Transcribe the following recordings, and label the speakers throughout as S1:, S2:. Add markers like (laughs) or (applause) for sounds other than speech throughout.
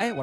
S1: 哎我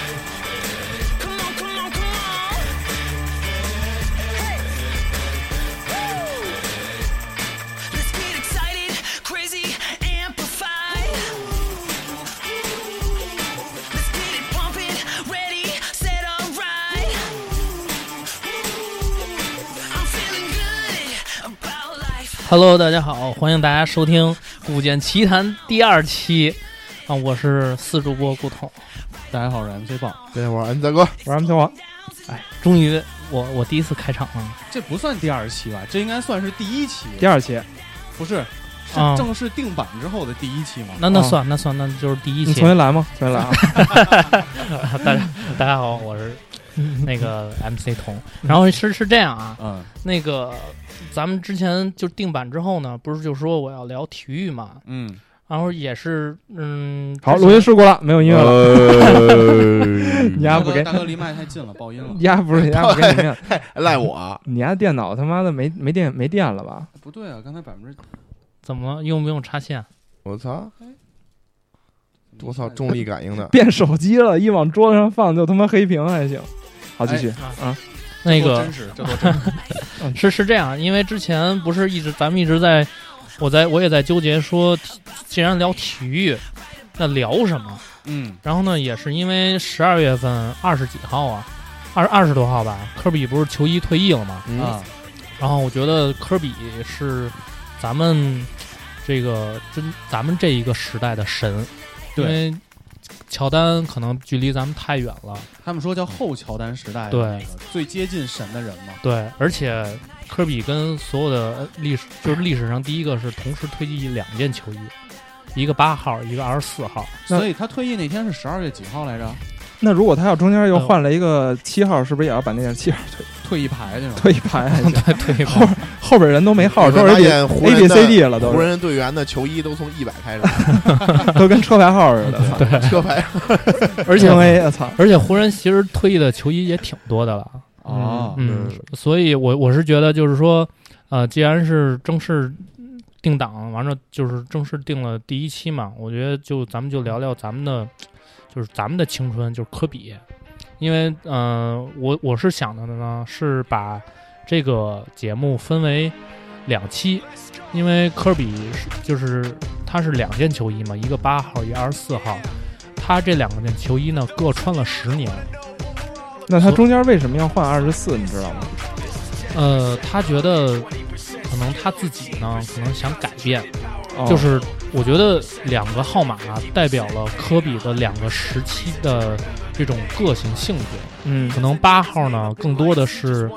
S2: Come on, come on, come on. Hey. Woo. Let's get excited, crazy, amplified. Let's get it pumping, ready, set up right. I'm feeling good about life.
S3: Hello，大家好，欢迎大家收听《古剑奇谭》第二期啊，我是四主播顾统。
S4: 大家好，我是 MC 豹。
S5: 对，我是 MC 大哥，
S6: 我是 MC 王，
S3: 哎，终于我我第一次开场了，
S7: 这不算第二期吧？这应该算是第一期，
S6: 第二期，
S7: 不是是
S3: 啊
S7: 正式定版之后的第一期吗？
S3: 那那
S6: 啊
S3: 算、那算那就是第一
S6: 你
S3: 期
S6: 重。新来吗？重
S3: (laughs)
S6: 新来啊！
S3: 大家大家好，我是那 (laughs) 个 MC 童。然后是是这样啊，
S7: 嗯
S3: 那个咱们之前就定版之后呢，不是就说我要聊体育嘛，
S7: 嗯，
S3: 然后也是嗯，
S6: 好，
S3: 之前
S6: 录音事故了，没有音乐了，
S5: 呃
S6: (laughs) 你
S7: 大
S6: 丫不
S7: 哥
S6: 给，
S7: 大哥离麦太近了，爆音了
S6: 你。丫不是，你丫不给你命，
S5: 赖我，啊
S6: 你丫电脑他妈的没没电没电了吧？
S7: 不对啊，刚才百
S6: (laughs)
S7: 分之
S3: 怎么了？用不用插线？啊
S5: 我操，我
S7: 嗯
S5: 操，重力感应的，
S6: 变手机了，一往桌子上放就他妈黑屏还行。好，继
S5: 哎
S6: 续，
S3: 那
S7: 多
S3: 个
S7: 真实，这
S6: (laughs)
S7: 多真实。
S3: 是是这样，因为之前不是一直咱们一直在，我在我也在纠结说，既然聊体育，那聊什么？
S7: 嗯，
S3: 然后呢，也是因为十二月份二十几号啊，二二十多号吧，科比不是球衣退役了嘛？
S5: 嗯
S7: 啊，
S3: 然后我觉得科比是咱们这个真咱们这一个时代的神，因
S7: 对
S3: 为乔丹可能距离咱们太远了，
S7: 他们说叫后乔丹时代，
S3: 对，
S7: 最接近神的人嘛。
S3: 对，而且科比跟所有的呃历史，就是历史上第一个是同时退役两件球衣，一个八号，一个二十四号。
S6: 那
S7: 所以他退役那天是十二月几号来着？
S6: 那如果他要中间又
S3: 嗯
S6: 换了一个七号，是不是也要把那件七号退
S7: 退一排那种。
S6: 退一排还行？
S5: (laughs)
S3: 对对
S6: 后后边人都没号，
S5: 我
S6: 都
S5: 发
S6: 是
S5: 现
S6: A
S5: 湖
S6: B C
S5: 人的
S6: D 了，都
S5: 湖
S6: 是
S5: 人队员的球衣都从一百开始，
S6: 都跟车牌号似的。
S3: (laughs) 对，
S5: 车牌
S3: 而且
S6: A，我操！
S3: (laughs) 而且湖人其实退役的球衣也挺多的了，
S7: 哦，
S3: 嗯，所以我我是觉得就是说，呃，既然是正式定档，完了就是正式定了第一期嘛，我觉得就咱们就聊聊咱们的，就是咱们的青春，就是科比，因为呃，我我是想的呢是把这个节目分为两期，因为科比是就是他是两件球衣嘛，一个八号，一个二十四号，他这两件球衣呢各穿了十年。
S6: 那他中间为什么要换二十四？你知道吗？
S3: 呃，他觉得可能他自己呢，可能想改变，
S6: 哦
S3: 就是我觉得两个号码代表了科比的两个时期的这种个性性格。
S6: 嗯
S3: 可能八号呢，更多的是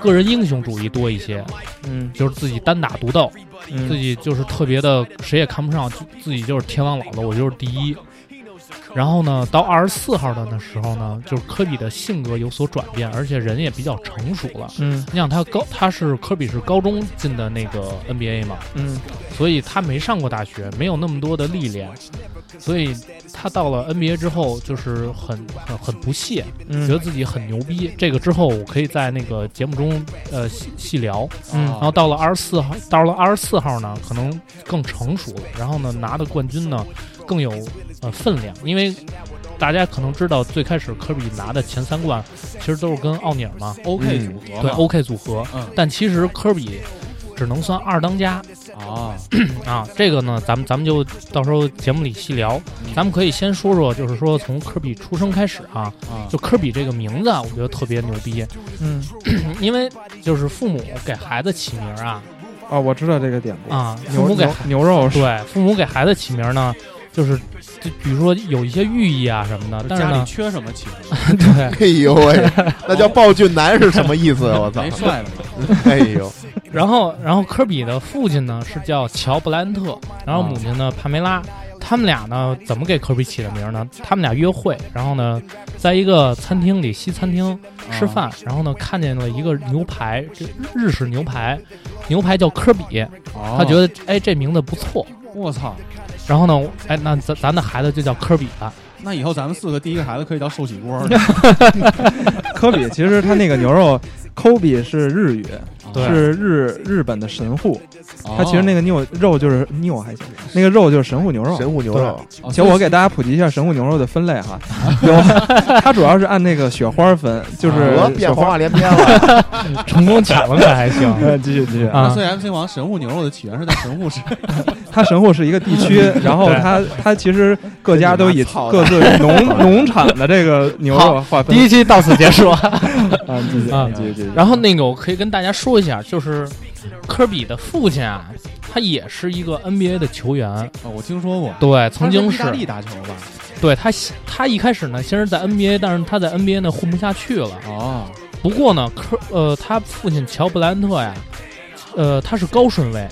S3: 个人英雄主义多一些，
S6: 嗯
S3: 就是自己单打独斗，自
S6: 嗯
S3: 己就是特别的谁也看不上，就自己就是天王老子，我就是第一。然后呢，到二十四号的那时候呢，就是科比的性格有所转变，而且人也比较成熟了。
S6: 嗯
S3: 你想他高，他是科比是高中进的那个 NBA 嘛，
S6: 嗯，
S3: 所以他没上过大学，没有那么多的历练，所以他到了 NBA 之后就是很很很不屑，
S6: 嗯
S3: 觉得自己很牛逼。这个之后我可以在那个节目中呃细细聊。
S6: 嗯
S7: 哦
S3: 然后到了二十四号，到了二十四号呢，可能更成熟了，然后呢拿的冠军呢更有呃分量，因为大家可能知道最开始科比拿的前三冠其实都是跟奥尼尔嘛。
S7: OK
S5: 嗯
S7: 组合
S3: 对
S7: 嘛
S3: OK 组合，
S7: 嗯
S3: 但其实科比只能算二当家
S7: 啊，
S3: 哦啊。这个呢，咱们咱们就到时候节目里细聊。
S7: 嗯
S3: 咱们可以先说说，就是说从科比出生开始啊，
S7: 啊
S3: 就科比这个名字啊，我觉得特别牛逼，
S6: 嗯
S3: 因为就是父母给孩子起名儿啊
S6: 哦，我知道这个典故。
S3: 啊，父
S6: 牛
S3: 母给
S6: 牛
S3: 孩
S6: 牛肉是
S3: (laughs) 对父母给孩子起名儿呢，就是就比如说有一些寓意啊什么的，但是
S7: 家里
S3: 呢，
S7: 缺什么起什么，
S3: 对。
S5: 哎呦
S3: (laughs)
S5: 喂，那叫暴俊男是什么意思？啊我操
S7: 没！帅的嘛。
S5: 哎呦，
S3: 然后，然后科比的父亲呢是叫乔布兰特，然后母亲呢帕梅拉，他们俩呢怎么给科比起的名儿呢？他们俩约会，然后呢，在一个餐厅里西餐厅 (laughs) 吃
S7: 啊
S3: 饭，
S6: 哦
S3: 然后呢看见了一个牛排，这日式牛排，牛排叫科比，
S7: 哦，
S3: 他觉得哎这名字不错，
S7: 我操，
S3: 然后呢，哎那咱咱的孩子就叫科比吧，
S7: 那以后咱们四个第一个孩子可以叫寿喜锅
S3: (laughs)
S7: 了，
S6: 科比其实他那个牛肉，科比是日语，
S3: 对
S6: 是日日本的神户，
S7: 哦
S6: 它其实那个牛肉就是牛还行，那个肉就是神户牛肉。
S5: 神户牛肉，
S7: 哦
S6: 其实我给大家普及一下神户牛肉的分类哈，有它主要是按那个雪花分，就是
S5: 啊我
S6: 雪
S5: 变黄
S6: 花。
S5: 话连篇了，
S3: 成功抢了可还行
S6: (laughs) 继续继续
S3: 啊
S7: 那所以 MC 王神户牛肉的起源是在神
S3: (laughs)
S7: 户市，
S6: 它神户是一个地区，然后
S3: 对
S6: 它它其实各家都以
S5: 这你妈操的
S6: 各自
S5: (laughs)
S6: 农农场的这个牛肉划分。
S3: 第一期到此结 (laughs) 束。
S6: 啊，继续
S3: 啊
S6: 继续继续。
S3: 然后那个我可以跟大家说一下，就是科比的父亲啊，他也是一个 NBA 的球员，
S7: 哦，我听说过，
S3: 对，曾
S7: 他
S3: 经
S7: 跟意
S3: 是，
S7: 大利打球吧？
S3: 对他他一开始呢，先是在 NBA，但是他在 NBA 呢混不下去了。
S7: 哦，
S3: 不过呢，科呃他父亲乔布兰特呀，呃他是高顺位，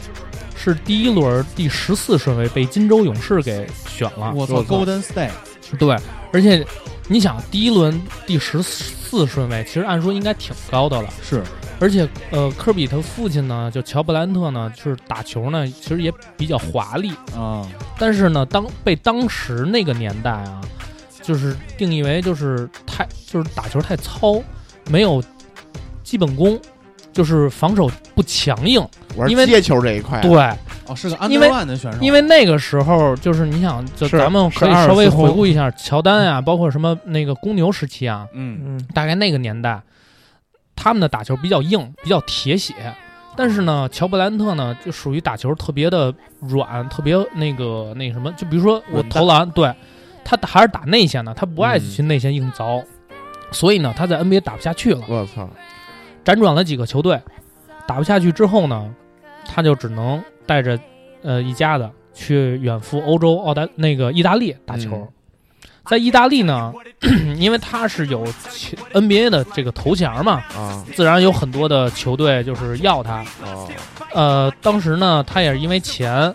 S3: 是第一轮第十四顺位被金州勇士给选了。
S7: 我操，Golden State，
S3: 对，而且你想第一轮第十四顺位，其实按说应该挺高的了。
S7: 是
S3: 而且，呃，科比他父亲呢，就乔布兰特呢，就是打球呢，其实也比较华丽，
S7: 啊，
S3: 但是呢，当被当时那个年代啊，就是定义为就是太就是打球太糙，没有基本功，就是防守不强硬。
S5: 我
S3: 因为
S5: 是接球这一块，
S3: 对，
S7: 哦，是个
S3: 因为
S7: Under One 的选手，
S3: 因为那个时候就是你想，就是咱们可以
S6: 是
S3: 稍微
S6: 24
S3: 回顾一下乔丹啊，包括什么那个公牛时期啊，
S7: 嗯，
S6: 嗯，
S3: 大概那个年代，他们的打球比较硬，比较铁血。但是呢，乔布兰特呢，就属于打球特别的软，特别那个那什么，就比如说我
S5: 稳当
S3: 投篮，对他打还是打内线的，他不爱去内线硬凿，所以呢，他在 NBA 打不下去了，
S5: 我操，
S3: 辗转了几个球队，打不下去之后呢，他就只能带着呃一家子去远赴欧洲澳大那个意大利打球。
S5: 嗯
S3: 在意大利呢， (clears throat) 因为他是有其 NBA 的这个头衔嘛，
S5: 啊
S3: 自然有很多的球队就是要他。
S5: 啊，
S3: 呃，当时呢，他也是因为钱，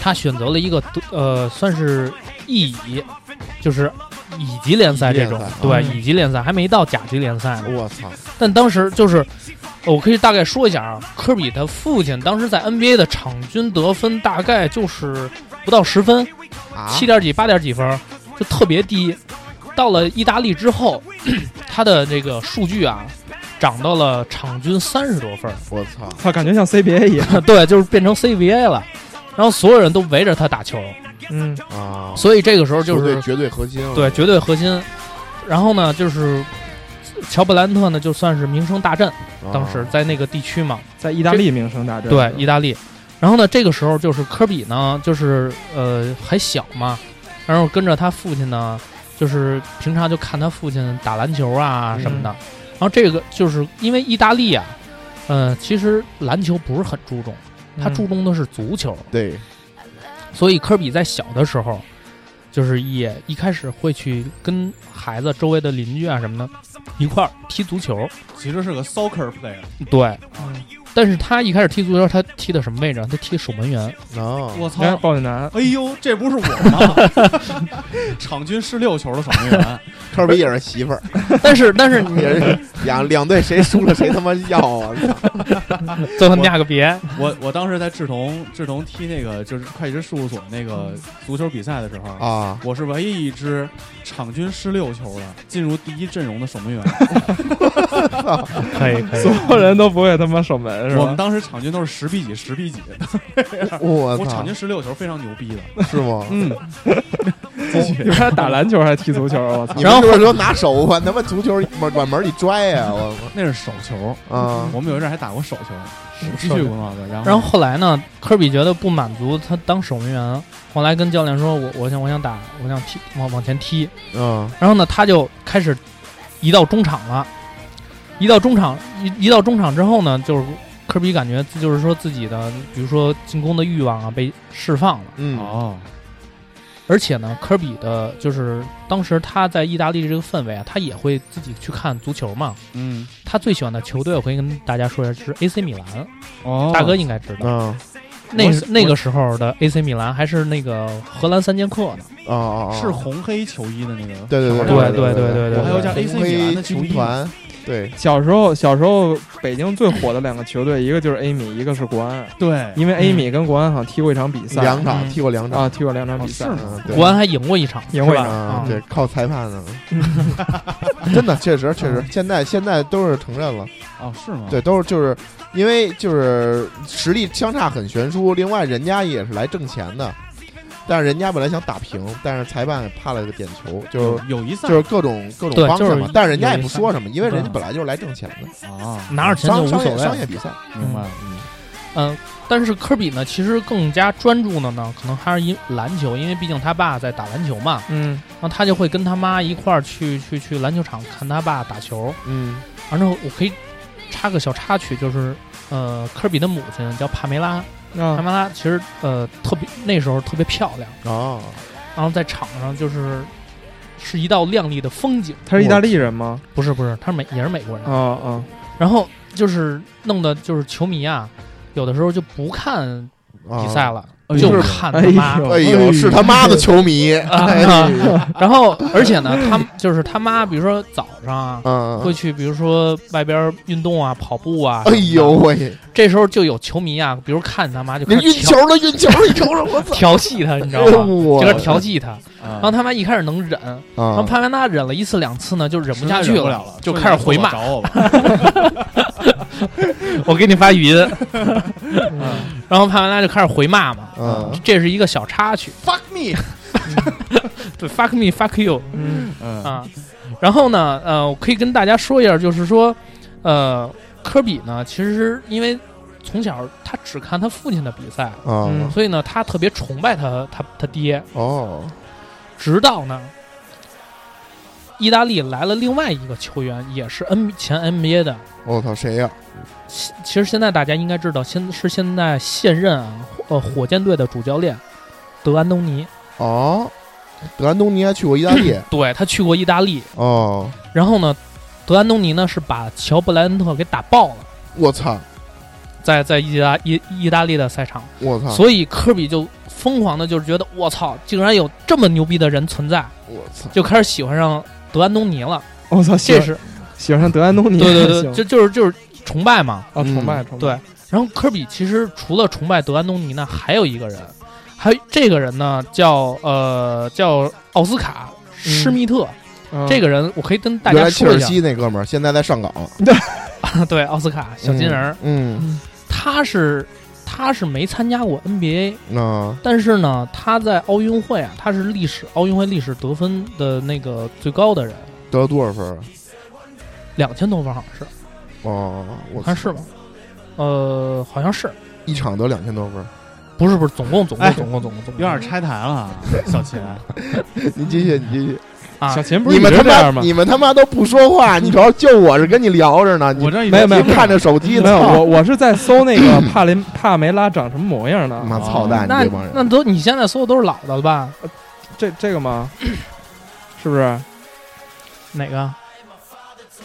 S3: 他选择了一个呃，算是乙，就是乙级联赛这种
S5: 乙级联赛，
S3: 对，
S6: 嗯
S3: 乙级联赛还没到甲级联赛呢。
S5: 我操，
S3: 但当时就是，呃我可以大概说一下啊，科比他父亲当时在 NBA 的场均得分大概就是不到十分，
S5: 啊，
S3: 七点几、八点几分儿，就特别低。到了意大利之后， (clears throat) 他的这个数据啊，涨到了场均三十多分儿，
S5: 我操，
S6: 他感觉像 CBA 一样。
S3: (laughs) 对，就是变成 CBA 了。然后所有人都围着他打球，
S6: 嗯，
S5: 啊，
S3: 所以这个时候就
S5: 球
S3: 是
S5: 队绝对核心了，啊
S3: 对绝对核心。然后呢，就是乔布兰特呢，就算是名声大振，
S5: 啊
S3: 当时在那个地区嘛。
S6: 在意大利名声大振。
S3: 对，意大利。然后呢，这个时候就是科比呢，就是呃还小嘛，然后跟着他父亲呢，就是平常就看他父亲打篮球啊什么的。然后这个就是因为意大利啊，呃，其实篮球不是很注重，他注重的是足球，
S5: 对，
S3: 所以科比在小的时候，就是也一开始会去跟孩子周围的邻居啊什么的一块儿踢足球。
S7: 其实是个 soccer player，
S3: 对，但是他一开始踢足球，他踢的什么位置啊？他踢守门员。
S5: 能，
S7: 我
S6: 应该是
S7: 操。
S6: 鲍俊南。
S7: 哎呦，这不是我吗？ (laughs) 场均十六球的守门员，
S5: 科比也是媳妇儿，
S3: 但是但 (laughs) 是你
S5: 也是两两队谁输了谁他妈要啊，
S3: (laughs) 最后嫁个别，
S7: 我我当时在志同志同踢那个就是会计师事务所那个足球比赛的时候，
S5: 啊，
S7: 我是唯一一支场均失六球的进入第一阵容的守门员。
S3: 可以可
S6: 所有人都不会他妈守门是
S7: 我们
S6: 吧？
S7: 当时场均都是十比几，十比几。
S5: 我
S7: 我
S5: 操
S7: 场，均十六球非常牛逼的。
S5: 是吗？
S6: 嗯， (laughs) 你还打篮球还是踢足球？啊我操！
S5: 你们是不是说拿手往他妈足球往往门里拽呀？我
S7: 那是手球，
S5: 我啊，
S7: 嗯我们有一阵还打过手球。继续滚老哥，然后
S3: 然后后来呢，科比觉得不满足他当守门员，后来跟教练说：“我我想我想打，我想踢往往前踢。
S5: 嗯”
S3: 然后呢，他就开始移到中场了。移到中场，移移到中场之后呢，就是科比感觉就是说自己的，比如说进攻的欲望啊被释放了。
S5: 嗯，
S7: 哦，
S3: 而且呢，科比的就是当时他在意大利这个氛围啊，他也会自己去看足球嘛。
S7: 嗯，
S3: 他最喜欢的球队，我可以跟大家说一下，是 AC 米兰。
S7: 哦
S3: 大哥应该知道。
S5: 嗯，
S3: 那
S7: 我
S3: 那个时候的 AC 米兰还是那个荷兰三剑客呢，
S5: 啊啊，啊
S7: 是红黑球衣的那个，
S5: 对对
S3: 对
S5: 对
S3: 对对对
S5: 对，
S3: 还有
S7: 叫 AC
S5: 红
S7: 米兰
S5: 黑
S7: 的球衣
S5: 军团，对，
S6: 小时候，小时候北京最火的两个球队，一个就是 A 米，一个是国安。
S7: 对，
S6: 因为 A 米跟国安好像踢过一场比赛，
S5: 两场
S3: 嗯
S5: 踢过两场
S6: 啊，，踢过两
S7: 哦
S6: 场比赛。
S5: 嗯对
S3: 国安还赢过一场，
S6: 赢过一
S3: 是吧
S6: 场
S5: 啊
S3: 啊，，
S5: 对，靠裁判呢，真的，确实确实，现在现在都是承认了，
S7: 哦，是吗？
S5: 对，都是就是因为就是实力相差很悬殊，另外人家也是来挣钱的，但是人家本来想打平，但是裁判判了个点球，就
S7: 有，
S5: 是
S7: 有一赛
S5: 就是各种各种
S3: 对
S5: 方式
S3: 就
S5: 嘛
S3: 是，
S5: 但是人家也
S3: 有一
S5: 不
S3: 三
S5: 说什么，因为人家
S3: 嗯
S5: 本来就是来挣钱的，
S7: 啊，
S3: 拿着钱就
S5: 商
S3: 无
S5: 商
S3: 所谓
S5: 业
S3: 了
S5: 商业。比赛，
S7: 明白了，
S3: 嗯，但是科比呢，其实更加专注的呢，可能还是因篮球，因为毕竟他爸在打篮球嘛，
S6: 嗯，
S3: 然后他就会跟他妈一块儿去去去篮球场看他爸打球。
S5: 嗯
S3: 完之后，我可以插个小插曲，就是呃，科比的母亲叫帕梅拉，帕
S6: 啊，
S3: 梅拉其实呃特别那时候特别漂亮，
S5: 哦，
S3: 然后在场上就是是一道亮丽的风景。
S6: 他是意大利人吗？
S3: 不是不是，他是美也是美国人。
S6: 啊啊，
S3: 然后就是弄的就是球迷啊，有的时候就不看
S5: 啊
S3: 比赛，了，嗯
S7: 哎呦
S3: 就看他
S6: 哎
S3: 妈。啊
S6: 呦
S5: 哎呦，是他妈的球
S3: (laughs)
S5: 迷，哎呦哎
S3: 然后而且呢，他就是他妈，比如说早上啊。
S5: 嗯，
S3: 会去，比如说外边运动啊、跑步啊。
S5: 哎呦，喂，
S3: 这时候就有球迷啊，比如看他妈就
S5: 你
S3: 开始
S5: 运球
S3: 调
S5: 了，运球了，你瞅瞅，我操！哎
S3: 调戏他，你知道吗？
S5: 我
S3: 就开始调戏他。
S7: 然
S3: 然后他妈一开始能忍，然后
S5: 啊，
S3: 潘维纳忍了一次两次呢，就忍不下去
S7: 了
S3: 了，
S7: 了，
S3: 就开始回骂
S7: 找我吧，
S3: 我给你发语音。嗯然后潘维纳就开始回骂嘛，
S5: 嗯
S3: 这是一个小插曲。
S5: ，fuck me，
S3: (laughs) 对，fuck me，fuck you
S6: 嗯
S7: 嗯
S3: 啊。然后呢，呃，我可以跟大家说一下，就是说，呃，科比呢，其实因为从小他只看他父亲的比赛，
S5: 啊
S6: 嗯，
S3: 所以呢，他特别崇拜他他他爹。
S5: 哦，
S3: 直到呢，意大利来了另外一个球员，也是 N 前 NBA 的。
S5: 我操，哦谁呀？
S3: 其其实现在大家应该知道，现是现在现任啊，呃，火箭队的主教练德安东尼，
S5: 哦，德安东尼还去过意
S3: (clears throat)
S5: 大利，
S3: 对他去过意大利，
S5: 哦，
S3: 然后呢，德安东尼呢是把乔布莱恩特给打爆了，
S5: 我操，
S3: 在在意大意意大利的赛场，
S5: 我操，
S3: 所以科比就疯狂的就是觉得我操，竟然有这么牛逼的人存在，
S5: 我操，
S3: 就开始喜欢上德安东尼了。
S6: 我操，喜
S3: 这
S6: 欢
S3: 是
S6: 喜欢上德安东尼，
S3: 对对对，
S6: 行
S3: 就就是就是崇拜嘛。
S6: 啊，崇拜崇拜，
S3: 对，然后科比其实除了崇拜德安东尼呢，还有一个人，还有这个人呢叫呃叫奥斯卡施密特，
S6: 嗯
S3: 这个人我可以跟大
S5: 原
S3: 家
S5: 来切
S3: 说
S5: 尔
S3: 一下，
S5: 西那哥们儿现在在上港，
S3: (laughs) 对奥斯卡小金人儿，
S5: 嗯，
S3: 他是他是没参加过 NBA，
S5: 那
S3: 但是呢，他在奥运会啊，他是历史奥运会历史得分的那个最高的人，
S5: 得了多少分儿？
S3: 两千多分好像是，
S5: 哦，我
S3: 我
S5: 操
S3: 看是吧？呃，好像是，
S5: 一场得两千多
S3: (laughs)
S5: 分儿，
S3: 不是不是，总共总
S7: 哎
S3: 共总共总共总
S7: 有
S3: 共
S7: 点拆台了
S6: (laughs)
S7: 啊，小秦，
S5: 你继续，你继续，
S3: 啊
S6: 小，秦不是
S5: 你们
S6: 一
S5: 他
S6: 直这样
S5: 妈，
S6: 吗？
S5: 你们他妈都不说话，你瞅瞅，就我是跟你聊着
S3: (laughs)
S5: 呢，你
S7: 我这已经
S6: (laughs) 没有没有
S5: 你看
S7: 啊
S5: 着手机
S6: 没
S5: 呢，
S6: 有，我我是在搜那
S5: (laughs)
S6: 个帕林帕梅拉长什么模样呢？
S5: 妈操蛋，
S3: 那
S5: 你这帮
S3: 那
S5: 人，
S3: 都你现在搜的都是老的了吧？
S6: 这这个吗？是不是？
S3: 哪个？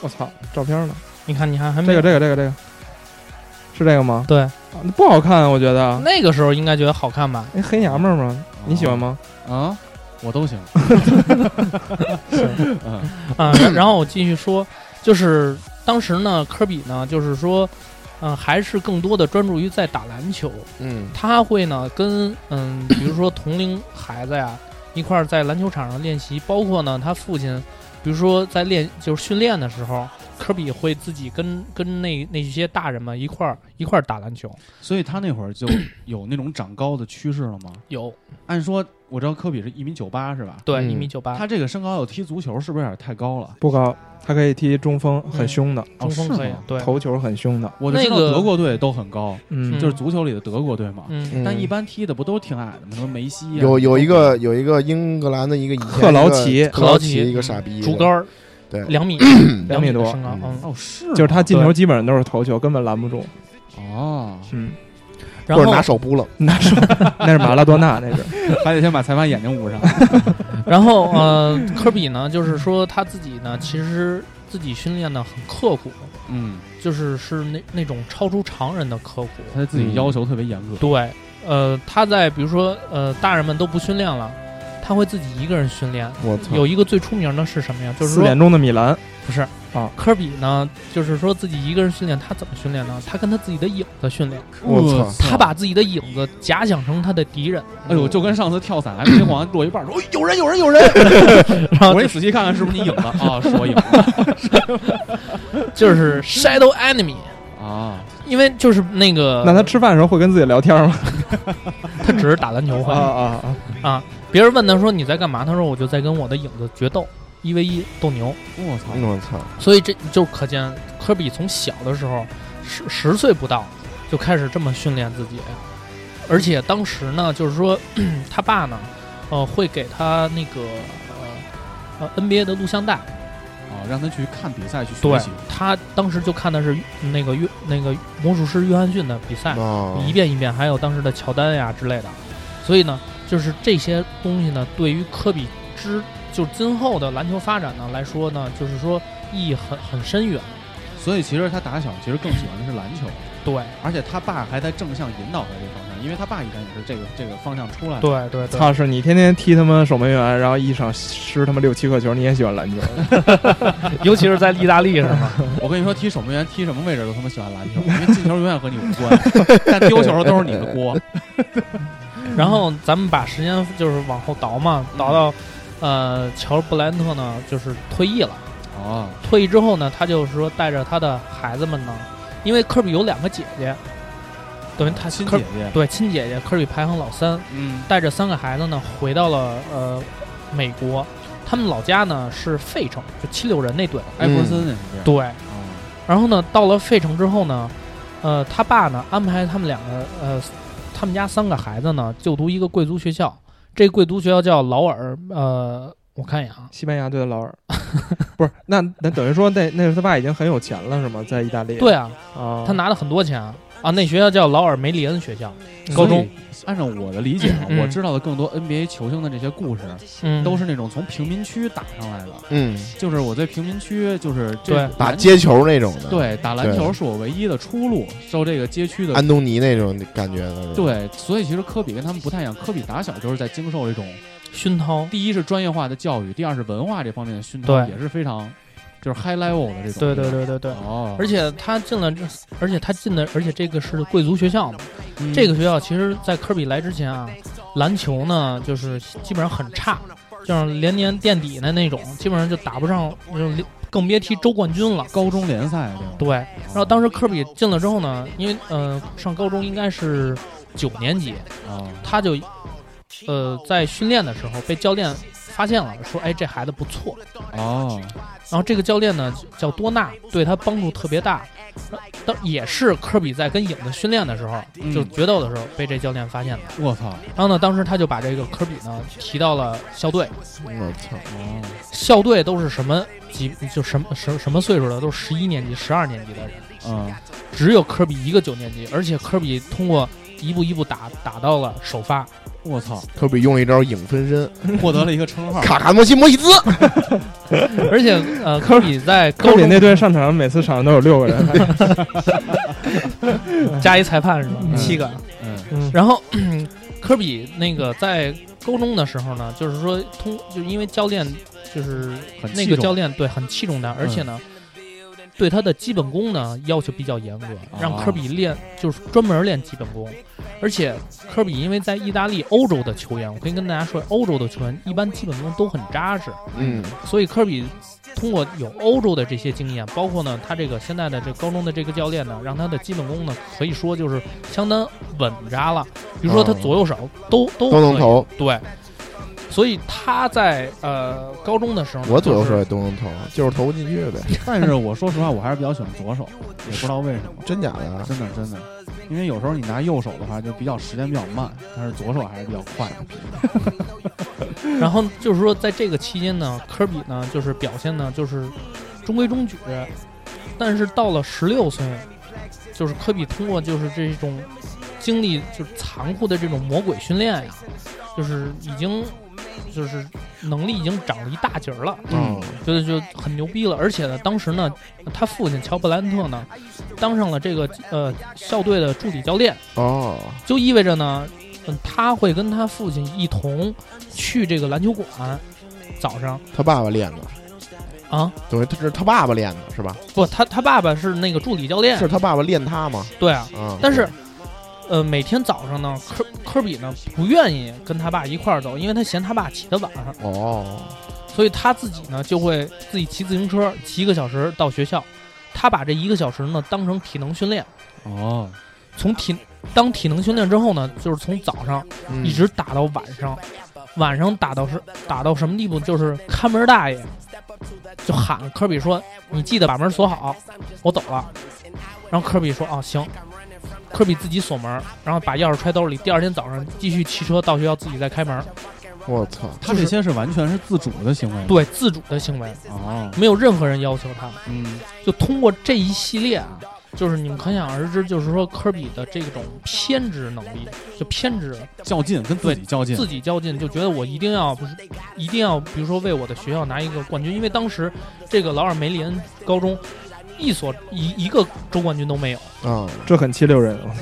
S6: 我操，照片呢？
S3: 你看，你看还没
S6: 这
S3: 有
S6: 个这个这个这个，是这个吗？
S3: 对，
S6: 啊那不好看啊，我觉得。
S3: 那个时候应该觉得好看吧？
S6: 哎，黑娘们儿吗？你喜欢吗？
S7: 啊？我都行，
S3: (laughs)
S6: 嗯
S7: (laughs) 嗯
S3: 啊，然然后我继续说，就是当时呢，科比呢，就是说，嗯、还是更多的专注于在打篮球，
S5: 嗯
S3: 他会呢跟嗯，比如说同龄孩子呀一块儿在篮球场上练习，包括呢他父亲，比如说在练就是训练的时候，科比会自己跟跟那那些大人们一块儿一块儿打篮球，
S7: 所以他那会儿就有那种长高的趋势了吗？
S3: 有
S7: 按说我知道科比是一米九八是吧？
S3: 对
S5: 嗯
S3: 一米九八
S7: 他这个身高要踢足球是不是有点太高了？
S6: 不高，他可以踢中锋，很凶的，
S7: 哦
S3: 中锋
S7: 是
S3: 可以
S7: 吗，
S3: 对，
S6: 头球很凶的。
S7: 我就知道
S3: 那个
S7: 德国队都很高，
S6: 嗯，
S7: 就是足球里的德国队嘛。
S3: 嗯。
S5: 嗯
S7: 但一般踢的不都挺矮的吗？什么梅西啊
S5: 有有一个有一个英格兰的一个以前
S6: 克劳奇
S5: 一个克劳奇嗯
S3: 克劳奇
S5: 一个傻逼
S3: 竹竿，儿，
S5: 对
S3: 两
S5: (clears throat)
S3: 米
S6: 两米
S3: 米
S6: 多
S3: 的身高，嗯，
S7: 哦是吗，
S6: 就是他进球基本上都是头球，根本拦不 (laughs) 住。
S7: 哦，
S6: 嗯，
S3: 然
S5: 或者拿
S3: 后
S5: 手扑棱，
S6: 那是 (laughs) 那是马拉多纳，那是
S7: (laughs) 还得先把裁判眼睛
S6: (laughs)
S7: 捂上。
S3: 然后呃，科比呢，就是说他自己呢，其实自己训练呢很刻苦，
S7: 嗯，
S3: 就是是那那种超出常人的刻苦，
S7: 他对自己要求特别严格。
S3: 对，呃，他在比如说呃大人们都不训练了，他会自己一个人训练。
S6: 我
S5: 嗯
S6: 操，
S3: 有一个最出名的是什么呀？就是
S6: 四
S3: 说
S6: 点钟的米兰，
S3: 不是
S6: 啊
S3: 科比呢，就是说自己一个人训练，他怎么训练呢？他跟他自己的影子训练，
S5: 啊
S6: 我操，
S3: 他把自己的影子假想成他的敌人，
S7: 哎呦，就跟上次跳伞来天皇落一
S3: (laughs)
S7: 半，说哎有人有人有人，
S3: 然后
S7: 我说你仔细看看是不是你影
S3: (laughs)
S7: 子啊？是我影子
S3: 就是
S6: 嗯
S3: shadow enemy。
S7: 啊，
S3: 因为就是那个，
S6: 那他吃饭的时候会跟自己聊天吗？
S3: 他只是打篮球
S6: 啊
S3: 会，
S6: 啊啊！
S3: 别人问他说你在干嘛，他说我就在跟我的影子决斗，一 v 一斗牛。
S7: 我操，
S3: 嗯
S5: 我操，
S3: 所以这就可见科比从小的时候十十岁不到就开始这么训练自己，啊而且当时呢，就是说 (clears throat) 他爸呢，呃，会给他那个呃呃 NBA 的录像带，
S7: 啊，让他去看比赛去学
S3: 对
S7: 习，
S3: 他当时就看的是那个约那个魔术师约翰逊的比赛，
S5: 啊，
S3: 哎一遍一遍，还有当时的乔丹呀之类的，所以呢，就是这些东西呢，对于科比之就今后的篮球发展呢来说呢，就是说意义很很深远，
S7: 所以其实他打小其实更喜欢的是篮球，
S3: 对。
S7: 而且他爸还在正向引导他这方向，因为他爸以前也是这个这个方向出来的。
S3: 对对对，
S6: 操，是你天天踢他妈守门员，然后一场失他妈六七个球，你也喜欢篮球？
S3: (laughs) 尤其是在意大利是 (laughs) 吗？
S7: 我跟你说，踢守门员踢什么位置都他妈喜欢篮球，因为进球永远和你无
S3: (laughs)
S7: 关，但丢球都是你的锅。
S3: 然后咱们把时间就是往后倒嘛，倒到呃乔布莱恩特呢，就是退役了。
S7: 哦，
S3: 退役之后呢，他就是说带着他的孩子们呢，因为科比有两个姐姐，等于他
S7: 亲
S3: 科
S7: 姐姐，
S3: 对亲姐姐，科比排行老三，
S7: 嗯，
S3: 带着三个孩子呢回到了呃美国，他们老家呢是费城，就七六人那队。
S7: 艾弗森也是这样。
S3: 嗯对，
S7: 啊
S3: 然后呢，到了费城之后呢，呃，他爸呢安排他们两个呃，他们家三个孩子呢就读一个贵族学校，这贵族学校叫劳尔，呃，我看一眼啊，
S6: (laughs) 西班牙队的劳尔， (laughs) 不是？那那等于说那那是他爸已经很有钱了是吗？在意大利？
S3: 对啊，
S6: 啊，
S3: 他拿了很多钱啊，啊，那学校叫劳尔梅里恩学校，
S6: 嗯
S3: 高中，
S7: 所以按照我的理解啊，
S3: 嗯
S7: 我知道的更多 NBA 球星的这些故事，啊
S3: 嗯，
S7: 都是那种从平民区打上来的。
S5: 嗯，
S7: 就是我在平民区，就是这
S3: 对
S5: 打
S7: 篮
S5: 街球那种的，，
S7: 对打篮球
S5: 对
S7: 是我唯一的出路，受这个街区的
S5: 安东尼那种感觉的，，
S7: 对，所以其实科比跟他们不太一样，科比打小就是在经受这种，
S3: 熏陶，
S7: 第一是专业化的教育，第二是文化这方面的熏陶，
S3: 对
S7: 也是非常就是 high level 的这种。
S3: 对对。对对对。
S7: 哦，
S3: 而且他进了这，而且他进的，而且这个是贵族学校嘛。
S7: 嗯
S3: 这个学校其实，在科比来之前啊，篮球呢就是基本上很差，就是连年垫底的那种，基本上就打不上，就更别提周冠军了。
S7: 高中联赛这种。
S3: 对，然后当时科比进了之后呢，因为呃上高中应该是九年级，
S7: 啊，
S3: 他就呃在训练的时候被教练发现了，说哎这孩子不错。
S7: 哦，
S3: 然后这个教练呢叫多纳，对他帮助特别大。呃当也是科比在跟影子训练的时候，
S7: 嗯
S3: 就是决斗的时候被这教练发现的。
S7: 我操！
S3: 然后呢，当时他就把这个科比呢提到了校队，
S5: 我操，
S7: 哦，
S3: 校队都是什么级，就什么什什么岁数的，都是十一年级、十二年级的人，
S7: 嗯，
S3: 只有科比一个九年级，而且科比通过一步一步打打到了首发，
S7: 我操，
S5: 科比用了一招影分身，
S7: 获得了一个称号。
S5: 卡卡莫西莫西兹，
S3: 而且呃，科比在
S6: 科
S3: 高
S6: 比
S3: 中
S6: 那队上场每次场上都有六个人，
S3: 加一裁判是吧？七个。
S7: 嗯
S6: 嗯
S3: 然后 (clears throat) 科比那个在高中的时候呢，就是说通，就因为教练就是
S7: 很器
S3: 那个
S7: 重嗯
S3: 教练对很器重他，而且呢。对他的基本功呢要求比较严格，
S7: 啊
S3: 让科比练就是专门练基本功，而且科比因为在意大利、欧洲的球员，我可以跟大家说，欧洲的球员一般基本功都很扎实，
S5: 嗯，
S3: 所以科比通过有欧洲的这些经验，包括呢他这个现在的这高中的这个教练呢，让他的基本功呢可以说就是相当稳扎了。比如说他
S5: 嗯
S3: 左右手都、都
S5: 都能
S3: 可以，
S5: 投，
S3: 对。所以他在呃高中的时候呢，
S5: 我左右
S3: 就是
S5: 手也都能投，就是投不进去呗，
S7: 但是我说实话，我还是比较喜欢左手，也不知道为什么。
S5: 真假的啊？
S7: 真的真的，因为有时候你拿右手的话，就比较时间比较慢，但是左手还是比较快的。
S3: 然后就是说，在这个期间呢，科比呢就是表现呢就是中规中矩，但是到了十六岁，就是科比通过就是这种经历就是残酷的这种魔鬼训练呀，就是已经就是能力已经长了一大截儿了，
S5: 嗯，
S3: 觉得就很牛逼了。而且呢，当时呢，他父亲乔布兰特呢，当上了这个呃校队的助理教练，
S5: 哦，
S3: 就意味着呢，嗯，他会跟他父亲一同去这个篮球馆，早上
S5: 他爸爸练的，
S3: 啊，
S5: 等于他是他爸爸练的是吧？
S3: 不，他他爸爸是那个助理教练，
S5: 是他爸爸练他吗？
S3: 对啊。
S5: 啊，
S3: 但是，呃，每天早上呢，科科比呢不愿意跟他爸一块儿走，因为他嫌他爸起得晚，
S5: 哦，
S3: 所以他自己呢就会自己骑自行车骑一个小时到学校。他把这一个小时呢当成体能训练，
S7: 哦，
S3: 从体当体能训练之后呢，就是从早上
S5: 嗯
S3: 一直打到晚上，晚上打到是打到什么地步？就是看门大爷就喊科比说：“你记得把门锁好，我走了。”然后科比说：“哦，行。”科比自己锁门，然后把钥匙揣兜里。第二天早上继续骑车到学校，自己再开门。
S5: 我操，
S7: 他这些是完全是自主的行为。，
S3: 对，自主的行为，
S7: 哦，
S3: 没有任何人要求他。
S7: 嗯，
S3: 就通过这一系列啊，就是你们可想而知，就是说科比的这种偏执能力，就偏执
S7: 较劲，跟自己较劲
S3: 自。己较劲，就觉得我一定要不是一定要，比如说为我的学校拿一个冠军，因为当时这个劳尔梅利恩高中一所一一个州冠军都没有，
S5: 嗯，
S6: (laughs) 这很七六人啊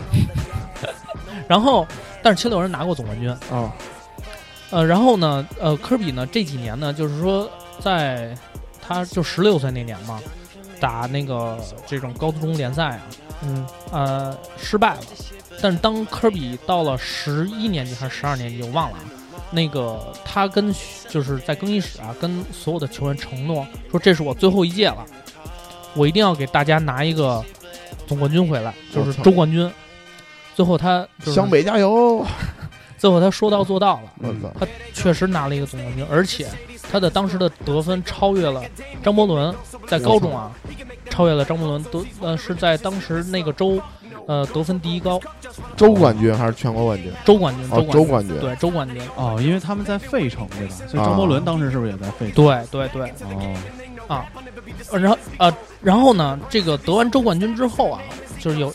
S3: 然后但是七六人拿过总冠军，！
S6: 哦
S3: 呃，然后呢，呃，科比呢这几年呢，就是说在他就十六岁那年嘛，打那个这种高中联赛啊，
S6: 嗯，
S3: 呃，失败了。但是当科比到了十一年级还是十二年级，我忘了啊。那个他跟就是在更衣室啊，跟所有的球员承诺说，这是我最后一届了，我一定要给大家拿一个总冠军回来，就
S5: 我
S3: 是
S5: 操
S3: 周冠军。最后他就是
S5: 湘北加油！
S3: 最后他说到做到了，
S7: 嗯
S5: 我操，
S3: 确实拿了一个总冠军，而且他的当时的得分超越了张伯伦，在高中啊，超越了张伯伦得呃是在当时那个州，呃得分第一高，
S5: 周冠军还是全国冠军？
S3: 州嗯冠军，州
S5: 哦，周
S3: 冠
S5: 冠军
S3: 军，，对州冠军，
S7: 哦，因为他们在费城对吧？所以
S5: 啊
S7: 张伯伦当时是不是也在费城？
S3: 对对对，
S7: 哦，
S3: 呃然后呃然后呢，这个得完州冠军之后啊，就是有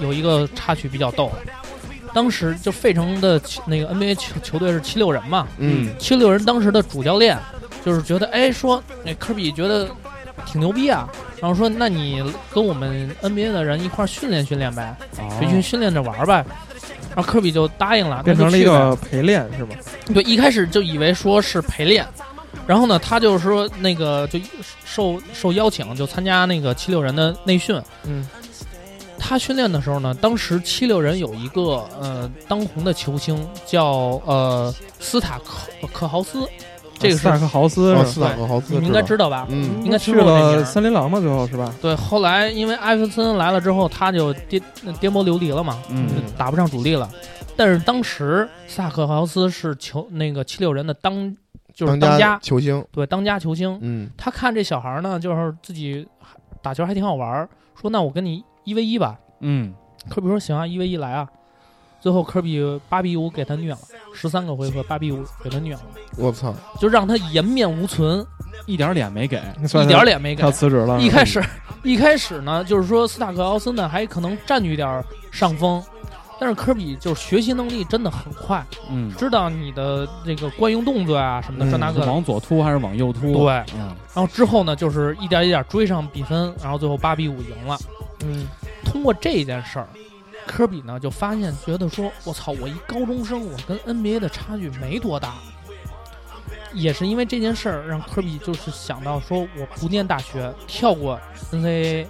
S3: 有一个插曲比较逗，当时就费城的球那个 NBA 球球队是七六人嘛，
S5: 嗯，
S3: 七六人当时的主教练就是觉得，哎，说那科比觉得挺牛逼啊，然后说那你跟我们 NBA 的人一块儿训练训练呗，培训
S7: 哦，
S3: 训练着玩儿呗。然后科比就答应了，
S6: 变
S3: 他就
S6: 成了一
S3: 去呗
S6: 个陪练是吧？
S3: 对，一开始就以为说是陪练，然后呢，他就是说那个就受受邀请就参加那个七六人的内训。
S6: 嗯，
S3: 他训练的时候呢，当时七六人有一个呃当红的球星叫呃斯塔克克豪斯，啊这个
S6: 斯塔
S3: 是
S6: 克豪斯
S5: 哦，
S6: 是吧
S5: 斯坦克豪斯，
S3: 你们应该知道吧
S5: 道，？嗯，
S3: 应该
S6: 去
S3: 听过这名
S6: 了
S3: 儿
S6: 森林狼嘛，最后是吧？
S3: 对，后来因为艾弗森来了之后，他就颠呃颠簸流离了嘛，
S7: 嗯
S3: 就打不上主力了。但是当时萨克豪斯是球那个七六人的当嗯就是当
S5: 家
S3: 家，
S5: 球星，
S3: 对当家球星。
S5: 嗯，
S3: 他看这小孩儿呢，就是自己打球还挺好玩儿，说那我跟你一 v 一吧。
S7: 嗯，
S3: 科比说行啊，一 v 一来啊。最后科比八比五给他虐了，十三个回合八比五给他虐了，
S5: 我操，
S3: 就让他颜面无存，
S7: 一点脸没给。
S6: 算
S3: 一
S6: 是
S3: 点儿脸没给
S6: 要。辞职了。
S3: 一
S6: 是吧
S3: 开始，一开始呢，就是说斯塔克奥森呢还可能占据点儿上风，但是科比就是学习能力真的很快，
S7: 嗯，
S3: 知道你的这个惯用动作啊什么的，这那
S7: 是
S3: 个的。
S7: 往左突还是往右突？
S3: 对，
S7: 嗯，
S3: 然后之后呢，就是一点一点追上比分，然后最后八比五赢了。
S6: 嗯，
S3: 通过这件事儿，科比呢就发现，觉得说，我操，我一高中生，我跟 NBA 的差距没多大。也是因为这件事儿，让科比就是想到说，我不念大学，跳过 NCAA，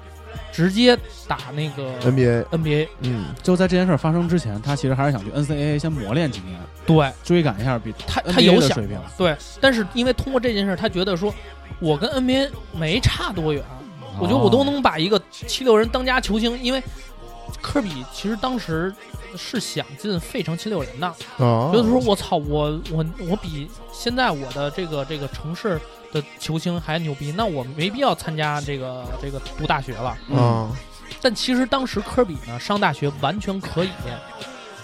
S3: 直接打那个
S5: NBA，
S3: NBA。
S5: 嗯，
S7: 就在这件事儿发生之前，他其实还是想去 NCAA 先磨练几年，
S3: 对
S7: 追赶一下比
S3: 他，他
S7: NBA
S3: 有
S7: 的
S3: 想啊
S7: 水平。
S3: 对，但是因为通过这件事儿，他觉得说，我跟 NBA 没差多远，我觉得我
S7: 哦
S3: 都能把一个七六人当家球星，因为科比其实当时是想进费城七六人的，
S5: 啊，
S3: 就是说我操，我我我比现在我的这个这个城市的球星还牛逼，那我没必要参加这个这个读大学了。
S7: 嗯，
S5: 啊，
S3: 但其实当时科比呢上大学完全可以，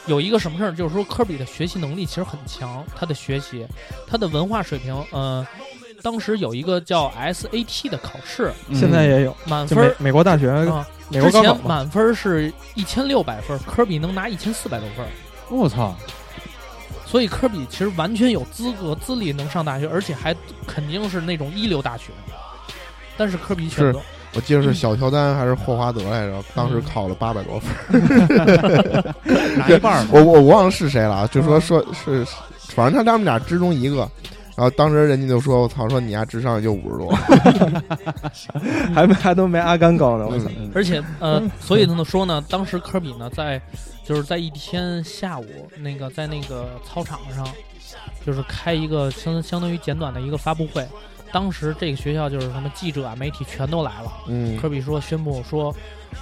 S3: 有一个什么事儿，就是说科比的学习能力其实很强，他的学习，他的文化水平，呃，当时有一个叫 SAT 的考试，
S7: 嗯
S6: 现在也有，
S3: 满
S6: 就呃
S3: 分
S6: 美
S3: 儿
S6: 美国大学、
S3: 啊，
S6: 美国
S3: 之
S6: 高考
S3: 前
S6: 嘛，
S3: (laughs) 满分是一千六百分，科比能拿一千四百多分，
S7: 我操，
S3: 所以科比其实完全有资格、资历能上大学，而且还肯定是那种一流大学。但是科比选择，
S5: 我记得是小乔丹还是霍华德来着，当
S3: 嗯
S5: 时考了八百多分
S3: (laughs)
S5: 儿，
S7: 拿一半儿嘛。
S5: 我我我忘了是谁了啊，就
S3: 嗯
S5: 说说是，是反正他他们俩之中一个。然后当时人家就说：“我操，说你家智商也就五十多。
S3: (laughs) 嗯
S6: 还没还都没阿甘高呢，我操！
S5: 嗯
S3: 而且呃， (laughs) 所以呢说呢，当时科比呢在就是在一天下午那个在那个操场上，就是开一个相相当于简短的一个发布会。当时这个学校就是什么记者啊、媒体全都来了。”
S5: 嗯
S3: 科比说宣布说，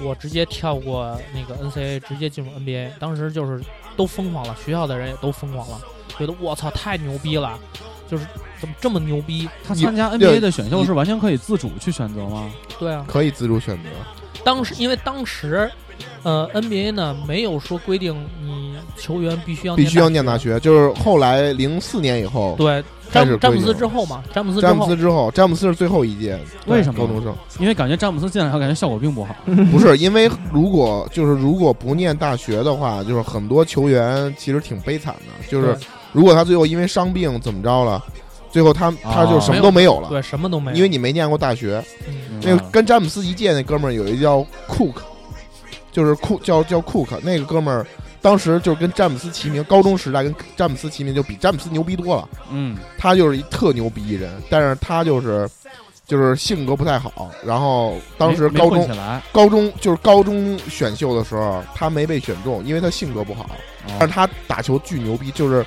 S3: 我直接跳过那个 NCAA，直接进入 NBA。当时就是都疯狂了，学校的人也都疯狂了，觉得我操太牛逼了，就是怎么这么牛逼？
S7: 他参加 NBA 的选秀是完全可以自主去选择吗？
S3: 对啊，
S5: 可以自主选择。
S3: 当时因为当时，呃，NBA 呢没有说规定你球员必须要
S5: 必须要念
S3: 念
S5: 大。学，嗯就是后来零四年以后，
S3: 对，
S5: 开
S3: 詹
S5: 始
S3: 姆詹姆
S5: 规
S3: 斯
S5: 定
S3: 之后嘛，詹姆斯之
S5: 詹姆
S3: 后
S5: 斯之后，詹姆斯是最后一届
S7: 为什
S5: 高中
S7: 么？
S5: 生，
S7: 因为感觉詹姆斯进来以后，感觉效果并不好。
S5: 不是因为如果就是如果不念大学的话，就是很多球员其实挺悲惨的，就是
S3: 对
S5: 如果他最后因为伤病怎么着了，最后他他
S7: 哦
S5: 就什么都没有了，
S3: 对什么都没有，
S5: 因为你没念过大学。
S3: 嗯
S5: 那个
S7: 嗯
S5: 跟詹姆斯一届那哥们儿有一叫 Cook，就是库叫叫 Cook 那个哥们儿。当时就是跟詹姆斯齐名，高中时代跟詹姆斯齐名，就比詹姆斯牛逼多了。
S7: 嗯，
S5: 他就是一特牛逼一人，但是他就是就是性格不太好。然后当时
S7: 没没
S5: 高
S7: 混
S5: 中
S7: 起来，
S5: 高中就是高中选秀的时候，他没被选中，因为他性格不好。
S7: 哦
S5: 但是他打球巨牛逼，就是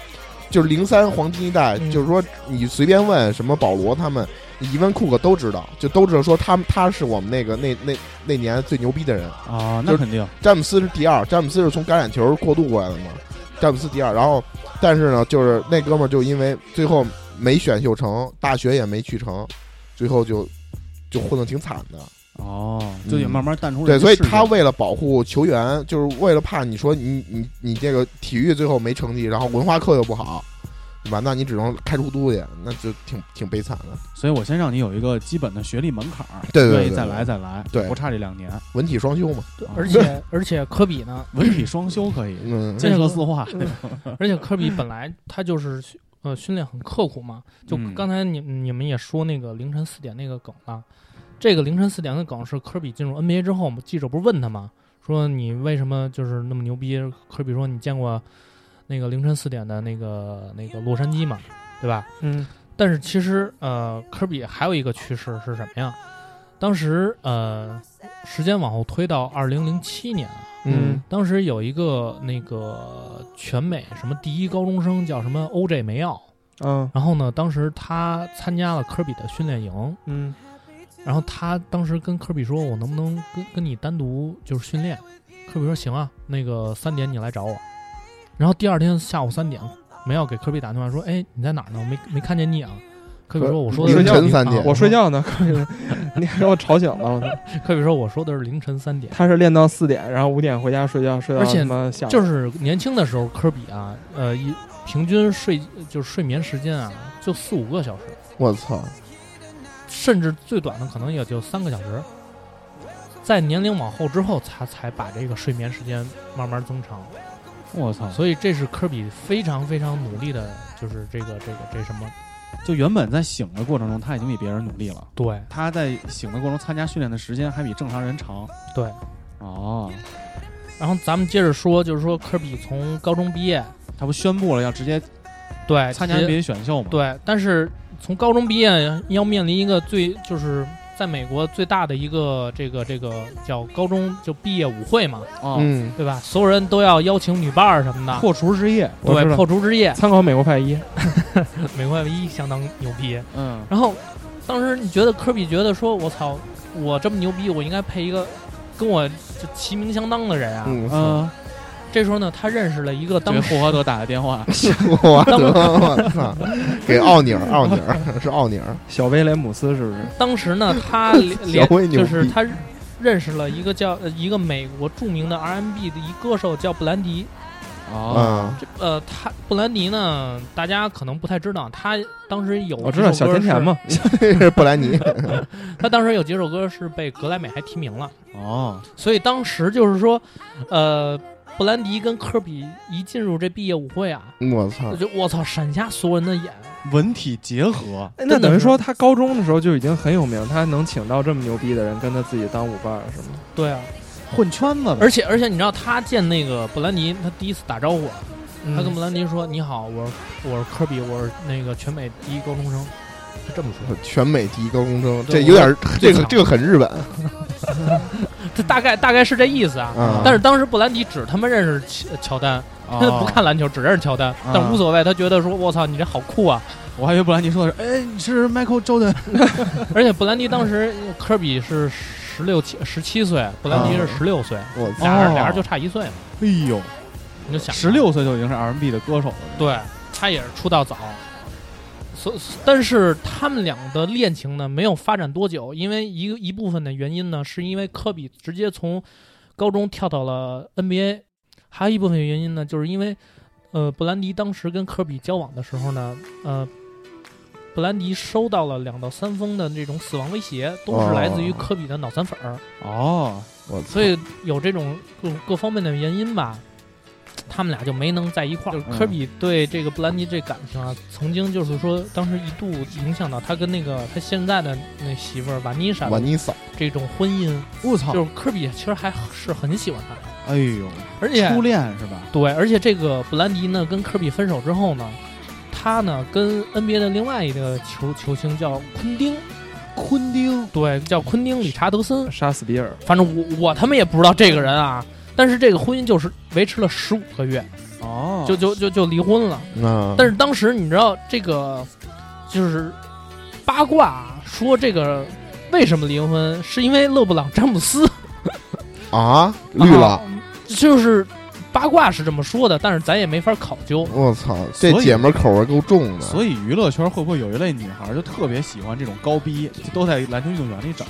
S5: 就是零三黄金一代，
S3: 嗯
S5: 就是说你随便问什么保罗他们，你一问库克都知道，就都知道说他们他是我们那个那那那年最牛逼的人。
S7: 啊，
S5: 就
S7: 那肯定
S5: 詹姆斯是第二，詹姆斯是从橄榄球过渡过来的嘛，詹姆斯第二。然后，但是呢，就是那哥们儿就因为最后没选秀成，大学也没去成，最后就就混得挺惨的。
S7: 哦，就得慢慢淡出
S5: 嗯对，
S7: 人的
S5: 所以
S7: 视野。
S5: 他为了保护球员，就是为了怕你说你你你这个体育最后没成绩，然后文化课又不好，对吧？那你只能开除都去，那就挺挺悲惨的。
S7: 所以我先让你有一个基本的学历门槛儿，
S5: 对对对
S7: 愿意
S5: 对
S7: 再
S5: 对
S7: 来再来，
S5: 对
S7: 不差这两年，啊
S5: 文体双修嘛，
S3: 对而且而且科比呢，
S7: 文理双修可以，
S5: 嗯，
S7: 见色思化。
S3: 而且科比本来他就是呃训练很刻苦嘛，就
S7: 嗯
S3: 刚才你你们也说那个凌晨四点那个梗了，这个凌晨四点的梗是科比进入 NBA 之后，我们记者不是问他吗？说你为什么就是那么牛逼？科比说你见过那个凌晨四点的那个那个洛杉矶嘛，对吧？
S1: 嗯，
S3: 但是其实呃，科比还有一个趋势是什么呀？当时呃，时间往后推到二零零七年，
S1: 嗯，
S3: 当时有一个那个全美什么第一高中生叫什么 OJ 梅奥，
S6: 嗯
S3: 然后呢，当时他参加了科比的训练营，
S6: 嗯
S3: 然后他当时跟科比说：“我能不能跟跟你单独就是训练？”科比说：“行啊，那个三点你来找我。”然后第二天下午三点，梅奥给科比打电话说：“哎，你在哪儿呢？我没没看见你啊。”科比说：“我说的是
S5: 凌晨
S3: 你
S5: 三
S3: 啊
S5: 点
S6: 嗯我睡。
S3: (laughs)
S6: 觉呢，可以你还让我吵醒了，我操！”
S3: 科比说：“我说的是凌晨三点。”
S6: 他是练到四点，然后五点回家睡觉，睡到
S3: 而且
S6: 他妈下午
S3: 就是年轻的时候，科比啊，呃，一平均睡就是睡眠时间啊，就四五个小时，
S5: 我操，
S3: 甚至最短的可能也就三个小时。在年龄往后之后，他才把这个睡眠时间慢慢增长。
S7: 我操！
S3: 所以这是科比非常非常努力的，就是这个这个这什么？
S7: 就原本在醒的过程中，他已经比别人努力了。
S3: 对
S7: 他在醒的过程中参加训练的时间还比正常人长。
S3: 对。
S7: 哦，
S3: 然后咱们接着说，就是说科比从高中毕业，
S7: 他不宣布了要直接
S3: 对
S7: 参加
S3: 哎其实
S7: NBA 选秀吗？，
S3: 对，但是从高中毕业要面临一个最就是在美国最大的一个这个这个叫高中就毕业舞会嘛，
S7: 哦，
S5: 嗯，
S3: 对吧？所有人都要邀请女伴儿什么的，
S6: 破除之夜，我知
S3: 对，
S6: 道
S3: 破除之夜，
S6: 参考美国派一，
S3: 美国一相当牛逼。
S7: 嗯，
S3: 然后当时你觉得科比觉得说，我操，我这么牛逼，我应该配一个跟我就齐名相当的人啊。
S5: 嗯， (laughs) 我
S7: 嗯，
S3: 这时候呢，他认识了一个
S7: 给
S3: 当时
S7: 霍华德打个电
S3: (laughs)
S7: 话，
S5: 操我得我操，给奥尼尔，奥尼尔 (laughs) 是奥尼尔，
S6: 小威廉姆斯是不是？
S3: 当时
S6: (laughs)
S3: 呢，他连
S5: 威牛
S3: 就
S5: 逼
S3: 是他认识了一个叫呃一个美国著名的 R&B 的一歌手叫布兰迪。
S7: 哦，
S5: 啊， (laughs)
S3: 这呃，他布兰迪呢，大家可能不太知道，他当时有
S6: 我
S3: 几
S6: 知道
S3: 首
S6: 小
S3: 歌
S6: 甜甜
S3: 是，
S6: 嘛，
S5: 是布兰妮，
S3: 他当时有几嗯首歌是被格莱美还提名了，
S7: 哦，
S3: 所以当时就是说，呃，布兰迪跟科比一进入这毕业舞会啊，
S5: 我操！
S3: 就我操，闪瞎所有人的眼。
S7: 文体结合，
S6: 哎
S3: 真
S6: 那
S3: 的
S6: 等于
S3: 是
S6: 说他高中的时候就已经很有名，他能请到这么牛逼的人跟他自己当舞伴儿，是吗？
S3: 对啊，
S7: 混圈子呗。
S3: 而且而且你知道他见那个布兰迪，他第一次打招呼，啊他跟布兰迪说：“你好，我是我是科比，我是那个全美第一高中生。”他这么说，
S5: 全美第一高中生，这
S3: 对
S5: 有点儿这
S3: 我
S5: 个这个很日本
S3: 这大概大概是这意思啊。
S5: 啊。
S3: 但是当时布兰迪只他妈认识乔乔丹，他
S7: 哦
S3: (laughs) 不看篮球，只认识乔丹，但无所谓。他觉得说：“我操，你这好酷啊
S7: 我还以为布兰妮说的是，哎，你是 Michael Jordan，！”
S3: 而且布兰迪当时科比是十六七十七岁，布兰迪是十六岁，
S5: 我操！
S3: 俩人
S7: 哦
S3: 俩人就差一岁嘛。
S7: 哎呦，
S3: 你就想
S7: 十六岁就已经是 R&B 的歌手了。
S3: 对他也是出道早，所但是他们俩的恋情呢没有发展多久，因为一个一部分的原因呢，是因为科比直接从高中跳到了 NBA，还有一部分原因呢，就是因为呃布兰迪当时跟科比交往的时候呢，呃。布兰迪收到了两到三封的这种死亡威胁，都是来自于
S5: 哦
S3: 科比的脑残粉儿。
S7: 哦，
S5: 我操
S3: 所以有这种各各方面的原因吧，他们俩就没能在一块儿。
S7: 嗯
S3: 科比对这个布兰妮这感情啊，曾经就是说，当时一度影响到他跟那个他现在的那媳妇儿瓦妮莎
S5: 瓦
S3: 的
S5: 妮嫂，
S3: 这种婚姻，
S7: 我操
S3: 就，是科比其实还是很喜欢她
S7: 哎
S3: 的，
S7: 呦，
S3: 而且
S7: 初恋是吧？
S3: 对，而且这个布兰迪呢跟科比分手之后呢，他呢跟 NBA 的另外一个球球星叫昆汀，
S7: 昆汀，
S3: 对，叫昆汀理查德森，
S6: 杀死比尔，
S3: 反正我我他妈也不知道这个人啊，但是这个婚姻就是维持了十五个月，
S7: 哦，
S3: 就就就就离婚了。
S5: 啊，
S3: 但是当时你知道这个就是八卦啊说这个为什么离婚，是因为勒布朗詹姆斯
S5: 啊绿了，，
S3: 就是八卦是这么说的，但是咱也没法考究。
S5: 我操！这
S7: 所以
S5: 姐们儿口味够重的，
S7: 所以娱乐圈会不会有一类女孩儿就特别喜欢这种高逼，就都在篮球运动员里找，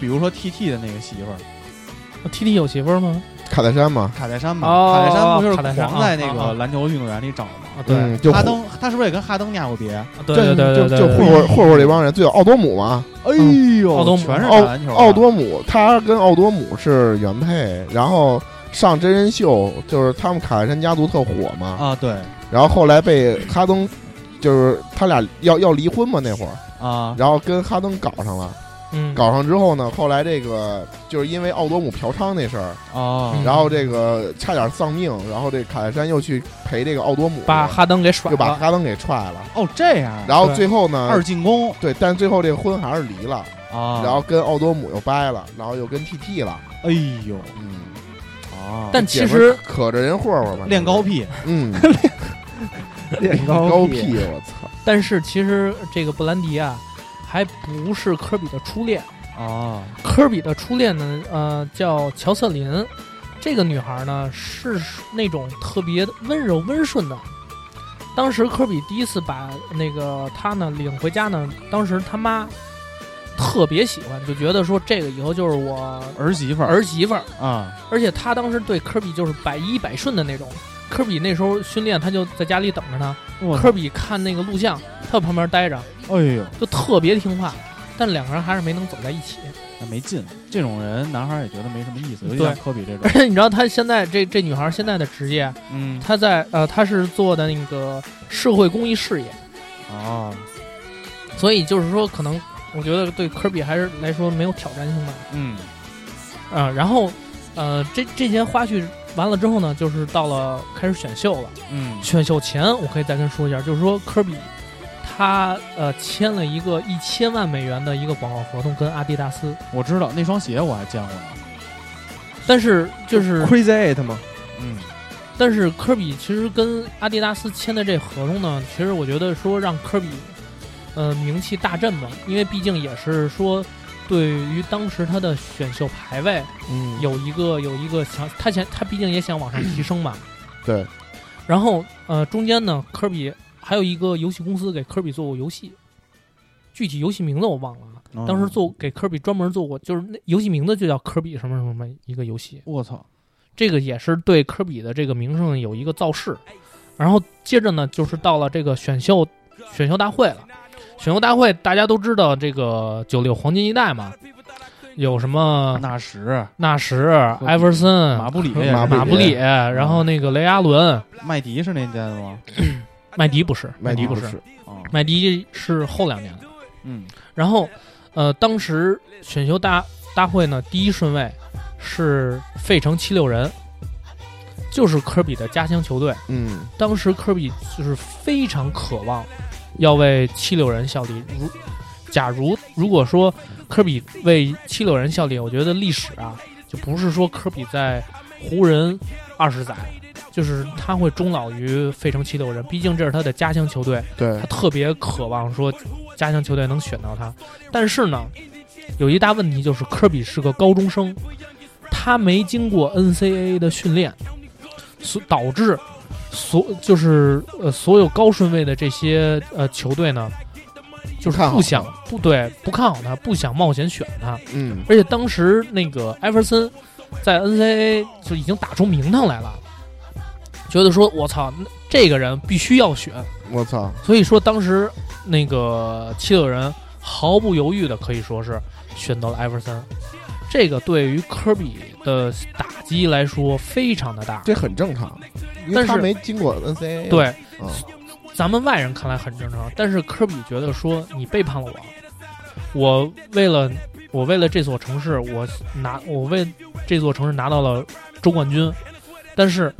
S7: 比如说 TT 的那个媳妇儿
S3: T T 有媳妇儿吗？
S5: 卡戴珊嘛，
S7: 卡戴珊
S3: 哦
S7: 嘛，卡戴珊不就是
S3: 卡戴珊
S7: 狂在那
S3: 啊啊啊
S7: 个篮球运动员里找吗？
S3: 啊，对，啊
S5: 嗯，就
S7: 哈登，他是不是也跟哈登俩过别？啊
S3: 对对对对
S5: 就
S3: 对
S5: 就混混混混这帮人，最有奥多姆嘛，
S7: 哎呦，
S3: 奥多姆
S7: 全是打
S5: 奥
S7: 篮球的，
S5: 奥多姆，他跟奥多姆是原配，然后上真人秀，就是他们卡戴珊家族特火嘛，
S7: 啊，对
S5: 然后后来被哈登，就是他俩要要离婚嘛那会儿，
S7: 啊，
S5: 然后跟哈登搞上了，
S3: 嗯，
S5: 搞上之后呢，后来这个就是因为奥多姆嫖娼那事儿，
S7: 哦，
S5: 然后这个差点丧命，然后这卡戴珊又去陪这个奥多姆，
S3: 把哈登给甩
S5: 又把
S3: 了。
S5: 哈登给踹了，
S7: 哦这样，
S5: 然后
S3: 对
S5: 最后呢，
S7: 二进攻
S5: 对，但最后这个婚还是离了，
S7: 啊，
S5: 然后跟奥多姆又掰了，然后又跟 TT 了，
S7: 哎呦
S5: 嗯，
S7: 啊，
S3: 但
S5: 姐
S3: 其
S5: 们儿
S3: 实
S5: 可着人霍霍吧，
S7: 练高，P
S5: 嗯，
S6: 练
S5: 高，P，我操，
S3: 但是其实这个布兰迪啊，还不是科比的初恋。
S7: 啊，
S3: 科比的初恋呢，呃，叫乔瑟琳。这个女孩呢是那种特别温柔温顺的。当时科比第一次把那个她呢领回家呢，当时他妈特别喜欢，就觉得说这个以后就是我
S7: 儿媳妇儿
S3: 儿媳妇儿。
S7: 啊，
S3: 而且她当时对科比就是百依百顺的那种。科比那时候训练，他就在家里等着他。
S7: 我
S3: 科比看那个录像，他在旁边待着，
S7: 哎呦，
S3: 就特别听话。但两个人还是没能走在一起。
S7: 那没劲，这种人男孩儿也觉得没什么意思，尤其像科比这种
S3: 而， (laughs) 且你知道她现在这这女孩现在的职业，
S7: 嗯
S3: 她在呃她是做的那个社会公益事业，
S7: 啊，
S3: 所以就是说可能我觉得对科比还是来说没有挑战性吧。
S7: 嗯，
S3: 啊、然后呃这这些花絮完了之后呢，就是到了开始选秀了。
S7: 嗯，
S3: 选秀前我可以再跟说一下，就是说科比。他呃签了一个一千万美元的一个广告合同跟阿迪达斯，
S7: 我知道那双鞋我还见过呢，
S3: 但是就是
S6: Crazy Eight 嘛，
S7: 嗯，
S3: 但是科比其实跟阿迪达斯签的这合同呢，其实我觉得说让科比，呃，名气大振吧，因为毕竟也是说，对于当时他的选秀排位
S5: 嗯，
S3: 有一个有一个想，他想他毕竟也想往上提升嘛。
S5: 对。
S3: 然后呃，中间呢，科比还有一个游戏公司给科比做过游戏，具体游戏名字我忘了啊。
S7: 嗯
S3: 当时
S5: 嗯
S3: 做给科比专门做过，就是那游戏名字就叫科比什么什么什么一个游戏。
S7: 我操，
S3: 这个也是对科比的这个名声有一个造势。然后接着呢，就是到了这个选秀选秀大会了。选秀大会大家都知道这个九六黄金一代嘛，有什么
S7: 纳什、
S3: 纳什、艾弗森、
S7: 马布里、
S5: 马布
S3: 嗯马布里，然后那个雷阿伦、
S7: 麦迪是那届的吗？
S3: 麦迪不是，
S5: 麦迪
S3: 不
S5: 不
S3: 是，
S5: 是，
S7: 啊，
S3: 麦迪是后两年的。
S7: 嗯，
S3: 然后，呃，当时选秀大大会呢，第一顺位是费城七六人，就是科比的家乡球队。
S5: 嗯，
S3: 当时科比就是非常渴望要为七六人效力。如假如如果说科比为七六人效力，我觉得历史啊，就不是说科比在湖人二十载，就是他会终老于费城七六人，毕竟这是他的家乡球队。
S5: 对
S3: 他，特别渴望说家乡球队能选到他，但是呢，有一大问题就是科比是个高中生，他没经过 NCAA 的训练，所导致所就是呃所有高顺位的这些呃球队呢，就是
S5: 不看好
S3: 不想不对不看好他，不想冒险选他，
S5: 嗯，
S3: 而且当时那个艾弗森在 NCAA 就已经打出名堂来了，觉得说我操，那这个人必须要选。
S5: 我操，
S3: 所以说当时那个七六人毫不犹豫的可以说是选择了艾弗森，这个对于科比的打击来说非常的大。
S5: 这很正常，因
S3: 但
S5: 为
S3: 是
S5: 他没经过 NCAA，，
S3: 对，
S5: 嗯
S3: 咱们外人看来很正常，但是科比觉得说你背叛了我，我为了我为了这座城市，我拿我为这座城市拿到了周冠军，但是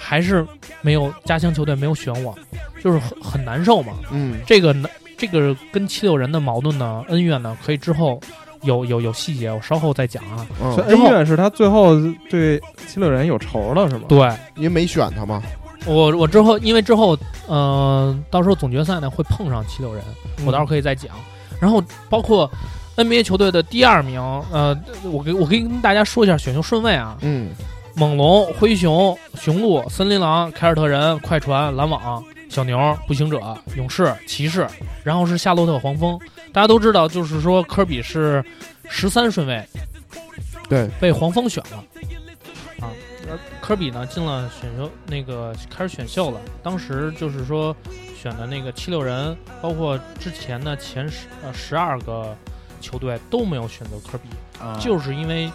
S3: 还是没有家乡球队没有选我，就是很很难受嘛。
S5: 嗯，
S3: 这个呢，这个跟七六人的矛盾呢、恩怨呢，可以之后有有有细节，我稍后再讲啊。
S6: 所
S5: 嗯，
S6: 以恩怨是他最后对七六人有仇了，是吗？
S3: 对
S5: 因为没选他嘛，
S3: 我我之后，因为之后，呃，到时候总决赛呢会碰上七六人，我到时候可以再讲。然后包括 NBA 球队的第二名，呃，我给我可以跟大家说一下选秀顺位啊：
S5: 嗯，
S3: 猛龙、灰熊、雄鹿、森林狼、凯尔特人、快船、篮网、小牛、步行者、勇士、骑士，然后是夏洛特黄蜂。大家都知道，就是说科比是十三顺位
S5: 对，
S3: 被黄蜂选了啊。而科比呢进了选秀，那个开始选秀了。当时就是说选的那个七六人，包括之前的前十呃十二个球队都没有选择科比，
S7: 啊
S3: 就是因为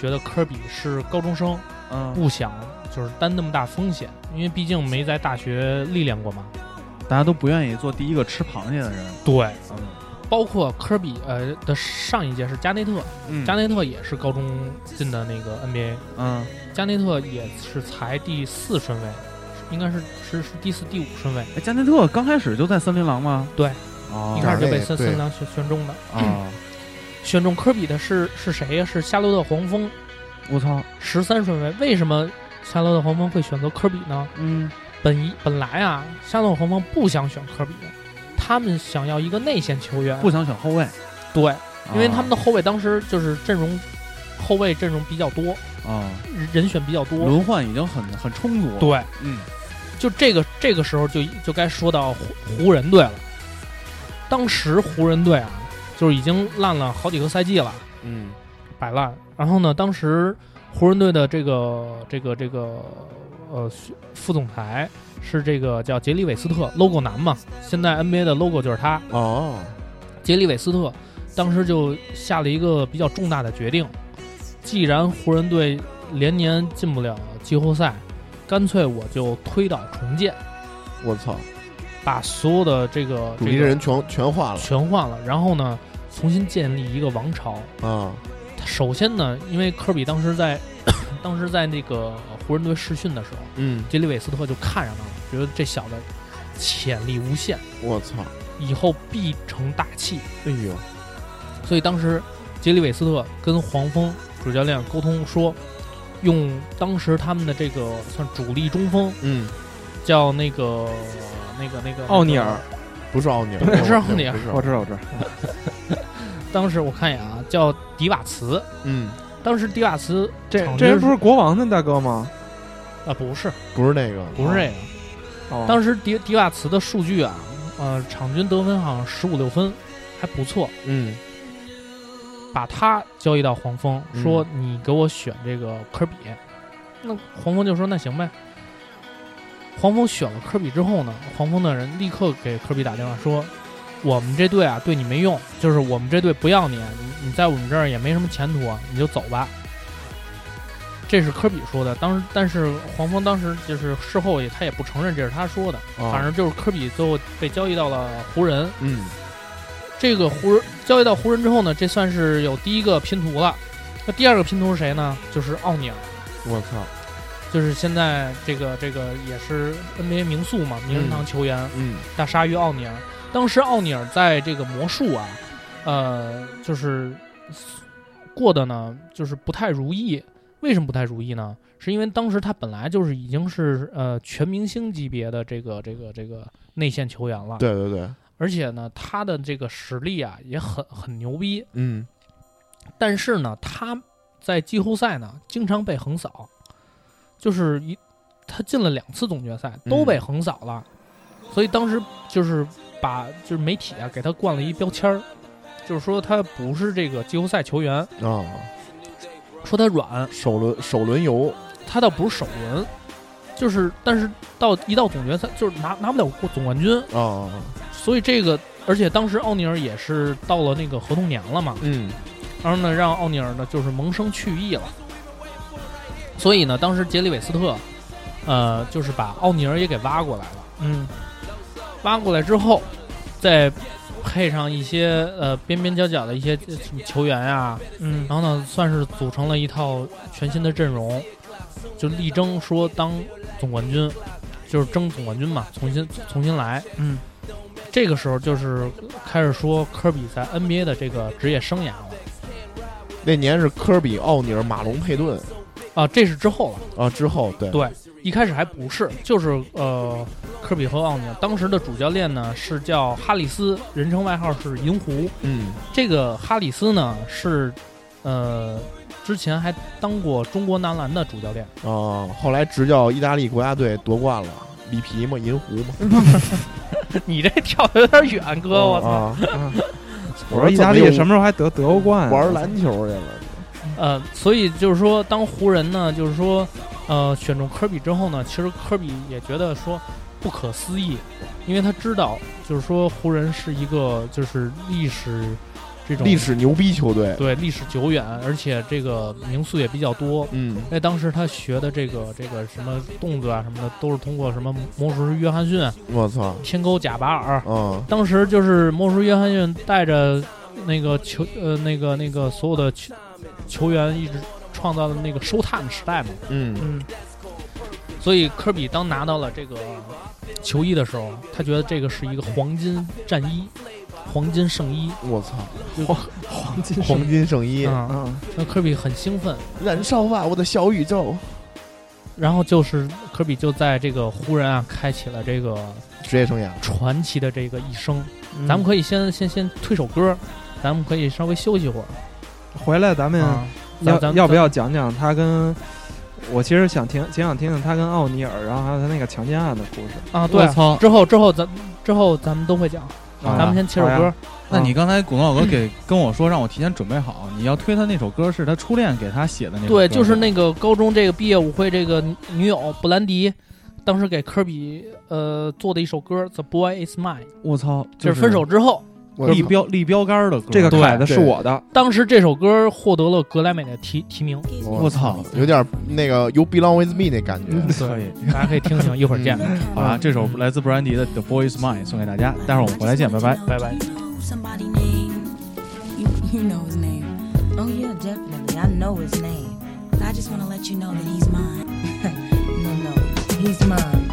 S3: 觉得科比是高中生，
S7: 嗯，
S3: 不想就是担那么大风险，因为毕竟没在大学历练过嘛。
S7: 大家都不愿意做第一个吃螃蟹的人，
S3: 对，
S7: 嗯
S3: 包括科比呃的上一届是加内特，
S7: 嗯
S3: 加内特也是高中进的那个 NBA，
S7: 嗯
S3: 加内特也是才第四顺位，应该是是是第四第五顺位，
S7: 哎，加内特刚开始就在森林狼吗？
S3: 对，
S7: 哦，
S3: 一开始就被
S5: 对
S3: 森
S5: 对
S3: 森林狼选选中的。
S7: 啊，
S3: 选中科比的是是谁呀？是夏洛特黄蜂嗯
S7: 我操，
S3: 十三顺位。为什么夏洛特黄蜂会选择科比呢？
S7: 嗯
S3: 本一本来啊，夏洛特黄蜂不想选科比，他们想要一个内线球员。
S7: 不想选后卫，哦
S3: 对，因为他们
S7: 的
S3: 的后卫当时就是阵容，后卫阵容比较多，
S7: 啊
S3: 人选比较多。
S7: 轮换已经很很充足，，
S3: 对，
S7: 嗯
S3: 就这个这个时候就就该说到湖湖人队了。当时湖人队啊，就是已经烂了好几个赛季了，
S5: 嗯，
S3: 摆烂。然后呢，当时湖人队的这个这个这个呃副总裁是这个叫杰里韦斯特，logo 男嘛，现在 NBA 的 logo 就是他。
S5: 哦，
S3: 杰里韦斯特当时就下了一个比较重大的决定，既然湖人队连年进不了季后赛，干脆我就推倒重建，
S5: 我操，
S3: 把所有的这个
S5: 主
S3: 这
S5: 力
S3: 个
S5: 人全全换了
S3: 全换了，然后呢，重新建立一个王朝。
S5: 啊，
S3: 首先呢，因为科比当时在 (clears throat) 当时在那个湖人队试训的时候，
S5: 嗯，
S3: 杰里韦斯特就看上他了，觉得这小子潜力无限，
S5: 我操，
S3: 以后必成大器。
S5: 哎呦，
S3: 所以当时杰里韦斯特跟黄蜂主教练沟通说，用当时他们的这个算主力中锋
S5: 嗯，
S3: 叫那个那个那个
S6: 奥尼尔，
S5: 不是奥尼尔，
S3: 不是奥尼尔
S5: 不是奥
S6: 我知道，
S5: 尼尔，
S6: 我知道，
S3: 当时我看一眼啊，叫迪瓦茨。
S5: 嗯，
S3: 当时迪瓦茨
S6: 这
S3: 场
S6: 这
S3: 均
S6: 人不是国王的大哥吗？
S3: 啊不是
S5: 不是那个，
S3: 不是这个，
S6: 哦，
S3: 当时迪迪瓦茨的数据啊，呃，场均得分好像十五六分，还不错。
S5: 嗯，
S3: 把他交易到黄蜂，
S5: 嗯
S3: 说你给我选这个科比，那黄蜂就说那行呗。黄蜂选了科比之后呢，黄蜂的人立刻给科比打电话说，我们这队啊对你没用，就是我们这队不要你，你在我们这儿也没什么前途啊，你就走吧。”这是科比说的，当时但是黄蜂当时就是事后也他也不承认这是他说的，
S7: 啊
S3: 反正就是科比最后被交易到了湖人。
S7: 嗯，
S3: 这个湖人交易到湖人之后呢，这算是有第一个拼图了。那第二个拼图是谁呢？就是奥尼尔，
S7: 我操，
S3: 就是现在这个这个也是 NBA 名宿嘛，名人堂球员、
S7: 嗯
S3: 大鲨鱼奥尼尔。当时奥尼尔在这个魔术啊，呃，就是过得呢，就是不太如意。为什么不太如意呢？是因为当时他本来就是已经是呃全明星级别的这个这个这个内线球员了，
S5: 对对对，
S3: 而且呢，他的这个实力啊也很很牛逼，
S5: 嗯，
S3: 但是呢，他在季后赛呢经常被横扫，就是一他进了两次总决赛都被横扫了，所以当时就是把就是媒体啊给他冠了一标签儿，就是说他不是这个季后赛球员，
S5: 啊，
S3: 说他软，
S5: 首轮首轮游，
S3: 他倒不是首轮，就是但是到一到总决赛就是拿拿不了总冠军，
S5: 啊，
S3: 所以这个而且当时奥尼尔也是到了那个合同年了嘛，
S5: 嗯，
S3: 然后呢，让奥尼尔呢就是萌生去意了。所以呢，当时杰里韦斯特，呃，就是把奥尼尔也给挖过来了。嗯，挖过来之后，再配上一些呃边边角角的一些呃什么球员啊，嗯，然后呢，算是组成了一套全新的阵容，就力争说当总冠军，就是争总冠军嘛，重新重新来。嗯，这个时候就是开始说科比在 NBA 的这个职业生涯了。
S5: 那年是科比、奥尼尔、马龙、佩顿
S3: 啊，这是之后了。
S5: 啊，之后对
S3: 对，一开始还不是，就是呃，科比和奥尼尔当时的主教练呢是叫哈里斯，人称外号是银狐。
S5: 嗯，
S3: 这个哈里斯呢是呃之前还当过中国男篮的主教练。 (laughs)
S5: 啊，后来执教意大利国家队夺冠了，里皮嘛，银狐嘛，
S3: 你这跳的有点远，哥，我操。
S5: 啊，
S6: 哦
S3: (laughs)
S6: 我说意大利什么
S5: 么
S6: 时候还得德国冠啊？
S5: 玩篮球去了？
S3: 呃，所以就是说，当湖人呢，就是说呃选中科比之后呢，其实科比也觉得说不可思议，因为他知道就是说湖人是一个就是历史。这种
S5: 历史牛逼球队，
S3: 对，历史久远，而且这个名宿也比较多。
S5: 嗯
S3: 因为当时他学的这个这个什么动作啊什么的，都是通过什么魔术师约翰逊、
S5: 我操，
S3: 天勾贾巴尔。
S5: 嗯
S3: 当时就是魔术师约翰逊带着那个球呃那个那个所有的球球员一直创造的那个收探时代嘛。
S5: 嗯
S3: 嗯。所以科比当拿到了这个球衣的时候，他觉得这个是一个黄金战衣，黄金圣衣。
S5: 我操，
S3: 黄
S6: 黄金
S5: 黄金圣衣，嗯
S3: 啊，
S6: 啊！
S3: 那科比很兴奋。
S5: 燃烧吧，我的小宇宙，
S3: 然后
S6: 嗯
S3: 就是科比就在这个湖人啊，开启了这个
S5: 职业生涯，
S3: 传奇的这个一生。嗯咱们可以先先先推首歌，咱们可以稍微休息会儿。
S6: 回来咱们
S3: 啊，咱
S6: 要
S3: 咱
S6: 要不要讲讲他跟？我其实想听，挺想听听他跟奥尼尔，然后还有他那个强奸案的故事。
S3: 啊？对，
S7: 操！
S3: 之后之后咱之后咱们都会讲。啊
S6: 啊
S7: 好呀
S3: 咱们先切首
S6: 好
S3: 歌
S6: 呀。
S7: 那你刚才广告哥给跟我说，让我提前准备好，你要推他那首歌是他初恋给他写的那首歌，
S3: 对，就是那个高中这个毕业舞会，这个女友布兰迪。当时给科比呃做的一首歌《The Boy Is Mine》，
S7: 我操，
S3: 这是分手之后，
S5: 我
S7: 立标立标杆儿的歌，
S6: 这个
S7: 对
S6: 凯的是
S5: 对
S6: 我的，
S3: 当时这首歌获得了格莱美的提提名，
S7: 我操，
S5: 有点那个 You Belong with Me 那感觉，
S7: 可以。
S3: 大家可以听听，一会儿
S6: 嗯
S3: 见，
S7: 好啦，这首来自布兰迪的《The Boy Is Mine》送给大家，待会儿我们回来见，拜拜。
S3: 拜拜。
S8: Somebody name. You, you know his name. Oh yeah, definitely. I know his name. But I just want to let you know that he's mine. (laughs) no, no, he's mine.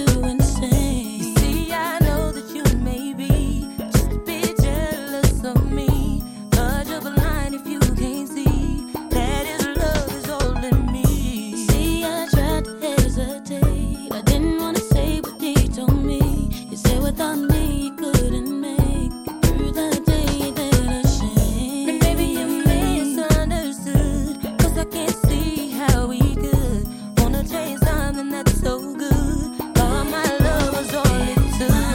S9: You see, I know that you may be just a bit jealous of me, but you're blind if you can't see that his love is all in me. See, I tried to hesitate, I didn't wanna say what they told me. You said without me you couldn't make it through that day that I shamed. And maybe you misunderstood, 'cause I can't see how we could wanna change something that's so good. But my love was all it took.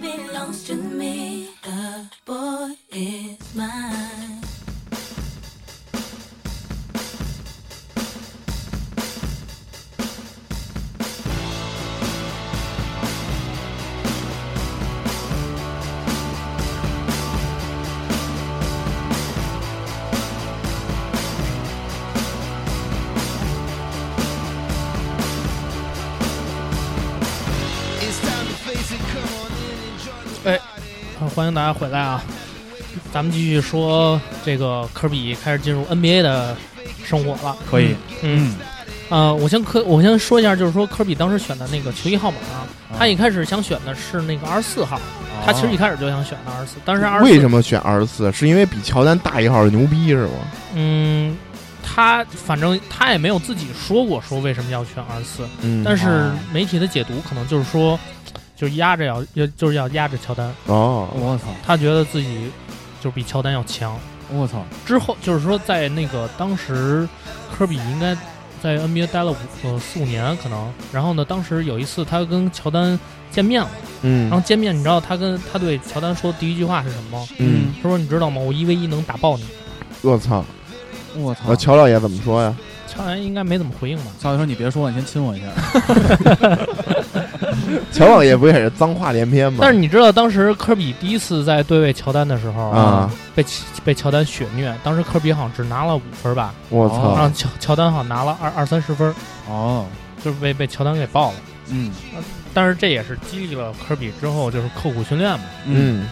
S9: belongs to me. The boy is mine.
S2: It's time to face it, come on in, enjoy the
S3: 哎
S2: party.
S3: 啊欢迎大家回来啊！咱们继续说这个科比开始进入 NBA 的生活了。
S4: 可以，
S3: 嗯，呃，我先科我先说一下，就是说科比当时选的那个球衣号码啊，
S5: 哦
S3: 他
S7: 哦
S3: 一开始想选的是那个二十四号，他其实一开始就想选的二十四，但是二
S5: 为
S3: 十
S5: 什么选二十四？是因为比乔丹大一号牛逼是吗？
S3: 嗯，他反正他也没有自己说过说为什么要选二十四，
S5: 嗯
S3: 但是媒体的解读可能就是说，就是压着要要就是要压着乔丹，
S5: 哦，
S7: 我操，
S3: 他觉得自己就是比乔丹要强。
S7: 我操，
S3: 之后就是说，在那个当时，科比应该在 NBA 待了五呃四五年可能。然后呢，当时有一次他跟乔丹见面了，然后
S5: 嗯
S3: 见面你知道他跟他对乔丹说的第一句话是什么吗？
S5: 嗯，
S3: 他说：“你知道吗？我一 v 一能打爆你。
S5: 我操！
S7: 我操
S3: 啊
S5: 那！乔老爷怎么说呀？”
S3: 乔丹应该没怎么回应
S5: 嗯
S3: 吧？
S7: 小雨说你别说了，你先亲我一下。
S5: 乔老爷不也是脏话连篇吗？
S3: 但是你知道，当时科比第一次在对位乔丹的时候
S5: 啊，
S3: 被被乔丹血虐，当时科比好像只拿了五分吧，
S5: 我
S7: 哦
S5: 操
S3: 让！乔乔丹好像拿了二二三十分，
S7: 哦，
S3: 就是被被乔丹给爆了。
S7: 嗯
S3: 但是这也是激励了科比之后就是刻苦训练嘛。
S7: 嗯，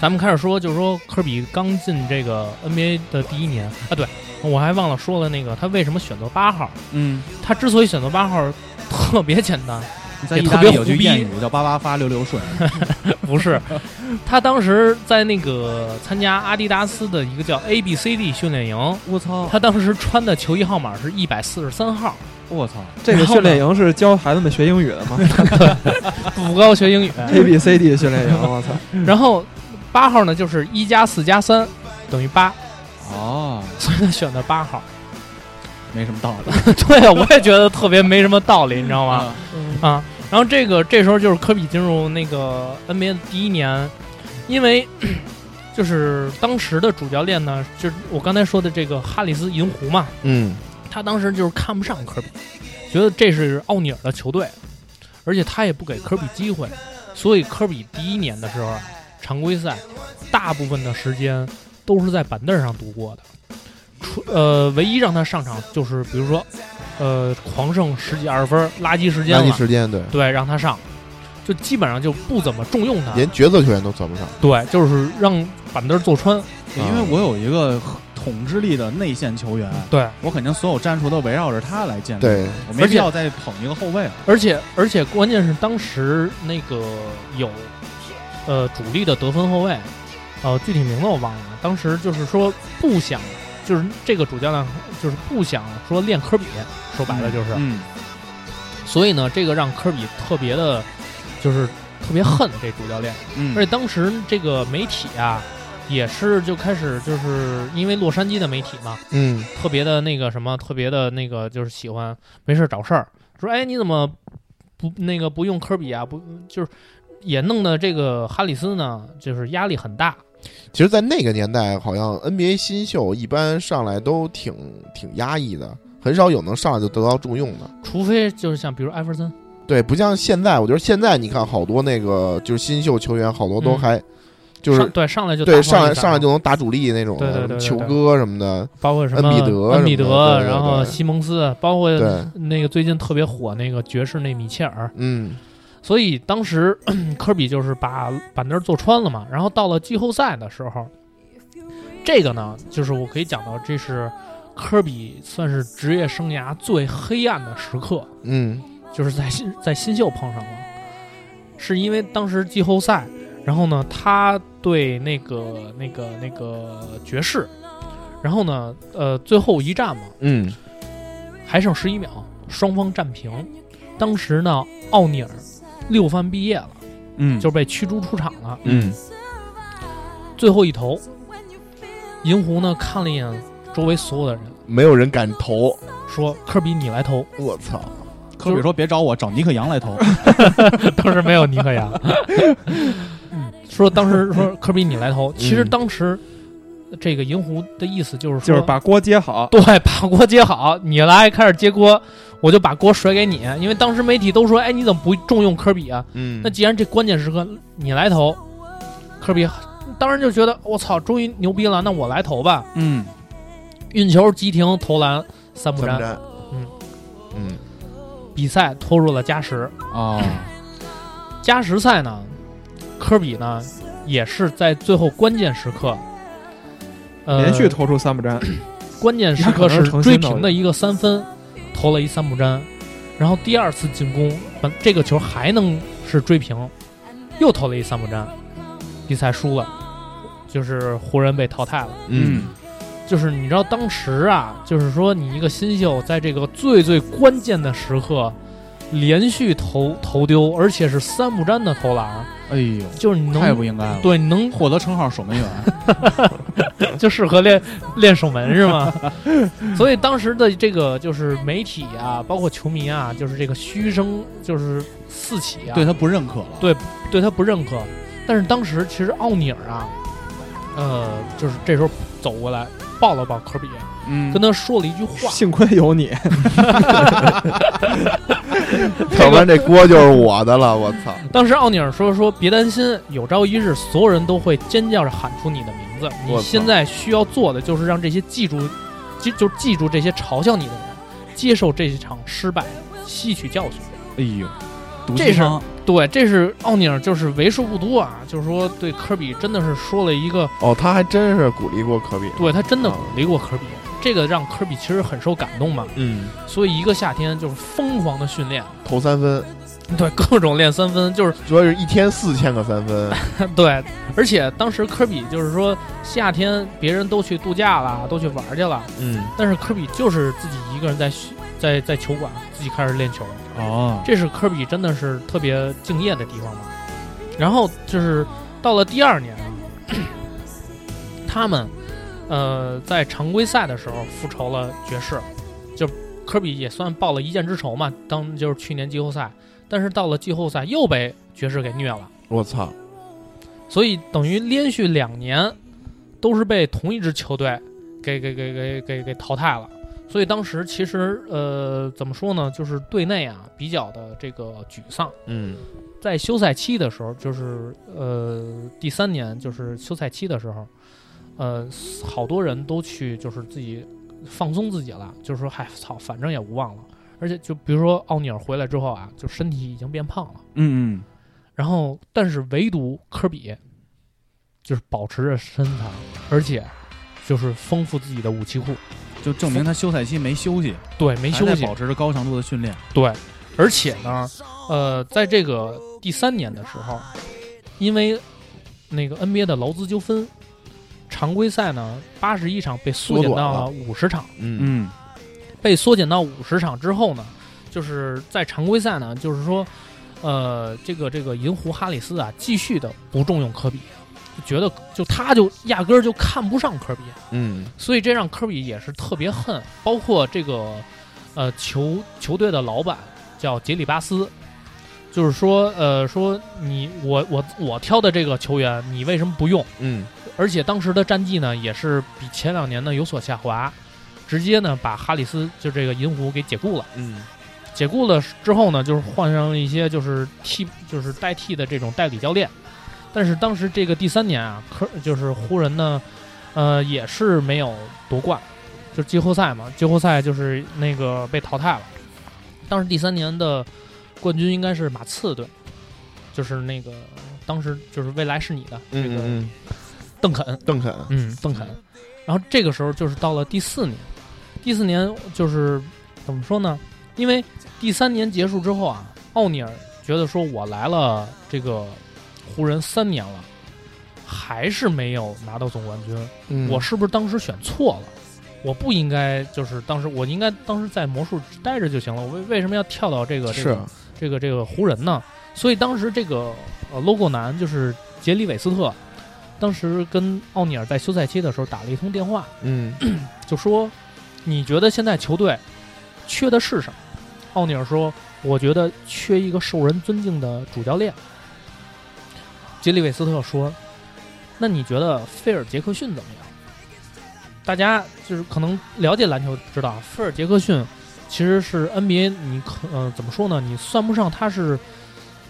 S3: 咱们开始说，就是说科比刚进这个 NBA 的第一年啊，对我还忘了说了那个他为什么选择八号，
S7: 嗯，
S3: 他之所以选择八号特别简单，
S7: 在
S3: 也
S7: 意
S3: 特
S7: 大
S3: 别
S7: 利有句
S3: 胡逼
S7: 谚语叫“八八发，六六顺
S3: 不是， (laughs) 他当时在那个参加阿迪达斯的一个叫 ABCD 训练营，”。
S7: 我操，
S3: 他当时穿的球衣号码是一百四十三号，
S7: 我操，
S6: 这个训练营是教孩子们学英语的吗
S3: 不高学英语。
S6: ？A B C D 训练
S3: (laughs)
S6: 营，我操！
S3: 然后八号呢就是一加四加三等于八，
S7: 哦，
S3: 所以他选的八号。 (laughs)
S7: 没什么道理
S3: 对，啊我也觉得特别没什么道理，你知道吗？
S7: 啊，
S3: 啊，然后这个这时候就是科比进入那个 NBA 的第一年，因为 (clears throat) 就是当时的主教练呢，就是我刚才说的这个哈里斯银狐嘛，
S5: 嗯，
S3: 他当时就是看不上科比，觉得这是奥尼尔的球队，而且他也不给科比机会，所以科比第一年的时候啊，常规赛大部分的时间都是在板凳上度过的，除呃，唯一让他上场就是比如说，呃，狂胜十几二十分，垃圾时间
S5: 垃圾
S3: 了，啊
S5: 时间对，
S3: 对，让他上，就基本上就不怎么重用他，
S5: 连角色球员都算不上。
S3: 对，就是让板凳坐穿，
S7: 对因为我有一个统治力的内线球员，
S3: 对，
S7: 我肯定所有战术都围绕着他来建
S3: 嗯
S7: 立，
S5: 对，
S7: 我没必要再捧一个后卫了。
S3: 而且而且关键是当时那个有呃主力的得分后卫，呃具体名字我忘了，当时就是说不想，就是这个主教练就是不想说练科比，说白了就是，
S7: 嗯，
S3: 所以呢这个让科比特别的，就是特别恨这主教练，
S7: 嗯
S3: 而且当时这个媒体啊。也是就开始就是因为洛杉矶的媒体嘛，
S5: 嗯，
S3: 特别的那个什么，特别的那个就是喜欢没事儿找事儿，说哎你怎么不那个不用科比啊？不就是也弄得这个哈里斯呢，就是压力很大。
S5: 其实，在那个年代，好像 NBA 新秀一般上来都挺挺压抑的，很少有能上来就得到重用的。
S3: 除非就是像比如艾弗森，
S5: 对，不像现在，我觉得现在你看好多那个就是新秀球员，好多都
S3: 嗯
S5: 还就是
S3: 上对上来就
S5: 对
S3: 打
S5: 上来
S3: 爆一打
S5: 上来就能打主力那种
S3: 对对
S5: 的，
S3: 对对
S5: 球
S3: 对
S5: 哥什么的，
S3: 包括什么
S5: 恩比德
S3: 恩比
S5: 什么的
S3: 德，
S5: 对对
S3: 然后
S5: 对
S3: 西蒙斯，包括
S5: 对，
S3: 那个最近特别火那个爵士那米切尔，
S5: 嗯，
S3: 所以当时 (clears throat) 科比就是把板凳坐穿了嘛。然后到了季后赛的时候，这个呢，就是我可以讲到，这是科比算是职业生涯最黑暗的时刻，
S5: 嗯，
S3: 就是在新在新秀碰上了，是因为当时季后赛，然后呢，他对那个那个那个爵士，然后呢，呃，最后一战嘛，
S5: 嗯，
S3: 还剩十一秒，双方战平。当时呢，奥尼尔六犯毕业了，
S7: 嗯
S3: 就被驱逐出场了。
S7: 嗯
S3: 最后一投，银狐呢看了一眼周围所有的人，
S5: 没有人敢投，
S3: 说：“科比，你来投。
S5: 我操，
S3: (laughs) ”
S7: 科比说别找我，找尼克杨来投。
S3: 当时没有尼克杨。嗯说当时说科比你来投，其实当时这个银狐的意思就是说
S6: 就是把锅接好。
S3: 对，把锅接好，你来开始接锅，我就把锅甩给你，因为当时媒体都说，哎，你怎么不重用科比啊？
S5: 嗯
S3: 那既然这关键时刻你来投，科比当然就觉得我操，终于牛逼了，那我来投吧。
S6: 嗯，
S3: 运球、急停、投篮、三不
S5: 怎么
S3: 沾，
S5: 着？
S3: 嗯
S5: 嗯
S3: 比赛拖入了加时。
S7: 哦，
S3: 加时赛呢，科比呢也是在最后关键时刻，呃，
S6: 连续投出三不沾。
S3: 关键时刻是追平的一个三分，投了一三不沾，然后第二次进攻，本这个球还能是追平，又投了一三不沾，比赛输了，就是湖人被淘汰了。
S5: 嗯，
S3: 就是你知道当时啊，就是说你一个新秀在这个最最关键的时刻，连续投投丢，而且是三不沾的投篮，
S7: 哎呦，
S3: 就是你
S7: 太
S3: 能
S7: 不应该了。
S3: 对你能
S7: 获得称号守门
S3: (laughs)
S7: 员，
S3: 就适合练练守门
S7: (laughs)
S3: 是吗？所以当时的这个就是媒体啊，包括球迷啊，就是这个嘘声就是四起啊，
S7: 对他不认可了。
S3: 对他不认可。但是当时其实奥尼尔啊，呃，就是这时候走过来抱了抱科比，啊
S6: 嗯
S3: 跟他说了一句话，
S6: 幸亏有你，
S5: 要不然这锅就是我的了，我操！
S3: 当时奥尼尔说：“说别担心，有朝一日所有人都会尖叫着喊出你的名字。
S5: 我
S3: 你
S5: 操
S3: 现在需要做的就是让这些记住，记就记住这些嘲笑你的人，接受这一场失败，吸取教训。
S7: 哎呦，毒
S3: 这
S7: 鸡
S3: 是
S7: 汤
S3: 对，这是奥尼尔，就是为数不多啊，就是说对科比真的是说了一个，
S5: 哦，他还真是鼓励过科比。
S3: 对他真的
S5: 啊
S3: 鼓励过科比，这个让科比其实很受感动嘛。
S5: 嗯，
S3: 所以一个夏天就是疯狂的训练，
S5: 投三分，
S3: 对各种练三分，就是
S5: 主要是一天四千个三分。
S3: 对，而且当时科比就是说夏天别人都去度假了，都去玩去了，
S5: 嗯，
S3: 但是科比就是自己一个人在学在在球馆自己开始练球，
S7: 哦，
S3: 这是科比真的是特别敬业的地方嘛。然后就是到了第二年啊，他们呃在常规赛的时候复仇了爵士，就科比也算报了一箭之仇嘛，当就是去年季后赛，但是到了季后赛又被爵士给虐了。
S5: 我操！
S3: 所以等于连续两年都是被同一支球队给给给给给给淘汰了。所以当时其实呃怎么说呢，就是队内啊比较的这个沮丧。
S5: 嗯
S3: 在休赛期的时候，就是呃第三年就是休赛期的时候，呃好多人都去就是自己放松自己了，就是说嗨操，反正也无望了。而且就比如说奥尼尔回来之后啊，就身体已经变胖了。
S6: 嗯
S3: 然后，但是唯独科比就是保持着身材，而且就是丰富自己的武器库，
S7: 就证明他休赛期没休息，
S3: 对，没
S7: 没
S3: 休息
S7: 保，持着高强度的训练。
S3: 对，而且呢，呃，在这个第三年的时候，因为那个 NBA 的劳资纠纷，常规赛呢八十一场被缩减到了五十场，
S5: (laughs) 嗯
S6: 嗯
S3: 被缩减到五十场之后呢，就是在常规赛呢，就是说，呃，这个这个银狐哈里斯啊，继续的不重用科比，就觉得就他就压根儿就看不上科比，
S5: 嗯
S3: 所以这让科比也是特别恨，包括这个呃球球队的老板叫杰里巴斯。就是说，呃，说你我我我挑的这个球员，你为什么不用？
S5: 嗯，
S3: 而且当时的战绩呢，也是比前两年呢有所下滑，直接呢把哈里斯就这个银狐给解雇了。
S5: 嗯
S3: 解雇了之后呢，就是换上了一些就是替就是代替的这种代理教练。但是当时这个第三年啊，科就是湖人呢，呃，也是没有夺冠，就是季后赛嘛，季后赛就是那个被淘汰了。当时第三年的冠军应该是马刺队，就是那个当时就是未来是你的这
S5: 嗯
S3: 个
S5: 嗯，
S3: 邓肯，
S5: 邓肯，
S3: 嗯，邓肯。然后这个时候就是到了第四年，第四年就是怎么说呢？因为第三年结束之后啊，奥尼尔觉得说我来了这个湖人三年了，还是没有拿到总冠军，
S5: 嗯
S3: 我是不是当时选错了？我不应该，就是当时我应该当时在魔术待着就行了，我为为什么要跳到这个这
S5: 是
S3: 个这个这个湖人呢？所以当时这个呃 logo 男就是杰里韦斯特，当时跟奥尼尔在休赛期的时候打了一通电话，
S5: 嗯
S3: 就说你觉得现在球队缺的是什么？奥尼尔说，我觉得缺一个受人尊敬的主教练。杰里韦斯特说：“那你觉得菲尔杰克逊怎么样？”大家就是可能了解篮球知道，菲尔杰克逊其实是 NBA，你可呃怎么说呢？你算不上他是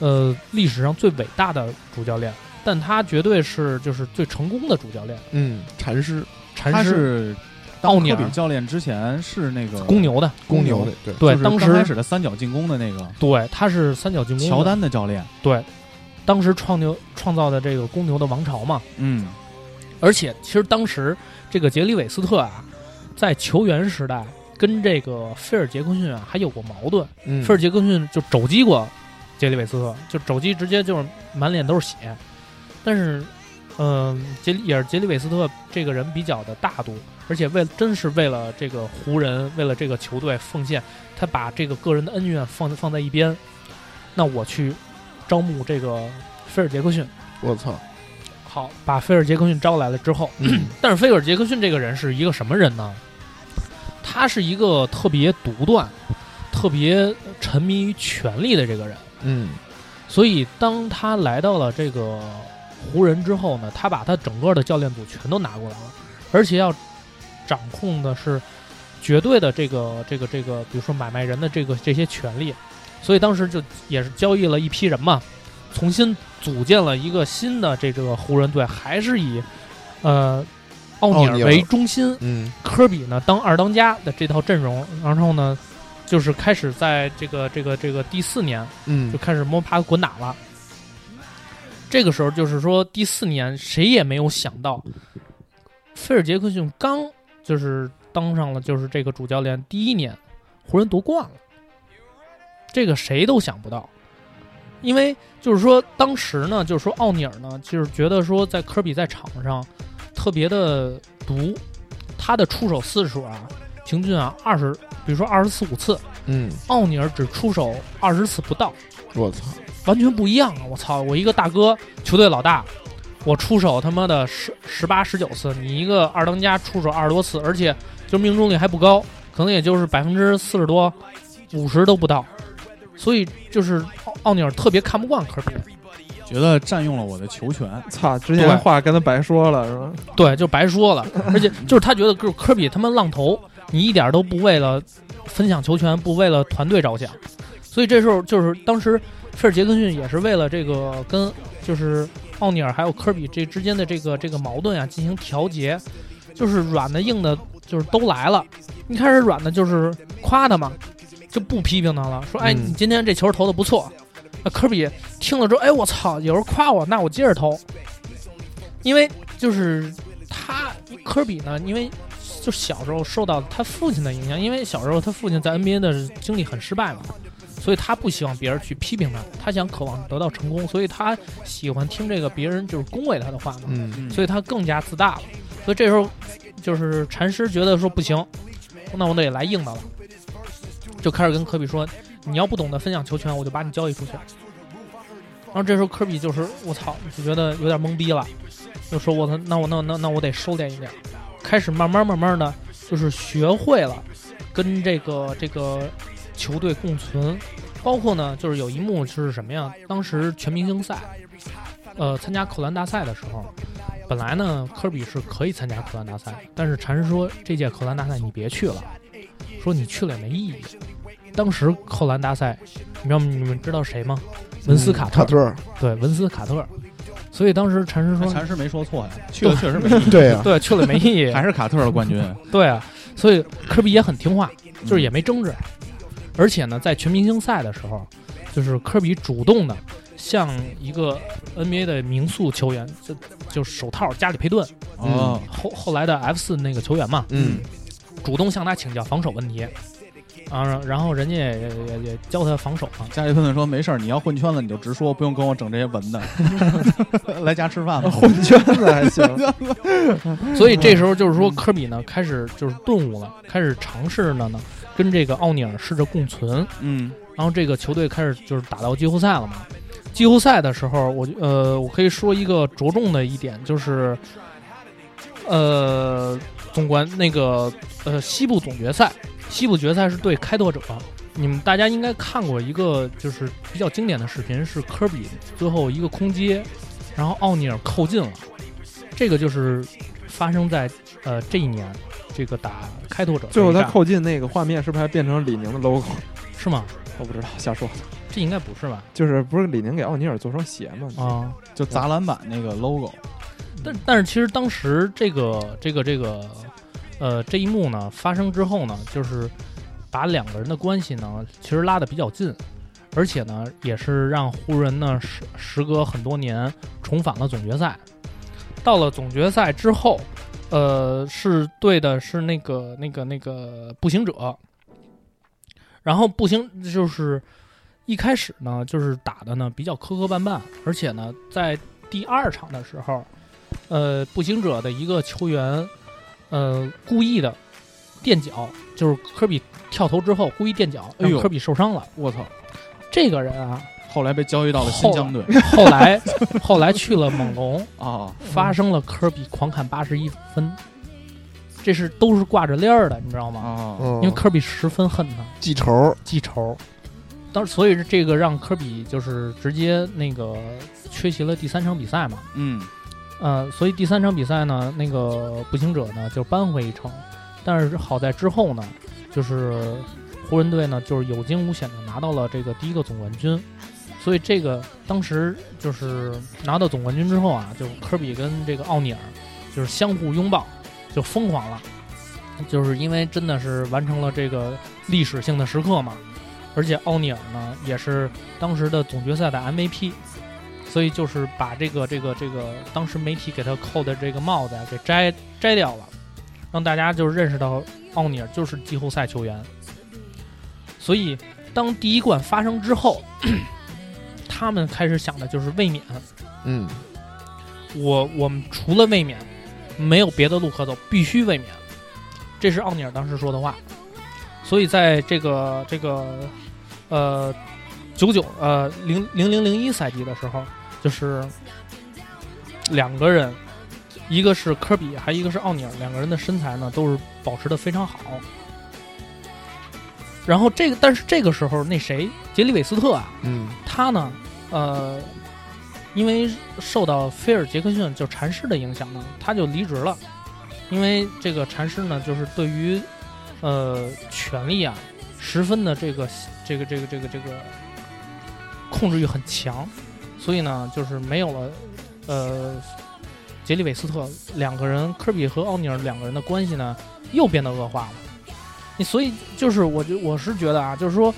S3: 呃历史上最伟大的主教练，但他绝对是就是最成功的主教练， (coughs)
S5: 嗯，禅师
S3: 禅
S7: 他
S3: 师
S7: 是当
S3: 奥尼尔
S7: 科比教练之前是那个
S3: 公，牛的，
S5: 公牛的，对，
S3: 对，
S7: 就是
S3: 当
S7: 刚开
S3: 时
S7: 始的三角进攻的那个
S3: 对他是三角进攻的
S7: 乔丹的教练，
S3: 对，当时创牛创造的这个公牛的王朝嘛，
S7: 嗯，
S3: 而且其实当时这个杰里韦斯特啊，在球员时代跟这个菲尔杰克逊啊还有过矛盾，
S5: 嗯
S3: 菲尔杰克逊就肘击过杰里韦斯特，就肘击直接就是满脸都是血，但是。嗯，杰里也是杰里韦斯特这个人比较的大度，而且为真是为了这个湖人，为了这个球队奉献，他把这个个人的恩怨放放在一边。那我去招募这个菲尔杰克逊，
S5: 我操，
S3: 好，把菲尔杰克逊招来了之后，但是菲尔杰克逊这个人是一个什么人呢？他是一个特别独断、特别沉迷于权力的这个人。
S5: 嗯
S3: 所以当他来到了这个湖人之后呢，他把他整个的教练组全都拿过来了，而且要掌控的是绝对的这个这个这个，比如说买卖人的这个这些权利。所以当时就也是交易了一批人嘛，重新组建了一个新的这个湖人队，还是以呃奥尼
S5: 奥
S3: 尔
S5: 尼尔
S3: 为中心，
S5: 嗯
S3: 科比呢当二当家的这套阵容，然后呢就是开始在这个这个这个第四年。
S5: 嗯
S3: 就，开始摸爬滚打了。这个时候就是说，第四年谁也没有想到，菲尔杰克逊刚就是当上了就是这个主教练第一年，湖人夺冠了，这个谁都想不到。因为就是说，当时呢，就是说奥尼尔呢，就是觉得说，在科比在场上特别的毒，他的出手次数啊，平均啊二十，比如说二十四五次，
S5: 嗯，
S3: 奥尼尔只出手二十次不到，
S5: 我操，
S3: 完全不一样啊！我操，我一个大哥，球队老大，我出手他妈的十十八十九次，你一个二当家出手二十多次，而且就命中率还不高，可能也就是百分之四十多、五十都不到，所以就是奥奥尼尔特别看不惯科比，
S7: 觉得占用了我的球权，
S6: 操，之前话跟他白说了是吧？
S3: 对，就白说了，而且就是他觉得就是科比他妈浪头，你一点都不为了分享球权，不为了团队着想，所以这时候就是当时菲尔杰克逊也是为了这个跟就是奥尼尔还有科比这之间的这个这个矛盾啊进行调节，就是软的硬的，就是都来了。一开始软的就是夸他嘛，就不批评他了，说哎
S5: 嗯
S3: 你今天这球投的不错。那科比听了之后，哎我操，有人夸我，那我接着投，因为就是他科比呢，因为就小时候受到他父亲的影响，因为小时候他父亲在 NBA 的经历很失败嘛，所以他不希望别人去批评他，他想渴望得到成功，所以他喜欢听这个别人就是恭维他的话嘛，
S5: 嗯
S3: 所以他更加自大了。所以这时候就是禅师觉得说不行，那我得来硬的了，就开始跟科比说，你要不懂得分享球权，我就把你交易出去。然后这时候科比就是我操，就觉得有点懵逼了，就说我操，那我那那那我得收敛一点，开始慢慢慢慢的就是学会了跟这个这个球队共存，包括呢就是有一幕是什么呀？当时全明星赛，呃，参加扣篮大赛的时候，本来呢科比是可以参加扣篮大赛，但是禅师说这届扣篮大赛你别去了，说你去了也没意义。当时扣篮大赛，你知道你们知道谁吗？文斯卡特
S5: 嗯卡，特，
S3: 对，文斯卡特。所以当时禅师说
S7: 禅师没说错呀，去了确实没意义，
S5: (laughs) 对呀，
S3: 对，去了没
S7: (laughs)
S3: 意义。
S7: 还是卡特的冠军，
S3: 对啊，所以科比也很听话，
S7: 嗯
S3: 就是也没争执。而且呢，在全明星赛的时候，就是科比主动的向一个 NBA 的名宿球员，就就手套加里佩顿，
S7: 哦，
S3: 后后来的 F 四那个球员嘛，
S5: 嗯
S3: 主动向他请教防守问题。啊，然后人家也也也教他防守嘛，
S7: 加里芬顿说没事儿，你要混圈子你就直说，不用跟我整这些文的，来家吃饭吧。
S6: 混圈子还
S3: (laughs)
S6: 行，
S3: 所以这时候就是说，科比呢开始就是顿悟了，开始尝试了呢，跟这个奥尼尔试着共存。
S7: 嗯，
S3: 然后这个球队开始就是打到季后赛了嘛。季后赛的时候，我就呃，我可以说一个着重的一点就是，呃，总冠那个呃西部总决赛，西部决赛是对开拓者。你们大家应该看过一个就是比较经典的视频，是科比最后一个空接，然然后奥尼尔扣进了，这个就是发生在呃这一年这个打开拓者
S6: 最后
S3: 这一
S6: 他
S3: 战
S6: 扣进那个画面，是不是还变成李宁的 logo？
S3: 是吗？
S6: 我不知道，瞎说。
S3: 这应该不是吧？
S6: 就是不是李宁给奥尼尔做双鞋吗？
S3: 啊，
S7: 就砸篮板那个 logo，
S3: 但但是其实当时这个这个这个呃这一幕呢发生之后呢，就是把两个人的关系呢其实拉得比较近，而且呢也是让湖人呢时时隔很多年重返了总决赛。到了总决赛之后，呃，是对的是那个那个那个步行者，然后步行就是一开始呢就是打的呢比较磕磕绊绊，而且呢在第二场的时候，呃，步行者的一个球员，呃，故意的垫脚，就是科比跳投之后故意垫脚，
S7: 哎呦
S3: 让科比受伤了。
S7: 我操！
S3: 这个人啊，
S7: 后来被交易到了新疆队
S3: 后来 (laughs) 后来去了猛龙，
S7: 啊，
S3: 发生了科比狂砍八十一分，这是都是挂着链儿的，你知道吗？
S7: 啊，
S5: 嗯
S3: 因为科比十分恨他，
S5: 记仇，
S3: 记仇。当所以这个让科比就是直接那个缺席了第三场比赛嘛，
S7: 嗯，
S3: 呃，所以第三场比赛呢，那个步行者呢就扳回一城，但是好在之后呢，就是湖人队呢就是有惊无险的拿到了这个第一个总冠军，所以这个当时就是拿到总冠军之后啊，就科比跟这个奥尼尔就是相互拥抱，就疯狂了，就是因为真的是完成了这个历史性的时刻嘛，而且奥尼尔呢也是当时的总决赛的 MVP，所以就是把这个这个这个当时媒体给他扣的这个帽子啊给摘摘掉了，让大家就是认识到奥尼尔就是季后赛球员。所以当第一冠发生之后， (clears throat) 他们开始想的就是卫冕。
S5: 嗯，
S3: 我我们除了卫冕，没有别的路可走，必须卫冕。这是奥尼尔当时说的话。所以在这个这个呃九九呃零零零零一赛季的时候，就是两个人，一个是科比，还一个是奥尼尔，两个人的身材呢都是保持的非常好。然后这个，但是这个时候，那谁，杰里韦斯特啊，
S5: 嗯，
S3: 他呢，呃，因为受到菲尔杰克逊就禅师的影响呢，他就离职了。因为这个禅师呢，就是对于呃权力啊，十分啊的这个呃这个这个这个这个控制欲很强，所以呢，就是没有了呃杰里韦斯特两个人，科比和奥尼尔两个人的关系呢，又变得恶化了。你所以就是我觉我是觉得啊，就是说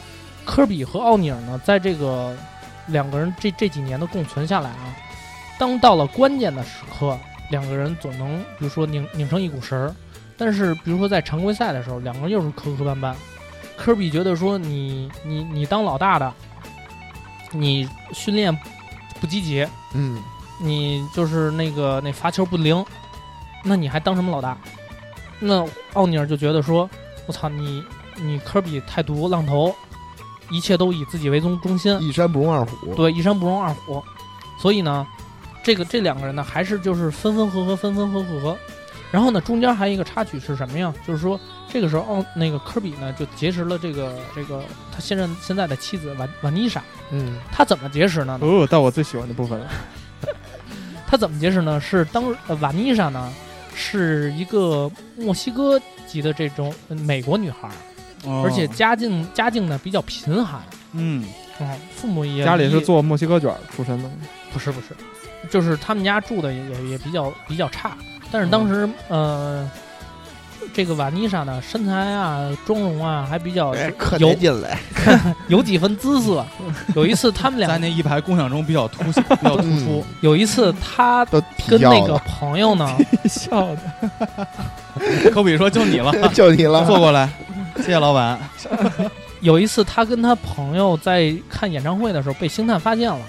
S3: 科比和奥尼尔呢，在这个两个人这这几年的共存下来啊，当到了关键的时刻，两个人总能比如说拧拧成一股绳儿。但是比如说在常规赛的时候，两个人又是磕磕绊绊。科比觉得说你你你当老大的，你训练不积极，
S5: 嗯，
S3: 你就是那个那罚球不灵，那你还当什么老大？那奥尼尔就觉得说，我操你你科比太毒浪头，一切都以自己为中中心，
S5: 一山不容二虎，
S3: 对，一山不容二虎。所以呢，这个这两个人呢，还是就是分分合合，分分合合。然后呢，中间还有一个插曲是什么呀？就是说，这个时候奥那个科比呢，就结识了这个这个他现任现在的妻子瓦瓦妮莎。
S5: 嗯，
S3: 他怎么结识呢？
S6: 哦，到我最喜欢的部分了。
S3: 他怎么结识呢？是当呃瓦妮莎呢，是一个墨西哥籍的这种呃美国女孩儿，
S7: 哦
S3: 而且家境家境呢比较贫寒，
S7: 嗯，
S3: 嗯，父母也
S6: 家里是
S3: 也
S6: 做墨西哥卷出身的，
S3: 不是不是，就是他们家住的也也也比较比较差，但是当时、呃，这个瓦妮莎呢身材啊妆容啊还比较
S5: 可
S3: 有
S5: 得劲嘞，
S3: 有几分姿色。有一次他们
S7: 在
S3: 俩
S7: 那一排共享中比较突显比较突出，
S3: 有一次他
S5: 都
S3: 跟那
S5: 要
S3: 个
S5: 了
S3: 朋友呢，
S6: 笑的。
S7: 科比说就你了，
S5: 就你了，
S7: 坐过来，谢谢老板。
S3: 有一次，他跟他朋友在看演唱会的时候被星探发现了。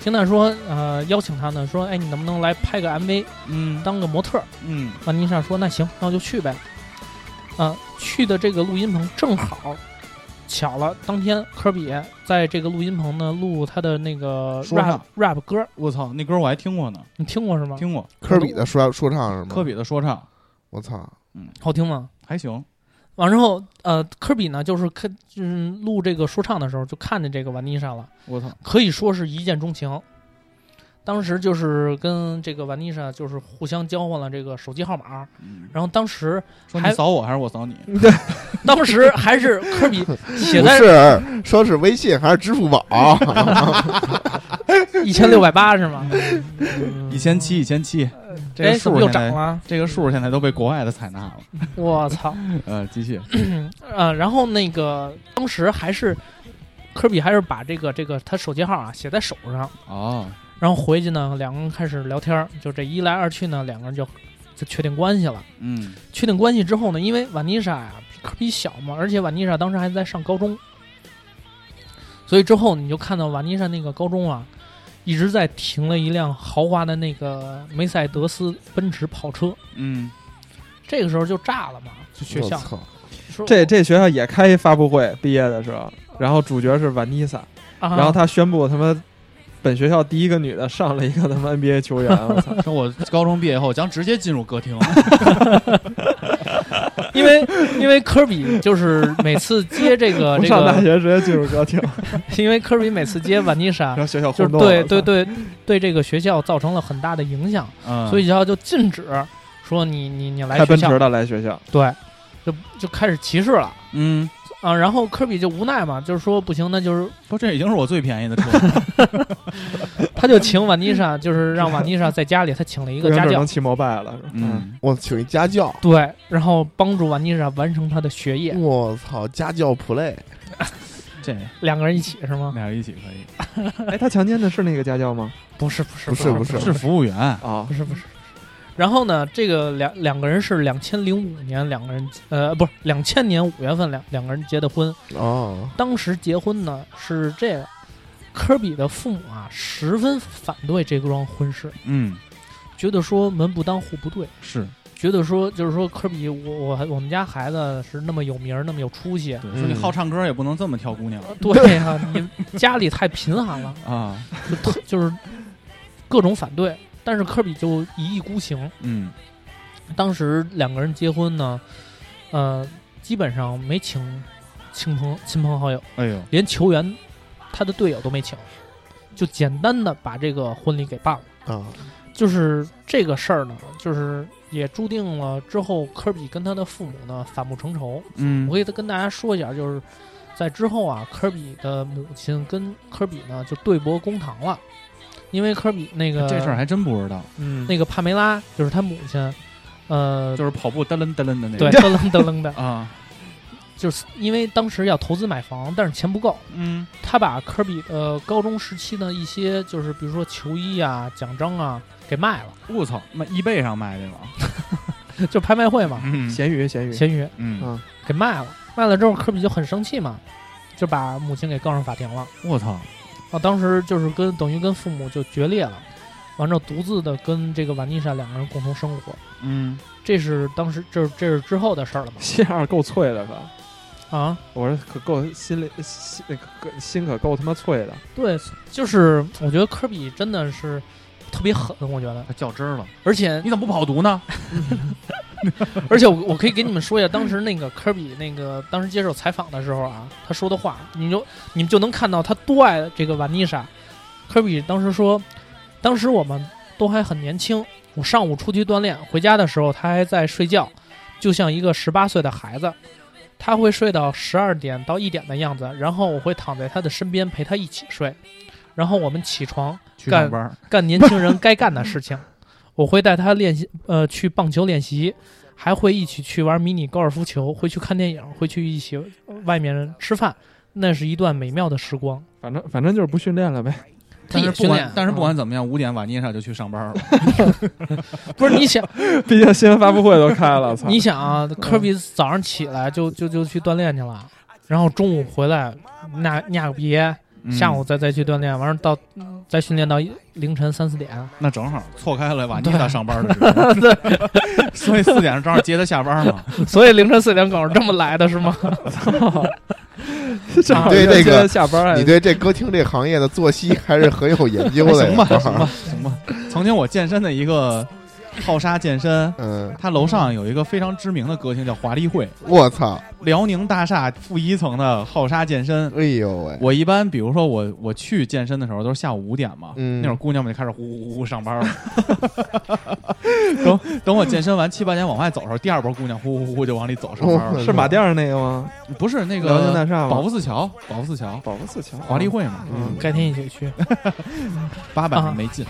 S3: 星探说：“呃，邀请他呢，说，哎，你能不能来拍个 MV，
S7: 嗯
S3: 当个模特儿
S7: 嗯？”
S3: 瓦妮莎说：“那行，那我就去呗。”啊、去的这个录音棚正好巧了，当天科比在这个录音棚呢录他的那个
S7: 说
S3: rap
S7: 唱
S3: rap 歌，
S7: 我操，那歌我还听过呢，
S3: 你听过是吗？
S7: 听过
S5: 科比的说说唱是吗？
S7: 科，比的说唱，
S5: 我操，
S3: 好听吗？
S7: 还行。
S3: 完之后，呃，科比呢就是看就是录这个说唱的时候就看见这个瓦妮莎了。
S7: 我操，
S3: 可以说是一见钟情。当时就是跟这个瓦妮莎就是互相交换了这个手机号码，
S7: 嗯
S3: 然后当时
S7: 说
S3: 还
S7: 你扫我还是我扫你？
S3: 当时还是科比写
S5: 不
S3: 在
S5: 是说是微信还是支付宝？
S3: 一千六百八是吗？
S7: 一千七，一千七，嗯这
S3: 哎，
S7: 个
S3: 怎
S7: 数
S3: 么
S7: 现在
S3: 又涨了？
S7: 这个数现在都被国外的采纳了。
S3: 我操！
S7: 呃，继 (coughs) 续，
S3: 呃，然后那个当时还是科比还是把这个这个他手机号啊写在手上，
S7: 哦，
S3: 然后回去呢，两个人开始聊天儿，就这一来二去呢，两个人就就确定关系了。
S7: 嗯，
S3: 确定关系之后呢，因为瓦妮莎呀比科比小嘛，而且瓦妮莎当时还在上高中，所以之后你就看到瓦妮莎那个高中啊，一直在停了一辆豪华的那个梅赛德斯奔驰跑车，
S7: 嗯，
S3: 这个时候就炸了嘛，就学校
S5: 我操
S3: 说
S6: 这这学校也开一发布会，毕业的时候，然后主角是瓦妮萨，
S3: 啊、
S6: 然后他宣布他妈本学校第一个女的上了一个他妈 NBA 球员，我操！
S7: (laughs) 说我高中毕业后将直接进入歌厅。
S3: 因为因为科比就是每次接
S6: (laughs)
S3: 这个啊
S6: 不
S3: 这
S6: 上大
S3: 个，
S6: 学直接进入歌厅，
S3: 因为科比每次接瓦妮莎
S6: (laughs) 然。后学校
S3: 就
S6: 轰
S3: 是
S6: 动了。
S3: 对对
S6: 我操，
S3: 对对，这个学校造成了很大的影响，
S7: 嗯，
S3: 所以学校就禁止说你你你来
S6: 开
S3: 学
S6: 奔
S3: 校
S6: 驰的来学校，
S3: 对，就就开始歧视了
S7: 嗯，
S3: 啊。然后科比就无奈嘛，就是说不行，那就是
S7: 说这已经是我最便宜的车了。
S3: 他就请瓦妮莎，就是让瓦妮莎在家里，他请了一
S6: 一
S3: 个家
S6: 只
S3: 教
S6: 能，骑摩拜了。是吧，
S7: 嗯，
S5: 我请一家教，
S3: 对，然后帮助瓦妮莎完成她的学业，
S5: 我操，家教 play，
S7: (laughs) 这
S3: 两个人一起是吗？
S7: 俩人一起可以，
S6: 哎，他强奸的是那个家教吗？
S3: 不是不是
S5: 不是
S3: 不
S5: 不是
S7: 是服务员。
S6: 啊
S3: 不，是不是。然后呢，这个两两个人是两千零五年，两个人呃不是两千年五月份两两个人结的婚。
S5: 哦，
S3: 当时结婚呢是这样，科比的父母啊十分反对这桩婚事，
S7: 嗯，
S3: 觉得说门不当户不对，
S7: 是
S3: 觉得说就是说科比，我我我们家孩子是那么有名儿，那么有出息，
S7: 对，说你
S5: 嗯
S7: 好唱歌也不能这么挑姑娘
S3: 对呀、你家里太贫寒了，
S7: 啊。
S3: 就特就是各种反对，但是科比就一意孤行。
S7: 嗯，
S3: 当时两个人结婚呢，呃，基本上没请亲朋亲朋好友，
S7: 哎呦，
S3: 连球员他的队友都没请，就简单的把这个婚礼给办了。
S5: 啊，
S3: 就是这个事儿呢，就是也注定了之后科比跟他的父母呢反目成仇。
S7: 嗯
S3: 我可以跟大家说一下，就是在之后啊，科比的母亲跟科比呢就对簿公堂了，因为科比那个
S7: 这事儿还真不知道，
S6: 嗯，
S3: 那个帕梅拉就是他母亲，呃，
S7: 就是跑步嘚楞嘚楞的那
S3: 对
S7: 个。
S3: 噔楞噔楞的，
S7: 啊，
S3: 就是因为当时要投资买房，但是钱不够，
S7: 嗯
S3: 他把科比的高中时期的一些就是比如说球衣啊、奖章啊给卖了， (laughs)
S7: 我操，卖易贝上卖去了。
S3: 就拍卖会嘛，
S7: 嗯
S6: 咸鱼咸鱼，
S3: 闲鱼。
S7: 嗯，
S3: 给卖了。卖了之后，科比就很生气嘛，就把母亲给告上法庭了。
S7: 我操，
S3: 啊，当时就是跟等于跟父母就决裂了，完之后独自的跟这个瓦妮莎两个人共同生活。
S7: 嗯，
S3: 这是当时这是这是之后的事儿了嘛？
S6: 心眼儿够脆的可，
S3: 啊，
S6: 我说可够心里心可心可够他妈脆的。
S3: 对，就是我觉得科比真的是特别狠，我觉得，
S7: 他较真儿了。
S3: 而且
S7: 你怎么不跑毒呢？
S3: 而且我我可以给你们说一下，当时那个科比那个当时接受采访的时候啊，他说的话，你就你们就能看到他多爱这个瓦妮莎。科比当时说，当时我们都还很年轻，我上午出去锻炼，回家的时候他还在睡觉，就像一个十八岁的孩子。他会睡到十二点到一点的样子，然后我会躺在他的身边陪他一起睡，然后我们起床
S7: 去上班儿。
S3: 干年轻人该干的事情。 (laughs) 我会带他练习，呃，去棒球练习，还会一起去玩迷你高尔夫球，会去看电影，会去一起呃外面吃饭。那是一段美妙的时光。
S6: 反正反正就是不训练了呗。 (laughs)
S3: 他
S7: 但
S3: 也
S7: 是
S3: 训
S7: 不
S3: 练啊
S7: 管，但是不管怎么样，五点瓦妮莎就去上班了。
S3: 不是你 (laughs) 想，
S6: 毕竟新闻发布会都开了，操！
S3: 你想啊，科比早上起来就就就去锻炼去了，然后中午回来那那个别，
S7: 嗯
S3: 下午再再去锻炼，完了到再训练到一凌晨三四点。 (laughs)
S7: 那正好错开了瓦妮莎上班的时间，所以四点正好接她下班嘛。
S3: 所以凌晨四点狗是这么来的，是吗？ (laughs)
S6: 正好
S5: 对
S6: 就
S5: 那
S6: 今
S5: 个
S6: 天下班还
S5: 你对这歌厅这行业的作息还是很有研究
S7: 还
S5: 的呀，
S7: 行吧，行吧，行吧。曾经我健身的一个好沙健身。
S5: 嗯，
S7: 他楼上有一个非常知名的歌厅叫华丽会，
S5: 我操，
S7: 辽宁大厦负一层的浩沙健身。
S5: (laughs) 哎呦喂，
S7: 我一般比如说我我去健身的时候都是下午五点嘛，
S5: 嗯
S7: 那会儿姑娘们就开始呼呼呼呼上班了。等等我健身完七八点往外走的时候，第二波姑娘呼呼呼呼就往里走上班了。
S6: 是马甸儿那个吗？
S7: 不是那
S6: 辽宁大
S7: 个
S6: 厦吗？
S7: 保福寺桥，保福寺桥
S6: 保不四强，
S7: 华丽会嘛，
S5: 嗯
S3: 改天一起去，
S7: 八百
S3: 啊
S7: 没进。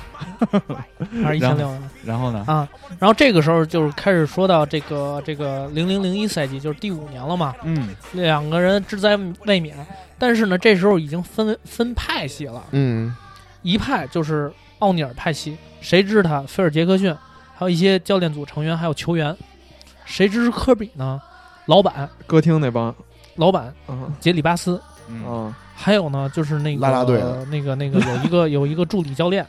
S3: 还是一千六呢？
S7: 然后呢，
S3: 啊，然后这个时候就是开始说到这个这个零零零一赛季，就是第五年了嘛，
S7: 嗯，
S3: 两个人志在卫冕，但是呢，这时候已经分分派系了，
S5: 嗯
S3: 一派就是奥尼尔派系，谁知他菲尔杰克逊，还有一些教练组成员，还有球员，谁支持科比呢？老板，
S6: 歌厅那帮，嗯
S3: 老板
S6: 啊
S3: 杰里巴斯，哦
S7: 嗯
S6: 啊，
S3: 还有呢，就是那个
S5: 拉拉队的
S3: 那个那个有一个有一个助理教练，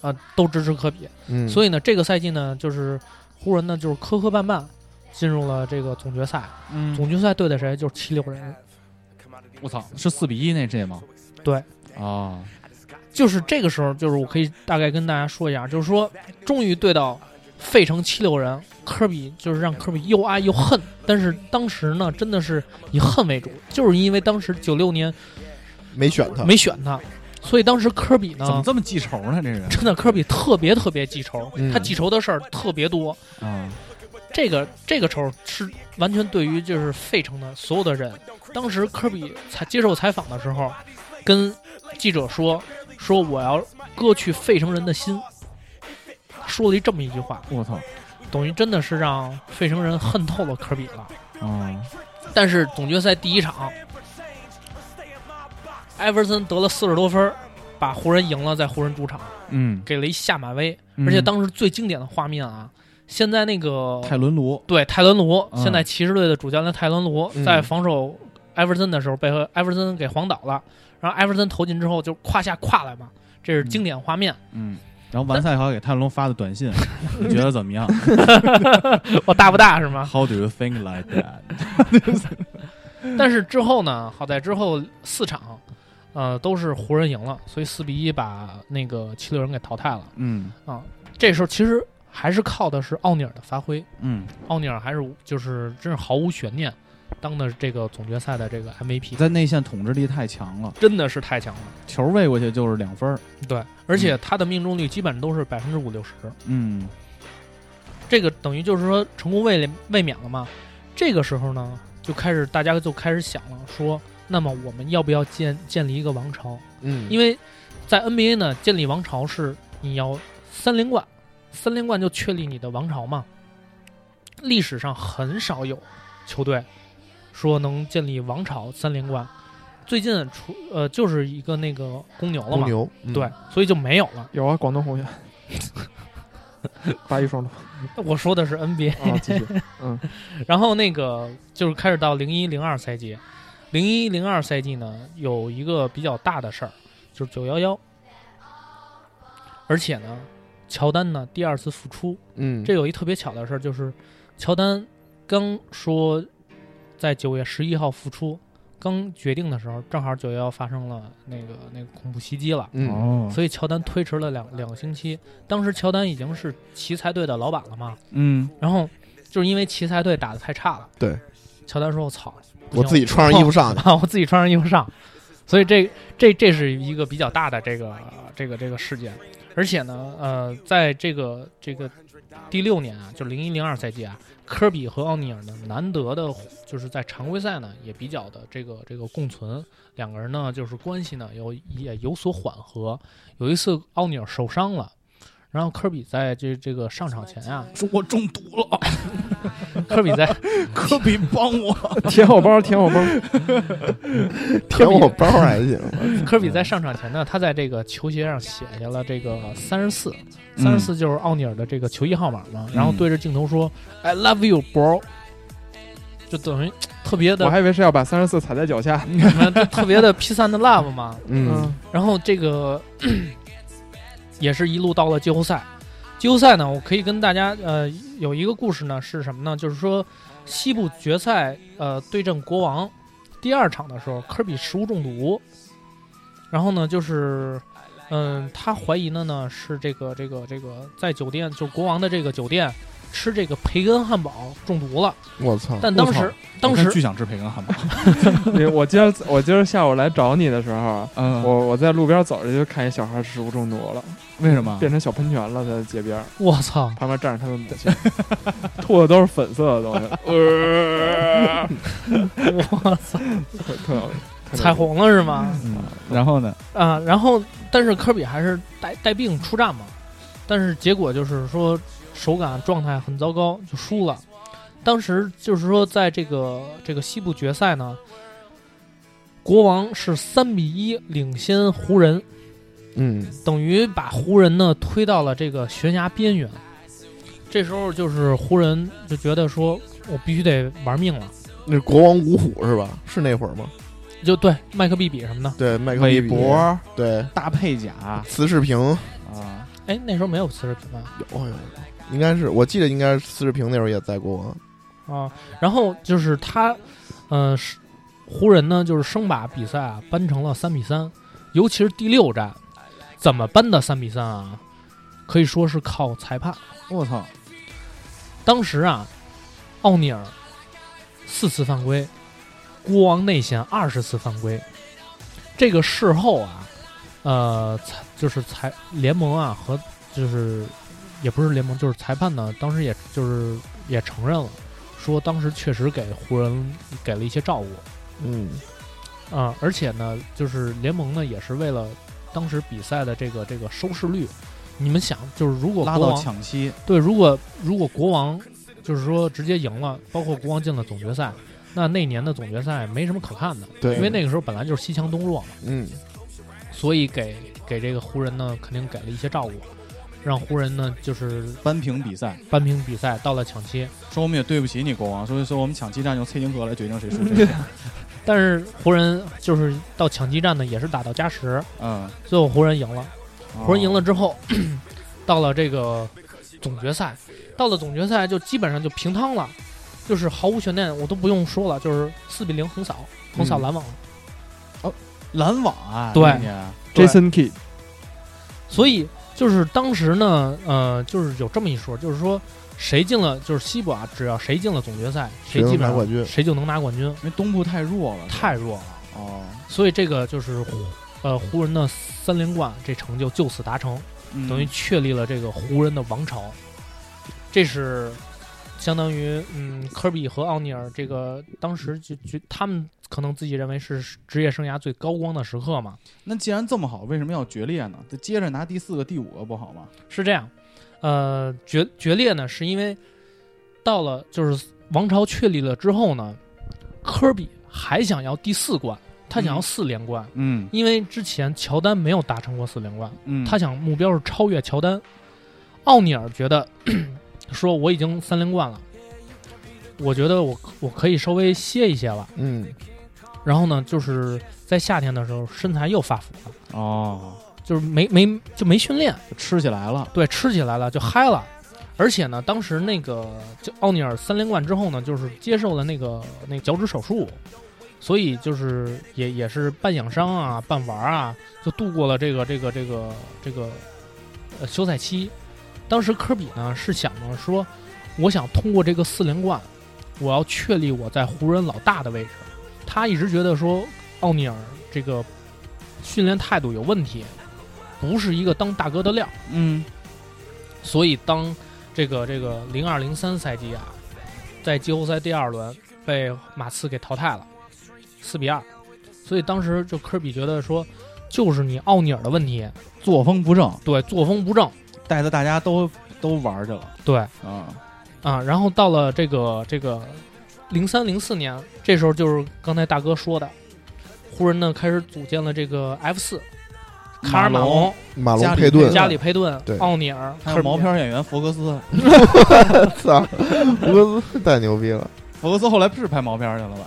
S3: 啊，都支持科比。
S5: 嗯，
S3: 所以呢，这个赛季呢，就是湖人呢就是磕磕绊绊进入了这个总决赛。
S7: 嗯，
S3: 总决赛对的谁？就是七六人，
S7: 我操，是四比一那这吗？
S3: 对，
S7: 啊，
S3: 就是这个时候，就是我可以大概跟大家说一下，就是说，终于对到费城七六人，科比就是让科比又爱又恨，但是当时呢，真的是以恨为主，就是因为当时九六年
S5: 没选他，
S3: 没选他，所以当时科比
S7: 怎么
S3: 呢。
S7: 这么记仇呢？这人
S3: 真的，科比特别特别记仇，
S5: 嗯
S3: 他记仇的事儿特别多。
S7: 啊，
S3: 这个这个仇是完全对于就是费城的所有的人。当时科比采接受采访的时候，跟记者说说我要割去费城人的心，说了一这么一句话，
S7: 我操，
S3: 等于真的是让费城人恨透了科比了。
S7: 啊，
S3: 但是总决赛第一场，艾弗森得了四十多分儿，把湖人赢了，在湖人主场
S7: 嗯，
S3: 给了一下马威，
S7: 嗯
S3: 而且当时最经典的画面啊，现在那个
S7: 泰伦卢，
S3: 对，泰伦卢，
S7: 嗯
S3: 现在骑士队的主教练泰伦卢
S5: 嗯
S3: 在防守埃弗森的时候被埃弗森给晃倒了，然后埃弗森投进之后就胯下跨来嘛，这是经典画面。 (laughs)
S7: 嗯，然后完赛后给泰伦发的短信，你觉得怎么样
S3: 我大不大是 (laughs) 吗？
S7: ？How do you think like that？
S3: 但是之后呢，好在之后四场，呃，都是湖人赢了，所以四比一把那个七六人给淘汰了
S7: 嗯
S3: 啊。这时候其实还是靠的是奥尼尔的发挥，
S7: 嗯，
S3: 奥尼尔还是无就是真是毫无悬念，当的这个总决赛的这个 MVP，
S7: 在内线统治力太强了，
S3: 真的是太强了。
S7: 球喂过去就是两分儿。
S3: 对，而且
S5: 嗯
S3: 他的命中率基本上都是百分之五六十，
S7: 嗯
S3: 这个等于就是说成功卫卫冕了嘛。这个时候呢，就开始大家就开始想了，说那么我们要不要建建立一个王朝？
S5: 嗯，
S3: 因为在 NBA 呢，建立王朝是你要三连冠，三连冠就确立你的王朝嘛。历史上很少有球队说能建立王朝三连冠，最近出呃就是一个那个公牛了
S5: 公
S3: 嘛，
S5: 牛，嗯
S3: 对，，所以就没有了。
S6: 有啊，广东宏远， (laughs) 八一双龙
S3: 我说的是 NBA。
S6: 啊，继续， (laughs) 嗯，
S3: (laughs) 然后那个就是开始到零一零二赛季，零一零二赛季呢有一个比较大的事儿，就是九幺幺，而且呢，乔丹呢第二次复出，
S5: 嗯，
S3: 这有一特别巧的事儿，就是乔丹刚说在九月十一号复出，刚决定的时候，正好九幺幺发生了那个那个恐怖袭击了。
S5: 嗯
S7: 哦，
S3: 所以乔丹推迟了两两个星期，当时乔丹已经是奇才队的老板了嘛，
S7: 嗯，
S3: 然后就是因为奇才队打的太差了，
S5: 对，
S3: 乔丹说：“我操，
S5: 我自己穿上衣服 (laughs) 上去，
S3: 把我自己穿上衣服上。”所以这这这是一个比较大的这个这个这个事件，而且呢，呃，在这个这个第六年啊，就零一零二赛季啊，科比和奥尼尔呢难得的，就是在常规赛呢也比较的这个这个共存，两个人呢就是关系呢有也有所缓和。有一次奥尼尔受伤了，然后科比在这这个上场前啊，
S7: 我中毒了，
S3: (laughs) 科比在
S7: 科比帮我。
S6: 舔我包，舔我包，
S3: (laughs)
S5: 舔我包还行，
S3: 科比在上场前呢，他在这个球鞋上写下了这个三十四，
S7: 嗯
S3: 三十四就是奥尼尔的这个球衣号码嘛。然后对着镜头说：“I love you, bro。”就等于特别
S6: 我
S3: 的，
S6: 还以为是要把三十四踩在脚下，
S3: 就特别的 P 三的 love 嘛。
S5: 嗯，
S3: 然后这个 (clears throat) 也是一路到了季后赛。季后赛呢，我可以跟大家呃有一个故事呢是什么呢？就是说西部决赛呃对阵国王第二场的时候，科比食物中毒，然后呢就是嗯，他怀疑的呢是这个这个这个在酒店，就国王的这个酒店吃这个培根汉堡中毒了。
S5: 我操！
S3: 但当时当
S7: 我看
S3: 时
S7: 巨想吃培根
S3: (laughs)
S7: 汉堡，
S3: 嗯
S6: (laughs) 你我今儿我今儿下午来找你的时候，啊
S7: 嗯，
S6: 我我在路边走着就看一小孩食物中毒了，
S7: 为什么？
S6: 变成小喷泉了，在街边儿
S3: 我操，
S6: 旁边站着他的母
S3: (laughs)
S6: 亲，吐的都是粉色的东西，呃，
S3: 我操，
S6: 特特有特有
S3: 彩虹了是吗？
S7: 嗯，然后呢？
S3: 啊，然后但是科比还是带带病出战嘛，但是结果就是说手感状态很糟糕，就输了。当时就是说，在这个这个西部决赛呢，国王是三比一领先湖人，
S5: 嗯，
S3: 等于把湖人呢推到了这个悬崖边缘。这时候就是湖人就觉得说，我必须得玩命了。
S5: 那是国王五虎是吧？是那会儿吗？
S3: 就对麦克比比什么的，
S5: 对，麦克
S7: 韦
S5: 比比
S7: 伯、
S5: 对
S7: 大配甲啊，
S5: 瓷视屏
S3: 哎，那时候没有磁石平吧？
S5: 有有有，哎应该是我记得应该是瓷视屏那会儿也在国王。
S3: 啊，然后就是他，呃，是湖人呢，就是生把比赛啊扳成了三比三，尤其是第六战，怎么扳的三比三啊？可以说是靠裁判。
S7: 我操，
S3: 当时啊，奥尼尔四次犯规，国王内线二十次犯规。这个事后啊，呃，裁就是裁联盟啊和就是也不是联盟，就是裁判呢，当时也就是也承认了，说当时确实给湖人给了一些照顾。
S5: 嗯，
S3: 啊、而且呢，就是联盟呢也是为了当时比赛的这个这个收视率，你们想，就是如果
S7: 拉
S3: 国
S7: 到
S3: 王
S7: 抢七，
S3: 对，如果如果国王就是说直接赢了，包括国王进了总决赛，那那年的总决赛没什么可看的，
S5: 对，
S3: 因为那个时候本来就是西强东弱嘛，
S5: 嗯
S3: 所以给给这个湖人呢肯定给了一些照顾，让湖人呢就是
S7: 扳平比赛，
S3: 扳平比赛，到了抢七。
S7: 说我们也对不起你国王，所以说我们抢七战由崔宁格来决定谁输谁赢。
S3: 但是湖人就是到抢七战呢也是打到加时，
S7: (laughs) 嗯，
S3: 最后湖人赢了。湖人赢了
S7: 哦，
S3: 之后， (clears throat) 到了这个总决赛，到了总决赛就基本上就平汤了，就是毫无悬念，我都不用说了，就是四比零横扫，横
S5: 嗯
S3: 扫篮网。
S7: 篮网啊，
S3: 对
S7: 那年
S6: Jason Key
S3: 所以就是当时呢，呃，就是有这么一说，就是说谁进了就是西部啊，只要谁进了总决赛，谁基
S5: 谁
S3: 本
S5: 能拿
S3: 上
S5: 冠军
S3: 谁就能拿冠军，
S7: 因为东部太弱了，
S3: 太弱了。
S7: 哦，
S3: 所以这个就是湖呃湖人的三连冠这成就就此达成。
S7: 嗯
S3: 等于确立了这个湖人的王朝。这是相当于嗯，科比和奥尼尔这个当时就就他们可能自己认为是职业生涯最高光的时刻嘛，
S7: 那既然这么好，为什么要决裂呢？这接着拿第四个、第五个不好吗？
S3: 是这样。呃，决决裂呢，是因为到了就是王朝确立了之后呢，科比还想要第四冠，他想要
S7: 嗯
S3: 四连冠，
S7: 嗯
S3: 因为之前乔丹没有达成过四连冠。
S7: 嗯，
S3: 他想目标是超越乔丹。奥尼尔觉得 (clears throat) 说我已经三连冠了，我觉得我我可以稍微歇一歇了。
S5: 嗯，
S3: 然后呢，就是在夏天的时候身材又发福了，
S7: 哦，
S3: 就是没没就没训练，
S7: 就吃起来了，
S3: 对，吃起来了就嗨了。而且呢，当时那个就奥尼尔三连冠之后呢，就是接受了那个那个脚趾手术，所以就是也也是半养伤啊，半玩啊，就度过了这个这个这个这个呃休赛期。当时科比呢是想着说，我想通过这个四连冠，我要确立我在湖人老大的位置。他一直觉得说奥尼尔这个训练态度有问题，不是一个当大哥的料。
S7: 嗯，
S3: 所以当这个这个零二零三赛季啊，在季后赛第二轮被马刺给淘汰了，四比二。所以当时就科比觉得说，就是你奥尼尔的问题，
S7: 作风不正，
S3: 对作风不正，
S7: 带的大家都都玩儿去了
S3: 对
S7: 啊，
S3: 啊。然后到了这个这个零三零四年，这时候就是刚才大哥说的，湖人呢开始组建了这个 F 四，卡尔马龙、
S5: 马龙
S7: 加里
S5: 佩顿
S7: 对，
S3: 加里佩顿
S5: 对、
S3: 奥尼尔、
S7: 还
S3: 科
S7: 有
S3: 比
S7: 毛片演员福克斯，
S5: 操，我 (laughs) 太牛逼了。
S7: 福克斯后来不是拍毛片去了吧？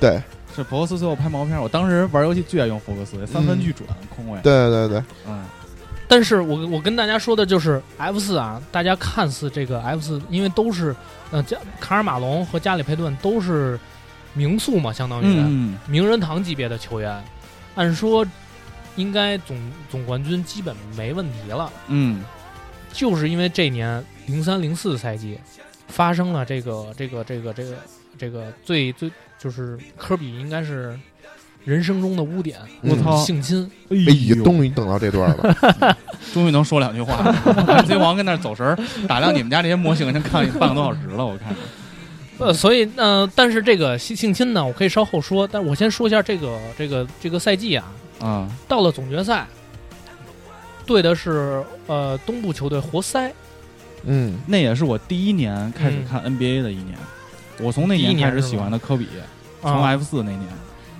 S5: 对，
S7: 是福克斯最后拍毛片。我当时玩游戏最爱用福克斯，三分巨准，空位。
S5: 对对对，
S7: 嗯，
S3: 但是我我跟大家说的就是 F 四啊，大家看似这个 F 四，因为都是，呃，加卡尔马龙和加里佩顿都是名宿嘛，相当于、
S7: 嗯，
S3: 名人堂级别的球员。按说应该总总冠军基本没问题了。
S7: 嗯
S3: 就是因为这年零三零四赛季发生了这个这个这个这个这个最最就是科比应该是人生中的污点，
S5: 我
S3: 嗯
S7: 操
S3: 性侵，
S7: 哎
S5: 哎呀，终于等到这段了，
S7: 终于能说两句 (laughs) 话了。MC 王跟那儿走神儿，打量你们家这些模型，已经看了半个多小时了，我看。
S3: 呃，所以呃，但是这个性性侵呢，我可以稍后说，但是我先说一下这个这个这个赛季啊，
S7: 啊，
S3: 到了总决赛。对的是，呃，东部球队活塞，
S5: 嗯，
S7: 那也是我第一年开始看 NBA 的一年，我从那
S3: 第一年
S7: 开始
S3: 是吗
S7: 喜欢的科比，从
S3: 啊
S7: F 四那年，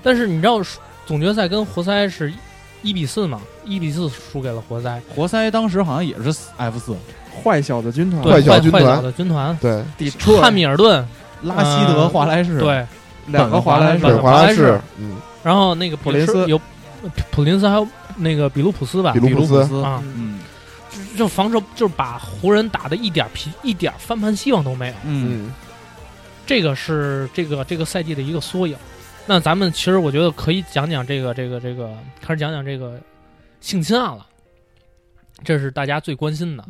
S3: 但是你知道总决赛跟活塞是一比四嘛，一比四输给了活塞，
S7: 活塞当时好像也是 F 四，
S6: 坏小子军团，
S3: 对，
S5: 坏小
S3: 坏
S5: 军
S3: 坏
S5: 团
S3: 小的军团，
S5: 对，
S3: 汉密尔顿，
S7: 拉希德、
S3: 呃
S7: 华莱
S6: 啊
S7: 士，，
S3: 对，
S6: 两个华莱士
S3: 本
S5: 对，
S3: 华
S5: 华
S3: 莱
S5: 莱
S3: 士
S5: 士，嗯，
S3: 然后那个
S6: 普林斯
S3: 有普林斯，还有那个比卢普斯吧
S5: 比，
S7: 比卢
S5: 卢
S7: 普
S5: 普斯，
S7: 斯，
S3: 啊，
S7: 嗯
S3: 就就防守就是把湖人打的一点皮一点翻盘希望都没有，
S7: 嗯，
S5: 嗯，
S3: 这个是这个这个赛季的一个缩影。那咱们其实我觉得可以讲讲这个这个这个，开始讲讲这个性侵案了，这是大家最关心的。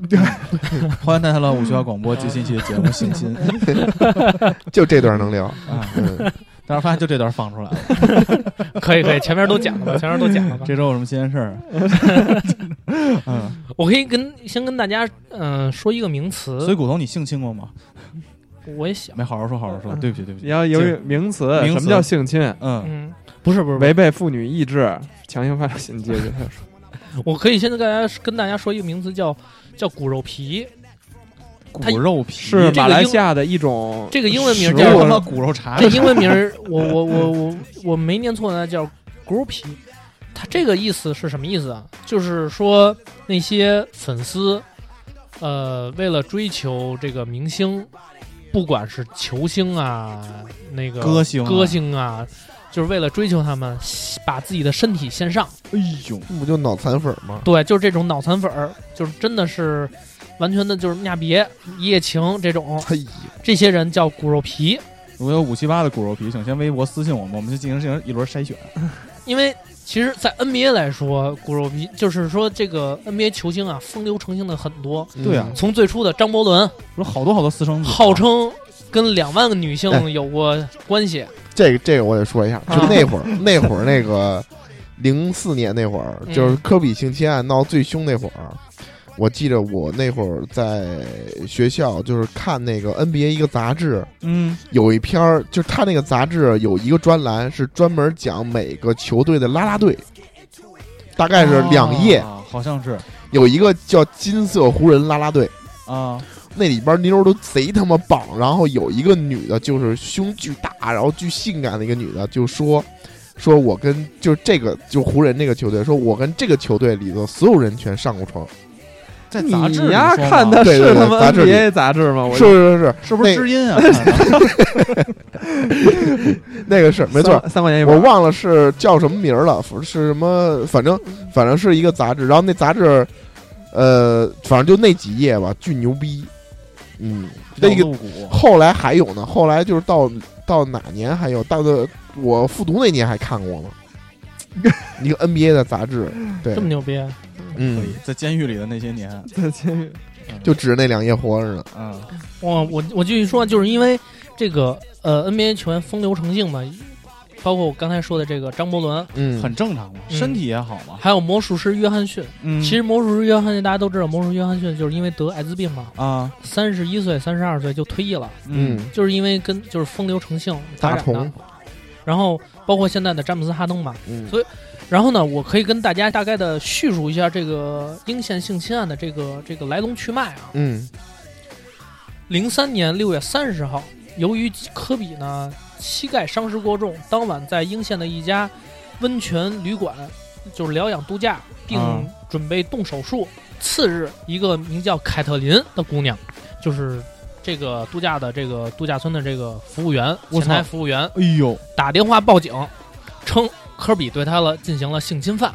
S7: 欢迎大家来到五七八广播最新一期的节目《性
S3: (laughs)
S7: 侵》
S5: 就这段能聊，
S7: 啊，
S5: 嗯，
S7: 但是发现就这段放
S3: (laughs)
S7: 出来了，
S3: 可以可以，前面都讲
S7: (laughs)
S3: 了吧，前面都讲了吧。
S7: 这周有什么新鲜事
S3: (laughs)
S7: 儿？嗯，
S3: 我可以跟先跟大家嗯、呃说一个名
S7: 所以
S3: 词，
S7: 骨头你性侵过吗？
S3: 我也想，
S7: 没好好说，好好说，对不起对不
S6: 你
S7: 起，
S6: 要由于名词，
S7: 名词
S6: 什么叫性侵？
S7: 嗯，
S3: 嗯，不是不是不是
S6: 违背妇女意志，强行发展
S3: (laughs)
S6: 性接触。
S3: 嗯我可以先跟大家跟大家说一个名词叫叫骨肉皮，
S7: 骨肉皮
S6: 是
S3: 这个
S6: 马来
S3: 英
S6: 西亚的一种
S3: 这个英文名
S6: 食
S3: 叫
S7: 这
S6: 物
S7: 他妈骨肉茶
S3: 这，英文名儿我我我我我没念错呢，叫骨肉皮。它这个意思是什么意思啊？就是说那些粉丝，呃，为了追求这个明星，不管是球星啊，那个
S7: 歌星啊
S3: 歌星啊，就是为了追求他们，把自己的身体献上。
S7: 哎呦，
S5: 不就脑残粉吗？
S3: 对，就是这种脑残粉儿，就是真的是完全的就是亚别一夜情这种，
S5: 嘿，
S3: 这些人叫骨肉皮，
S7: 如果有五七八的骨肉皮，请先微博私信我们，我们就进行进行一轮筛选。
S3: 因为其实，在 NBA 来说，骨肉皮就是说这个 NBA 球星啊，风流成性的很多。
S7: 对啊
S5: 嗯，
S3: 从最初的张伯伦，
S7: 我说好多好多私生子，
S3: 号称跟两万个女性有过关系，
S5: 这个这个我得说一下，就
S3: 啊
S5: 那会儿 (laughs) 那会儿那个零四年那会儿，
S3: 嗯
S5: 就是科比性侵案闹最凶那会儿，我记得我那会儿在学校就是看那个 NBA 一个杂志，
S7: 嗯，
S5: 有一篇儿就是他那个杂志有一个专栏是专门讲每个球队的啦啦队。大概是两页，
S7: 啊好像是
S5: 有一个叫金色湖人啦啦队，
S7: 啊，
S5: 那里边妞儿都贼他妈棒，然后有一个女的，就是胸巨大，然后巨性感的一个女的，就说说我跟就是这个就湖人这个球队，说我跟这个球队里的所有人全上过床，
S3: (laughs)
S7: 在杂志
S6: 你
S7: 里
S6: 呀，
S7: 说吗
S6: 看的
S5: 对对
S6: 是
S5: 对
S6: 他妈
S5: 杂志里
S6: NBA 杂志吗？我
S5: 是是是
S7: 是不是
S5: 那
S7: 知音啊？
S5: 是，那个是没错，
S6: 三，三块钱一本
S5: 我。忘了是叫什么名儿了，是什么，反正反正是一个杂志，然后那杂志，呃，反正就那几页吧，巨牛逼，嗯，那
S7: 比
S5: 个
S7: 较露骨
S5: 后来还有呢，后来就是到到哪年还有，到的我复读那年还看
S3: (laughs)
S5: 过呢，一个 NBA 的杂志，对
S3: 这，么牛逼，
S7: 可
S5: 嗯
S7: 以， (laughs) 在监狱里的那些年，
S5: 就指着那两页活着呢，
S7: 嗯，
S3: 我我我继续说，就是因为这个呃 NBA 球员风流成性嘛，包括我刚才说的这个张伯伦，
S5: 嗯，
S7: 很正常嘛，
S3: 嗯
S7: 身体也好嘛。
S3: 还有魔术师约翰逊。
S7: 嗯，
S3: 其实魔术师约翰逊大家都知道，魔术师约翰逊就是因为得艾滋病嘛，
S7: 啊，
S3: 三十一岁、三十二岁就退役了。
S7: 嗯，
S5: 嗯，
S3: 就是因为跟就是风流成性发
S5: 大
S3: 展的
S5: 同，，
S3: 然后包括现在的詹姆斯哈登嘛，
S5: 嗯
S3: 所然后呢，我可以跟大家大概的叙述一下这个英县性侵案的这个这个来龙去脉啊。
S5: 嗯
S3: 零三年六月三十号，由于科比呢膝盖伤势过重，当晚在英县的一家温泉旅馆就是疗养度假，并
S7: 嗯
S3: 准备动手术。次日，一个名叫凯特琳的姑娘，就是这个度假的这个度假村的这个服务员，
S7: 我
S3: 前
S7: 操
S3: 台服务员，
S7: 哎呦，
S3: 打电话报警，称科比对他了进行了性侵犯。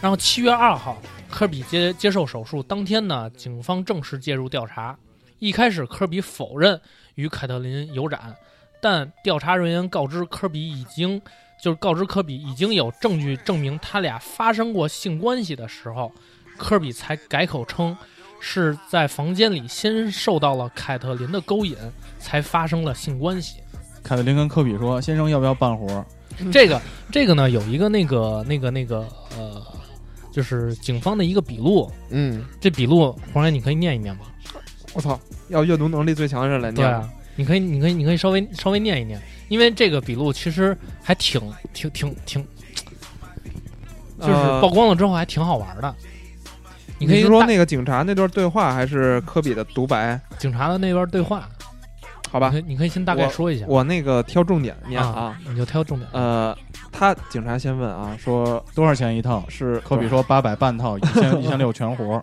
S3: 然后七月二号，科比接接受手术当天呢，警方正式介入调查。一开始，科比否认与凯特琳有染，但调查人员告知科比已经就是告知科比已经有证据证明他俩发生过性关系的时候，科比才改口称是在房间里先受到了凯特琳的勾引，才发生了性关系。
S7: 凯特琳跟科比说：“先生，要不要办活儿
S3: 这个这个呢，有一个那个那个那个呃，就是警方的一个笔录，
S5: 嗯，
S3: 这笔录黄岩你可以念一念吗？
S6: (laughs) 我操，要阅读能力最强的人来
S3: 对
S6: 念。
S3: 啊，你可以，你可以，你可以稍微稍微念一念，因为这个笔录其实还挺挺挺挺，就是
S6: 呃
S3: 曝光了之后还挺好玩的。你
S6: 你
S3: 可以
S6: 是说
S3: 大
S6: 那个警察那段对话，还是科比的独白？
S3: 警察的那段对话，
S6: 好
S3: 你
S6: 吧
S3: 可，以你可以先大概说一下，
S6: 我那个挑重点念
S3: 啊
S6: 啊。
S3: 你就挑重点。
S6: 呃，他警察先问啊，说？”
S7: 多少钱一套？
S6: 是
S7: 科比说八百半 (laughs) 套，一千一千六全活儿。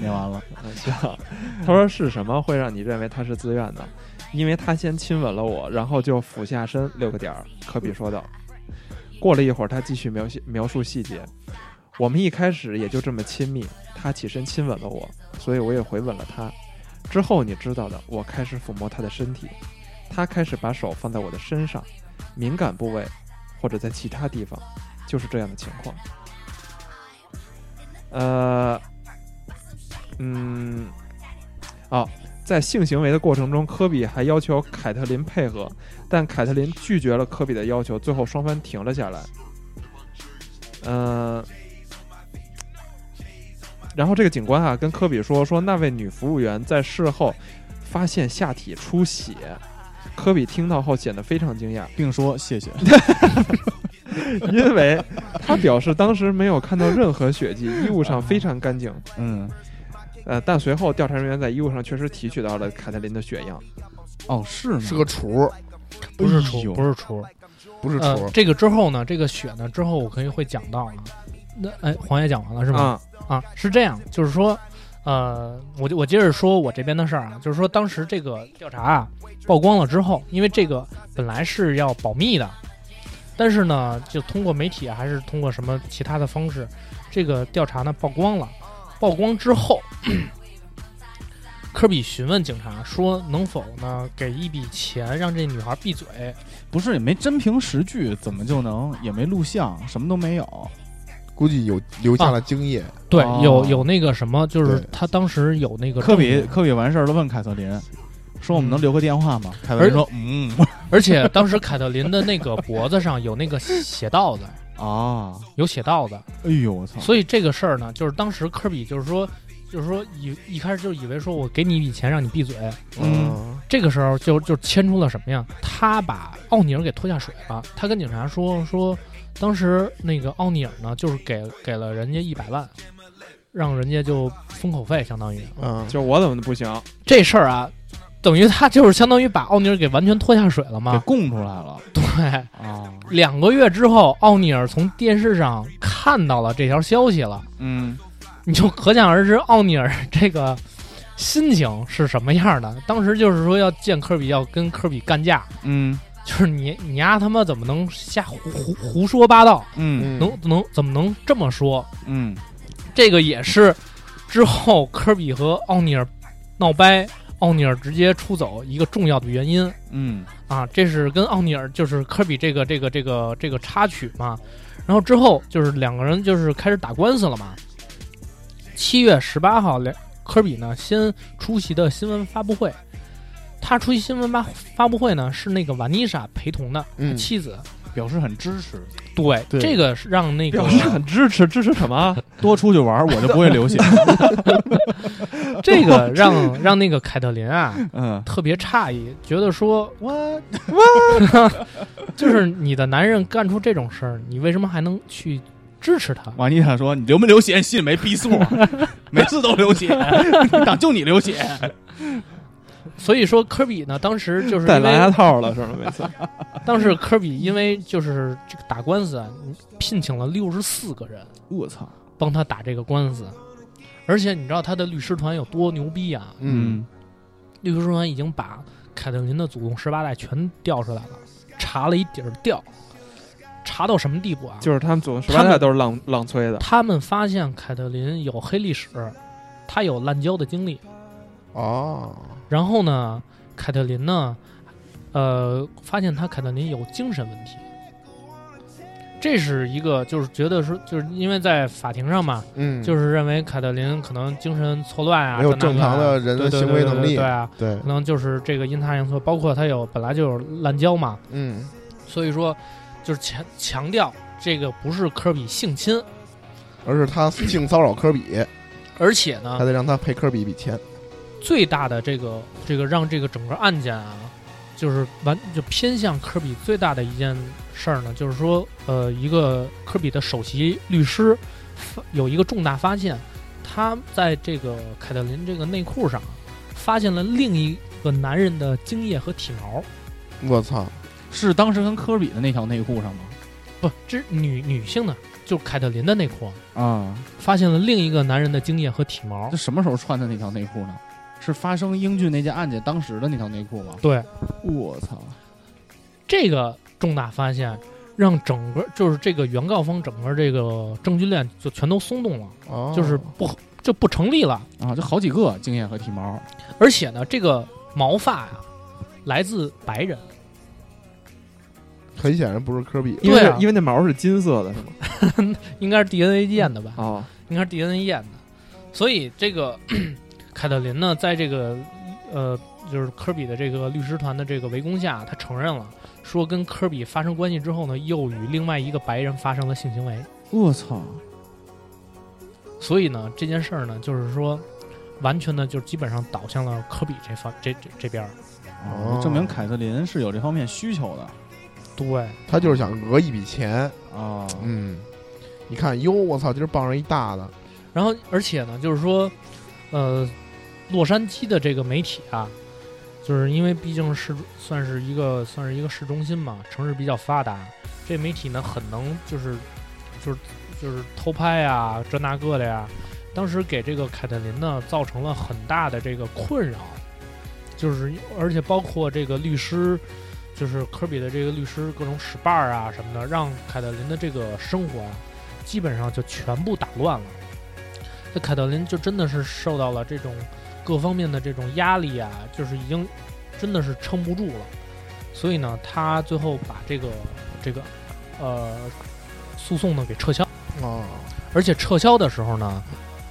S7: 念完了，
S6: 嗯行， (laughs) 他说是什么会让你认为他是自愿的？因为他先亲吻了我，然后就俯下身六个点儿。科比说道。过了一会儿，他继续描写描述细节。我们一开始也就这么亲密，他起身亲吻了我，所以我也回吻了他。之后你知道的，我开始抚摸他的身体，他开始把手放在我的身上，敏感部位或者在其他地方，就是这样的情况。呃，嗯，哦，在性行为的过程中，科比还要求凯特琳配合，但凯特琳拒绝了科比的要求，最后双方停了下来。嗯、然后这个警官啊跟科比说，说那位女服务员在事后发现下体出血，科比听到后显得非常惊讶，
S7: 并说谢谢。
S6: 因为他表示当时没有看到任何血迹，衣物上非常干净。
S7: 嗯，
S6: 呃，但随后调查人员在衣物上确实提取到了凯特琳的血样。
S7: 哦，是吗？
S5: 是个厨，
S3: 不是
S7: 哎
S3: 厨，
S7: 呦
S3: 不是厨，
S5: 不是厨，
S3: 呃，这个之后呢，这个血呢，之后我可以会讲到啊。那哎，黄爷讲完了是吗？
S6: 啊，
S3: 啊，是这样，就是说，呃，我就我接着说我这边的事儿啊，就是说当时这个调查啊曝光了之后，因为这个本来是要保密的，但是呢，就通过媒体啊还是通过什么其他的方式，这个调查呢曝光了，曝光之后。科比询问警察说：“能否呢给一笔钱让这女孩闭嘴
S7: 不是也没真凭实据，怎么就能？也没录像，什么都没有。
S5: 估计
S3: 嗯
S5: 有留下了精液。？”
S3: 对，
S7: 哦
S3: 有有那个什么，就是
S7: 对
S3: 他当时有那个
S7: 科
S3: 证
S7: 比
S3: 据
S7: 科比完事儿了，问凯特琳说：“我们能留个电话吗？”凯特
S3: 而
S7: 琳说：“嗯，
S3: (laughs) 而且当时凯特琳的那个脖子上有那个血道子，
S7: (laughs) 啊，
S3: 有血道子，
S7: 哎呦，我操！
S3: 所以这个事儿呢，就是当时科比就是说，就是说以一开始就以为说我给你一笔钱让你闭嘴，
S7: 嗯
S3: 这个时候就就牵出了什么呀？他把奥尼尔给拖下水了。他跟警察说说，当时那个奥尼尔呢，就是给给了人家一百万，让人家就封口费，相当于
S5: 嗯，
S6: 就我怎么
S3: (laughs)
S6: 不行？
S3: 这事儿啊，等于他就是相当于把奥尼尔给完全拖下水了
S7: 给
S3: 嘛。
S7: 供出来了
S3: 对，
S7: 啊，
S3: 两个月之后，奥尼尔从电视上看到了这条消息了，
S7: 嗯，
S3: 你就可想而知奥尼尔这个心情是什么样的。当时就是说要见科比，要跟科比干架，
S7: 嗯
S3: 就是你你丫、他妈怎么能瞎胡胡胡说八道？
S7: 嗯
S5: 嗯
S3: 能能怎么能这么说？
S7: 嗯，
S3: 这个也是之后科比和奥尼尔闹掰，奥尼尔直接出走一个重要的原因。
S7: 嗯
S3: 啊，这是跟奥尼尔就是科比这个这个这个这个插曲嘛。然后之后就是两个人就是开始打官司了嘛。七月十八号，两科比呢先出席的新闻发布会，他出席新闻发发布会呢是那个瓦妮莎陪同的
S5: 嗯
S3: 妻子。
S7: 表示很支持，
S3: 对，
S7: 对
S3: 这个是让那个
S6: 表示很支持，支持什么啊？
S7: 多出去玩儿我就不会 (laughs) 流血。
S3: 这个让让那个凯特琳啊
S7: 嗯，
S3: 特别诧异，觉得说
S7: 我
S3: 就是你的男人干出这种事儿，你为什么还能去支持他？
S7: 瓦妮塔说：“你流没流血？你信没？逼死 (laughs) 我！每次都 (laughs) 流血，党就你流血。
S3: 所以说科比呢当时就是
S6: 戴
S3: 因为
S6: 狼牙套了是吗？
S3: (laughs)
S6: 每次
S3: 当时科比因为就是这个打官司，啊，聘请了六十四个人”
S7: 我操！
S3: 帮他打这个官司，而且你知道他的律师团有多牛逼啊？
S5: 嗯，
S3: 律师团已经把凯特琳的祖宗十八代全调出来了，查了一底儿调，查到什么地步啊？
S6: 就是他们组十
S3: 他
S6: 八
S3: 们
S6: 代都是浪浪催的，
S3: 他们发现凯特琳有黑历史，她有滥交的经历，
S5: 哦，
S3: 然后呢，凯特琳呢，呃，发现她凯特琳有精神问题，这是一个就是觉得说，就是因为在法庭上嘛，
S5: 嗯，
S3: 就是是认为凯特琳可能精神错乱啊，
S5: 没有
S3: 这那
S5: 正常
S3: 个啊
S5: 的人
S3: 对
S5: 的
S3: 对
S5: 行为
S3: 对对
S5: 能力
S3: 对啊，
S5: 对，嗯
S3: 可能就是这个阴差阳错，包括他有本来就有滥交嘛，
S5: 嗯
S3: 所以说就是强强调这个不是科比性侵，
S5: 而是他性骚扰科比，
S3: 啊而且
S5: 还
S3: 呢，
S5: 得让他赔科比一笔钱。
S3: 最大的这个这个让这个整个案件啊，就是完就偏向科比最大的一件事儿呢，就是说呃，一个科比的首席律师发有一个重大发现，他在这个凯特琳这个内裤上发现了另一个男人的精液和体毛。
S5: 我操，
S7: 是当时跟科比的那条内裤上吗？
S3: 不，这是女女性的，就是凯特琳的内裤，
S7: 啊，
S3: 发现了另一个男人的精液和体毛
S7: 这。什么时候穿的那条内裤呢？是发生英俊那件案件当时的那条内裤吗？
S3: 对，
S7: 我操！
S3: 这个重大发现，让整个就是这个原告方整个这个证据链就全都松动了，
S5: 哦，
S3: 就是不合就不成立了。
S7: 啊，这好几个经验和体毛，
S3: 而且呢，这个毛发呀、来自白人，
S5: 很显然不是科比。
S6: 因为
S3: 对啊
S6: 因为那毛是金色的，是吗？
S3: 应该是 DNA 验的吧？
S6: 哦，
S3: 应该是 DNA 验的。所以这个 (coughs) 凯特琳呢，在这个呃，就是科比的这个律师团的这个围攻下，他承认了，说跟科比发生关系之后呢，又与另外一个白人发生了性行为。
S7: 我操！
S3: 所以呢，这件事儿呢，就是说，完全的就基本上倒向了科比这方这这这边儿。
S7: 哦，证明凯特琳是有这方面需求的
S3: 对，
S5: 他就是想讹一笔钱。
S7: 啊。
S5: 嗯，你看，哟，我操，今儿傍上一大的。
S3: 然后而且呢，就是说，呃，洛杉矶的这个媒体啊，就是因为毕竟是算是一个算是一个市中心嘛，城市比较发达，这媒体呢很能就是就是就是偷拍啊，这那个的呀。当时给这个凯特琳呢造成了很大的这个困扰，就是啊而且包括这个律师，就是科比的这个律师各种使绊儿啊什么的，让凯特琳的这个生活啊，基本上就全部打乱了。这凯特琳就真的是受到了这种各方面的这种压力啊，就是已经真的是撑不住了，所以呢，他最后把这个这个呃诉讼呢给撤销，
S5: 哦，
S3: 而且撤销的时候呢，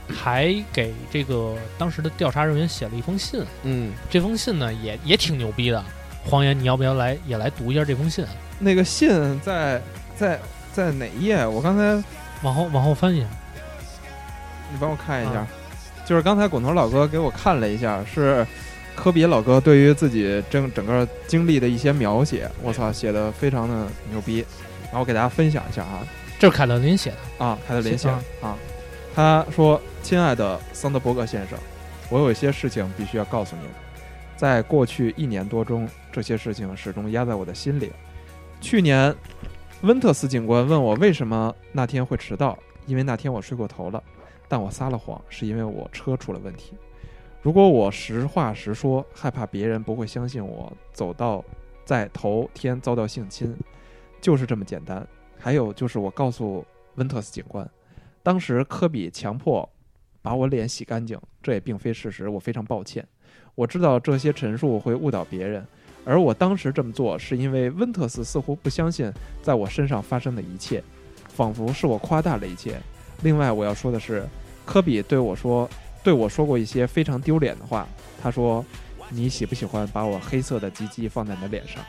S3: 还给这个当时的调查人员写了一封信，
S5: 嗯，
S3: 这封信呢也也挺牛逼的。黄岩，你要不要来也来读一下这封信？
S6: 那个信在在在哪页？我刚才
S3: 往后往后翻一下，
S6: 你帮我看一下
S3: 啊，
S6: 就是刚才滚头老哥给我看了一下，是科比老哥对于自己整整个经历的一些描写，我操，写的非常的牛逼。然后我给大家分享一下啊
S3: 这是凯特琳写的。
S6: 啊，凯特琳写
S3: 行啊
S6: 啊，他说：“亲爱的桑德伯格先生，我有一些事情必须要告诉您，在过去一年多中，这些事情始终压在我的心里。去年，温特斯警官问我为什么那天会迟到，因为那天我睡过头了，但我撒了谎，是因为我车出了问题。如果我实话实说，害怕别人不会相信我，走到在头天遭到性侵，就是这么简单。还有就是我告诉温特斯警官，当时科比强迫把我脸洗干净，这也并非事实，我非常抱歉。我知道这些陈述会误导别人，而我当时这么做是因为温特斯似乎不相信在我身上发生的一切，仿佛是我夸大了一切。另外，我要说的是，科比对我说，对我说过一些非常丢脸的话。他说：“你喜不喜欢把我黑色的鸡鸡放在你的脸上？”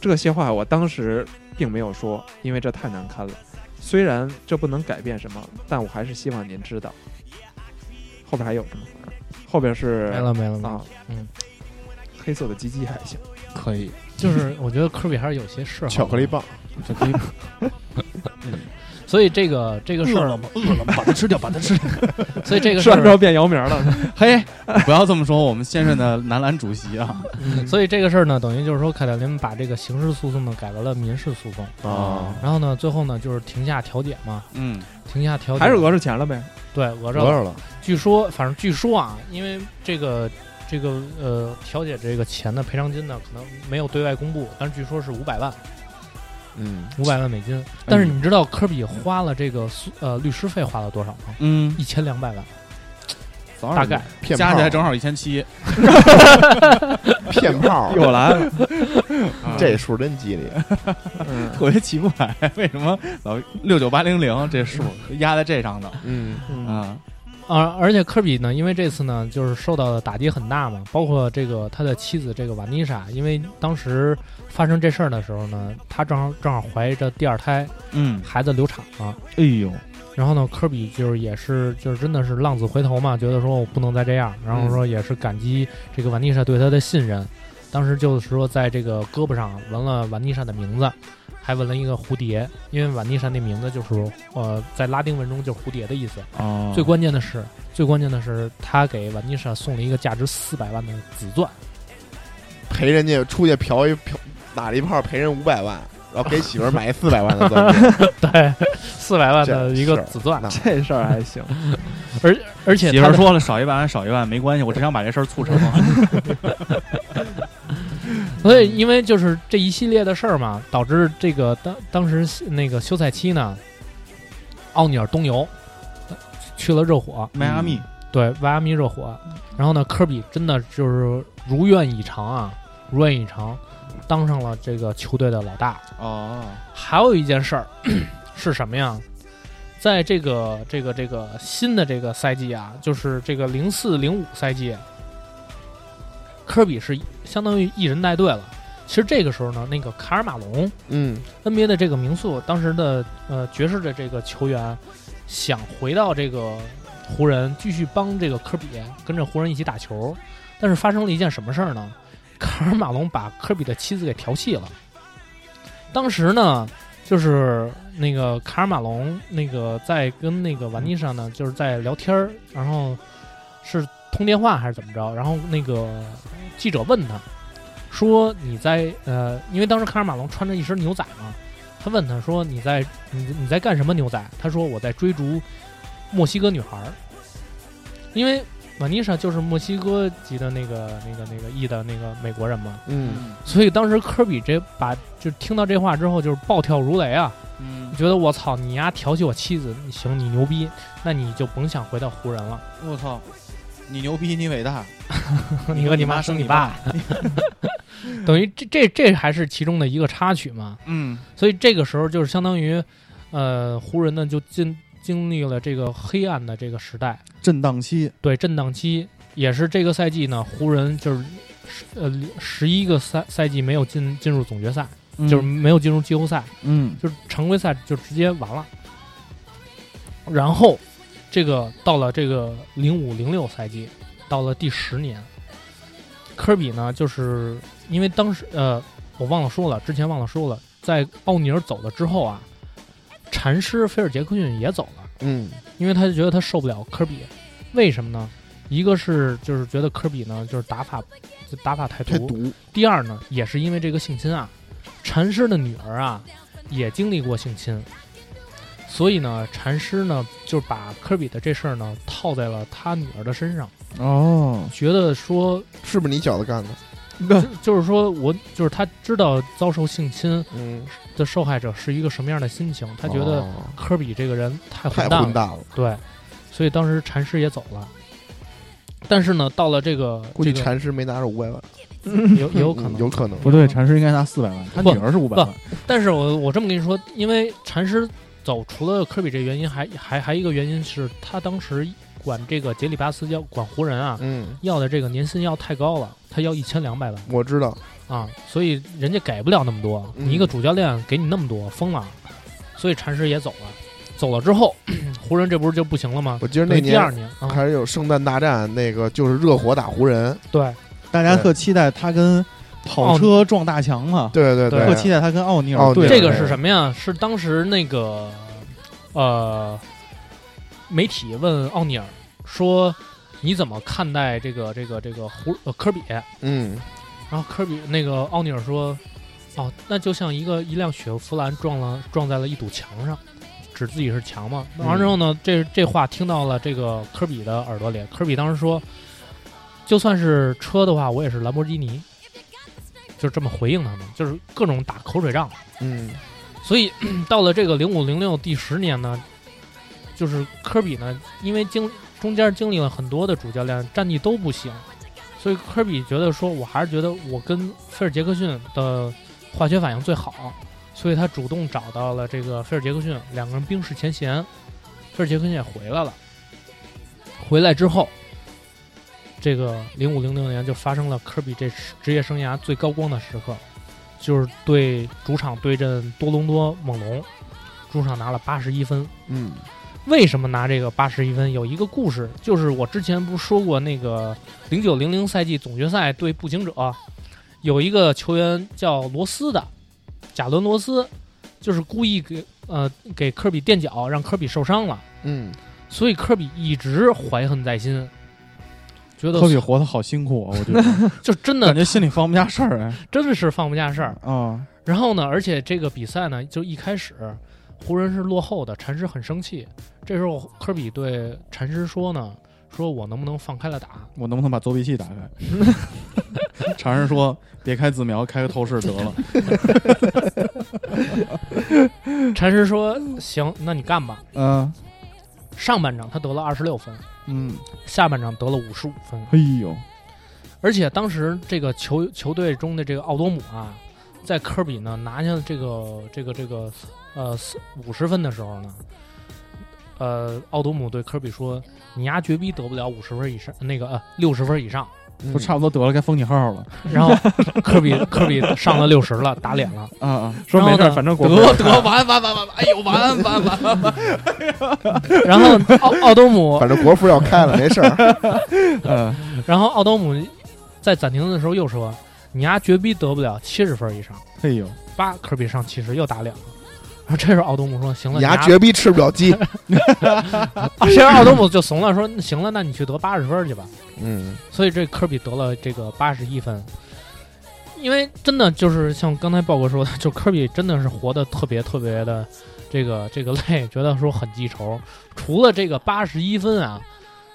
S6: 这些话我当时并没有说，因为这太难堪了。虽然这不能改变什么，但我还是希望您知道。后边还有什么？后边是
S3: 没了没了没了
S6: 啊，，
S3: 嗯，
S6: 黑色的鸡鸡还行。
S7: 可以，
S3: 就是我觉得科比还是有些事。
S5: 巧克力，棒。
S7: 这可以。
S3: 所以这个这个事
S7: 饿
S3: 儿
S7: 了，吗？饿了
S3: (laughs)
S7: 吗？把它吃掉，把它吃掉。啊
S3: 所以这个事
S6: 吃完
S3: 儿
S6: 之后变姚明了，
S7: (laughs) 嘿，不要这么说，我们先生的男篮主席啊。
S3: 所以这个事儿呢，等于就是说，凯特琳把这个刑事诉讼呢改为了民事诉讼，
S5: 啊，
S3: 然后呢，最后呢就是停下调解嘛，
S7: 嗯，
S3: 停下调解
S6: 还是讹着钱了呗？
S3: 对讹着
S5: 多
S3: 了。
S5: 少了？
S3: 据说，反正据说啊，因为这个这个呃调解这个钱的赔偿金呢，可能没有对外公布，但是据说是五百万，
S5: 嗯，
S3: 五百万美
S7: 哎
S3: 金。但是你知道科比花了这个诉呃律师费花了多少吗？
S7: 嗯，
S3: 一千两百万，
S7: 早
S3: 大概。
S5: 骗炮
S7: 加起来正好一千七。
S5: 骗炮。
S6: 又来了，
S3: 嗯
S5: 这数真吉利。
S6: 嗯
S7: 特别奇怪，为什么老六九八零零这数压在这上头
S5: 嗯
S6: 嗯
S7: 啊？
S3: 而而且科比呢，因为这次呢，就是受到的打击很大嘛，包括这个他的妻子这个瓦妮莎，因为当时发生这事儿的时候呢，他正好正好怀着第二胎，
S7: 嗯，
S3: 孩子流产了。
S7: 哎呦，
S3: 然后呢，科比就是也是就是真的是浪子回头嘛，觉得说我不能再这样，然后说也是感激这个瓦妮莎对他的信任，当时就是说在这个胳膊上纹了瓦妮莎的名字，还纹了一个蝴蝶，因为瓦妮莎那名字就是呃在拉丁文中就是蝴蝶的意思。
S7: 哦
S3: 最关键的是，最关键的是他给瓦妮莎送了一个价值四百万的紫钻，
S5: 陪人家出去嫖一嫖，打了一炮赔人五百万，然后给媳妇儿买一四百万的钻 (laughs) 戒，
S3: (laughs) 对，四百万的
S5: 这
S3: 一个
S5: 是
S3: 紫钻
S5: 那，
S6: (laughs) 这事儿还行，
S3: 而而且
S7: 媳
S3: 他
S7: 妇儿
S3: 的
S7: 说了少一万少一万没关系，我只想把这事儿促成。
S3: 所以，因为就是这一系列的事儿嘛，导致这个当当时那个休赛期呢，奥尼尔东游呃去了热火，
S7: 迈阿密，
S3: 对，迈阿密热火。然后呢，科比真的就是如愿以偿啊，如愿以偿，当上了这个球队的老大。
S7: 哦，
S3: 还有一件事儿 (clears throat) 是什么呀？在这个这个这个新的这个赛季啊，就是这个零四零五赛季，科比是相当于一人带队了。其实这个时候呢，那个卡尔马龙
S5: 嗯，
S3: NBA 的这个名宿，当时的呃爵士的这个球员，想回到这个湖人继续帮这个科比跟着湖人一起打球，但是发生了一件什么事儿呢？ (laughs) 卡尔马龙把科比的妻子给调戏了。当时呢，就是那个卡尔马龙那个在跟那个瓦妮莎呢，就是在聊天儿，然后是通电话还是怎么着？然后那个记者问他，说你在呃，因为当时卡尔马龙穿着一身牛仔嘛，他问他说你在你你在干什么牛仔？他说我在追逐墨西哥女孩儿，因为玛妮莎就是墨西哥籍的那个那个那个裔的那个美国人嘛，
S5: 嗯，
S3: 所以当时科比这把就听到这话之后就是暴跳如雷啊，
S7: 嗯，
S3: 觉得我操你丫调戏我妻子，你行你牛逼，那你就甭想回到湖人了，
S7: 我操，你牛逼，你伟大，
S3: 你和你妈生你爸，等于这这这还是其中的一个插曲嘛，
S7: 嗯，
S3: 所以这个时候就是相当于，呃，湖人呢就经经历了这个黑暗的这个时代，
S4: 震荡期，
S3: 对震荡期，也是这个赛季呢，湖人就是十呃十一个赛赛季没有进进入总决赛，就是没有进入季后赛，
S7: 嗯
S3: 就是常规赛就直接完了。然后，这个到了这个零五零六赛季，到了第十年，科比呢，就是因为当时呃，我忘了说了，之前忘了说了，在奥尼尔走了之后啊，禅师菲尔杰克逊也走了。
S5: 嗯，
S3: 因为他就觉得他受不了科比，为什么呢？一个是就是觉得科比呢就是打法就打法太毒，
S5: 太毒，
S3: 第二呢也是因为这个性侵案，禅师的女儿啊也经历过性侵，所以呢禅师呢就把科比的这事儿呢套在了他女儿的身上，
S7: 哦，
S3: 觉得说
S5: 是不是你小子干的？
S3: 就就是说我就是他知道遭受性侵
S5: 嗯，
S3: 的受害者是一个什么样的心情，他觉得
S5: 哦
S3: 科比这个人太
S5: 太
S3: 混蛋了
S5: 混。蛋了，
S3: 对，所以当时禅师也走了。但是呢，到了这个
S5: (laughs) 估计
S3: 这个
S5: 禅师没拿着五百万， (laughs)
S3: 有也有可
S5: 嗯
S3: 能，
S5: 有可能，
S7: 不对，禅师应该拿四百万，他
S3: 不
S7: 女儿是五百万，
S3: 但是我我这么跟你说，因为禅师走，除了科比这原因，还还还一个原因是他当时管这个杰里巴斯要管湖人啊，
S5: 嗯，
S3: 要的这个年薪要太高了，他要一千两百万
S5: 我知道，
S3: 啊，所以人家给不了那么多，
S5: 嗯
S3: 你一个主教练给你那么多，疯了。所以禅师也走了，走了之后， (clears throat) 湖人这不是就不行了吗？
S5: 我记得
S3: 等
S5: 那
S3: 于第
S5: 年
S3: 二年啊，
S5: 还是有圣诞大战，那个就是热火打湖人，
S3: 对，
S4: 大家特期待他跟跑车撞大墙嘛，
S5: 对对
S3: 对
S4: 特期待他跟奥尼
S5: 奥
S4: 尔
S5: 尼
S4: 对
S5: 尔
S3: 啊这个
S5: 对
S3: 是什么呀？是当时那个呃，媒体问奥尼尔说：“你怎么看待这个这个这个胡呃科比？”
S5: 嗯，
S3: 然后科比那个奥尼尔说：“哦，那就像一个一辆雪佛兰撞了撞在了一堵墙上，指自己是墙嘛。”完了之后呢，这这话听到了这个科比的耳朵里，科比当时说：“就算是车的话，我也是兰博基尼。”就这么回应他们，就是各种打口水仗。
S5: 嗯，
S3: 所以 (clears throat) 到了这个零五零六第十年呢，就是科比呢，因为经中间经历了很多的主教练，战绩都不行，所所以科比觉得说，我还是觉得我跟菲尔杰克逊的化学反应最好，所以他主动找到了这个菲尔杰克逊，两个人冰释前嫌。菲尔杰克逊也回来了，回来之后，这个零五零六年就发生了科比这职业生涯最高光的时刻，就是对主场对阵多伦多猛龙，主场拿了八十一分，
S5: 嗯，
S3: 为什么拿这个八十一分？有一个故事，就是我之前不是说过那个零九零零赛季总决赛对步行者，有一个球员叫罗斯的，贾伦罗斯，就是故意给呃给科比垫脚，让科比受伤了，
S5: 嗯，
S3: 所以科比一直怀恨在心，觉得
S7: 科比活得好辛苦啊，我觉得
S3: 就真
S7: 感
S3: 的
S7: 觉心里放不下事儿哎。
S3: 真的是放不下事儿。
S7: 啊，
S3: 然后呢，而且这个比赛呢，就一开始湖人是落后的，禅师很生气。这时候科比对禅师说呢：“说我能不能放开了打
S7: 我能不能把作弊器打开？常人说别开自瞄，开个透视得了。？”
S3: 禅师说：“行，那你干吧。
S7: (laughs) 嗯”
S3: 上半场他得了二十六分，
S7: 嗯，
S3: 下半场得了五十五分。
S7: 哎呦，
S3: 而且当时这个球球队中的这个奥多姆啊，在科比呢拿下这个这个这个呃五十分的时候呢，呃，奥多姆对科比说：“你丫绝逼得不了五十分以上，那个呃六十分以上。”
S5: 嗯
S7: 都差不多得了，该封你号了 (laughs)
S3: 然后科比科比上了六十了，打脸了。
S7: 啊啊！
S6: 说没
S3: 然
S6: 事
S3: 后
S6: 儿，
S3: 呢
S6: 反正国
S7: 得
S6: 歌
S7: 得完完完完完，哎呦完完完完 (laughs) 完！
S3: 然后奥奥多姆，
S5: 反正国服要开了，没
S3: (laughs)
S5: 事儿。
S7: 嗯，
S3: 然后奥多姆在暂停的时候又说：“你丫绝逼得不了七十分以上。
S7: 哎呦，”
S3: 八科比上七十又打脸了。然后这时候奥多姆说：“行了，
S5: 你
S3: 丫
S5: 丫绝逼吃不
S3: (laughs)
S5: 了鸡。
S3: 啊这时候奥多姆就怂了，说：“那行了，那你去得八十分去吧。”
S5: 嗯，
S3: 所以这科比得了这个八十一分。因为真的就是像刚才豹哥说的，就科比真的是活得特别特别的这个这个累，觉得说很记仇。除了这个八十一分啊，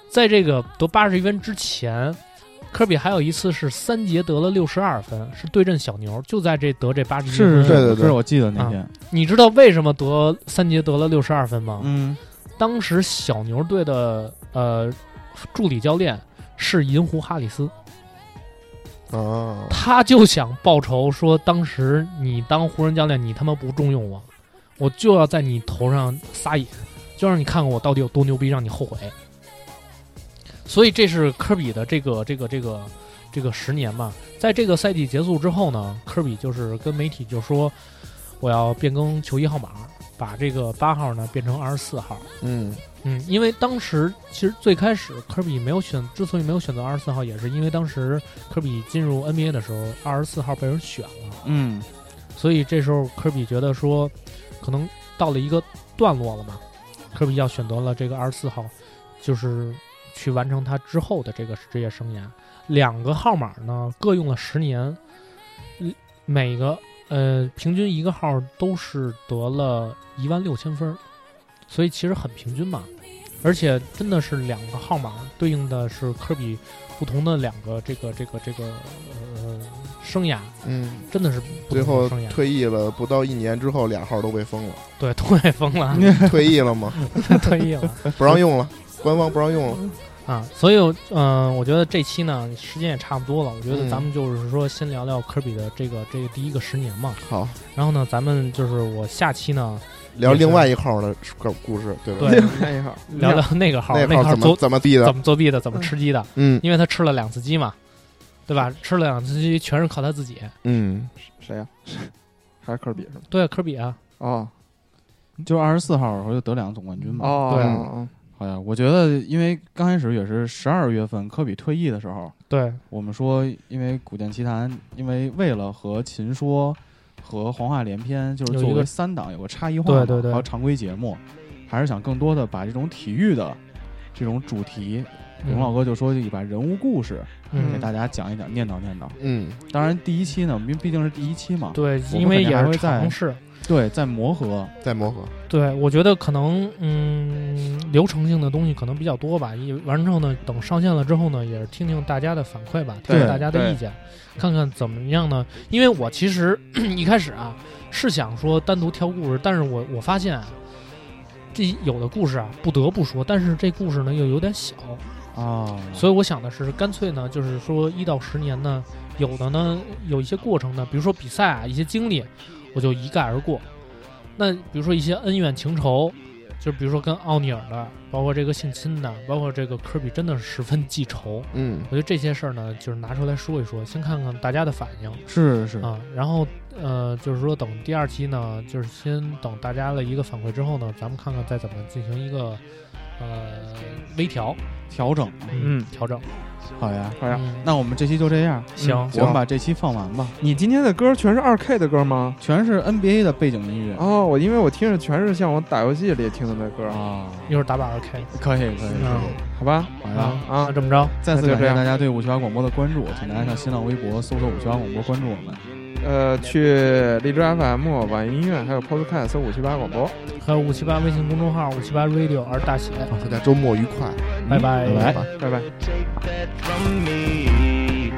S3: 在这个得八十一分之前，科比还有一次是三节得了六十二分，是对阵小牛，就在这得这八十一分。
S7: 是是
S5: 对对
S7: 是，
S5: 对
S7: 我记得那天，
S3: 你知道为什么得三节得了六十二分吗？
S7: 嗯，
S3: 当时小牛队的呃助理教练是银狐哈里斯。
S5: 啊，
S3: 他就想报仇，说当时你当湖人教练，你他妈不重用我，我就要在你头上撒野，就让你看看我到底有多牛逼，让你后悔。所以这是科比的这个这个这个这个十年吧。在这个赛季结束之后呢，科比就是跟媒体就说，我要变更球衣号码，把这个八号呢变成二十四号。
S5: 嗯
S3: 嗯，因为当时其实最开始科比没有选，之所以没有选择二十四号，也是因为当时科比进入 NBA 的时候，二十四号被人选了，
S7: 嗯，
S3: 所以这时候科比觉得说，可能到了一个段落了嘛，科比要选择了这个二十四号，就是去完成他之后的这个职业生涯。两个号码呢，各用了十年，嗯每个呃平均一个号都是得了一万六千分儿，所以其实很平均嘛。而且真的是两个号码对应的是科比不同的两个这个这个这个呃生涯，
S5: 嗯，
S3: 真的是不
S5: 最
S3: 同
S5: 后
S3: 的生涯。
S5: 退役了不到一年之后，俩号都被封了，
S3: 对， (laughs) 退疯了，
S5: (laughs) 退役了嘛，
S3: (laughs) 退役了。
S5: 不让用了，官方不让用
S3: (laughs)
S5: 了。
S3: 啊，所以嗯、呃我觉得这期呢时间也差不多了，我觉得
S5: 嗯
S3: 咱们就是说先聊聊科比的这个这个第一个十年嘛，
S5: 好，
S3: 然后呢，咱们就是我下期
S5: (laughs)
S3: 呢
S5: 聊另外一号的故故事，对吧？
S3: 对
S6: 看一会儿，
S3: 聊聊那个号，
S5: 那
S3: 那个
S5: 号
S3: 号
S5: 怎么
S3: 作
S5: 怎么地的
S3: 怎？么作弊的，怎么吃鸡的，
S5: 嗯
S3: 因为他吃了两次鸡嘛，对吧？吃了两次鸡全是靠他自己。
S5: 嗯，
S6: 谁呀？还是科比是吗？
S3: 对啊，科比啊，
S6: 哦
S7: 嗯就二十四号，然后就得两个总冠军嘛。
S6: 哦，
S3: 嗯对啊
S6: 哦
S7: 好像我觉得，因为刚开始也是十二月份科比退役的时候，
S3: 对
S7: 我们说，因为《古剑奇谭》，因为为了和秦说和黄话连篇，就是
S3: 有一
S7: 作为
S3: 个
S7: 三档有个差异化嘛
S3: 对对对
S7: 还有常规节目，还是想更多的把这种体育的这种主题，龙老哥就说就把人物故事给
S3: 嗯，
S7: 大家讲一讲，念叨念叨。
S5: 嗯
S7: 当然，第一期呢，因为毕竟是第一期嘛，
S3: 对，
S7: 们
S3: 因为
S7: 肯定
S3: 也
S7: 还会
S3: 是
S7: 再
S3: 尝试。
S7: 对，在磨合，
S5: 再磨合。
S3: 对，我觉得可能嗯，流程性的东西可能比较多吧。一完之后呢，等上线了之后呢，也是听听大家的反馈吧，听听
S7: 对
S3: 大家的
S6: 对
S3: 意见，看看怎么样呢？因为我其实 (clears throat) 一开始啊是想说单独挑故事，但是我我发现啊，这有的故事啊不得不说，但是这故事呢又有点小，
S7: 啊，
S3: 所以我想的是，干脆呢，就是说一到十年呢，有的呢有一些过程呢，比如说比赛啊，一些经历，我就一概而过。那比如说一些恩怨情仇，就比如说跟奥尼尔的，包括这个性侵的，包括这个科比，真的是十分记仇。
S5: 嗯
S3: 我觉得这些事儿呢，就是拿出来说一说，先看看大家的反应
S7: 是是，
S3: 啊。然后呃，就是说等第二期呢，就是先等大家的一个反馈之后呢，咱们看看再怎么进行一个呃微调，
S7: 调整，
S6: 嗯
S3: 调整。
S7: 好呀。
S6: 好呀
S3: 嗯
S7: 那我们这期就这样，嗯
S3: 行
S7: 我们把这期放完吧，
S6: 你今天的歌全是二 K 的歌吗？
S7: 全是 NBA 的背景音乐
S6: 哦，我因为我听着全是像我打游戏里听的那歌，
S7: 啊，
S3: 一会儿打把二 K。
S7: 可以可以，
S6: 好吧？
S7: 好呀。
S3: 嗯
S5: 嗯
S3: 啊
S6: 啊
S3: 那这么着，
S7: 再次
S6: 那就
S7: 感
S6: 这
S7: 谢
S6: 样
S7: 大家对五七八广播的关注，请大家上新浪微博搜索“五七八广播”关注我们。
S6: 呃，去荔枝 FM、网易音乐还有 Podcast 搜五七八广播。
S3: 还有五七八微信公众号五七八 radio 而大写，
S5: 大啊家周末愉快。
S3: 拜拜
S5: 拜拜
S6: 拜拜。
S10: take that from me.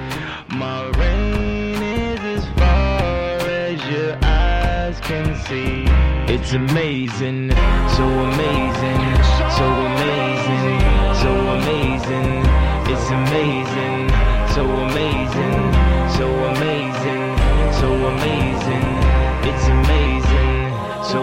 S10: My rain is as far as your eyes can see. It's amazing, so amazing, so amazing, so amazing. It's amazing, so amazing, so amazing, so amazing. It's amazing, so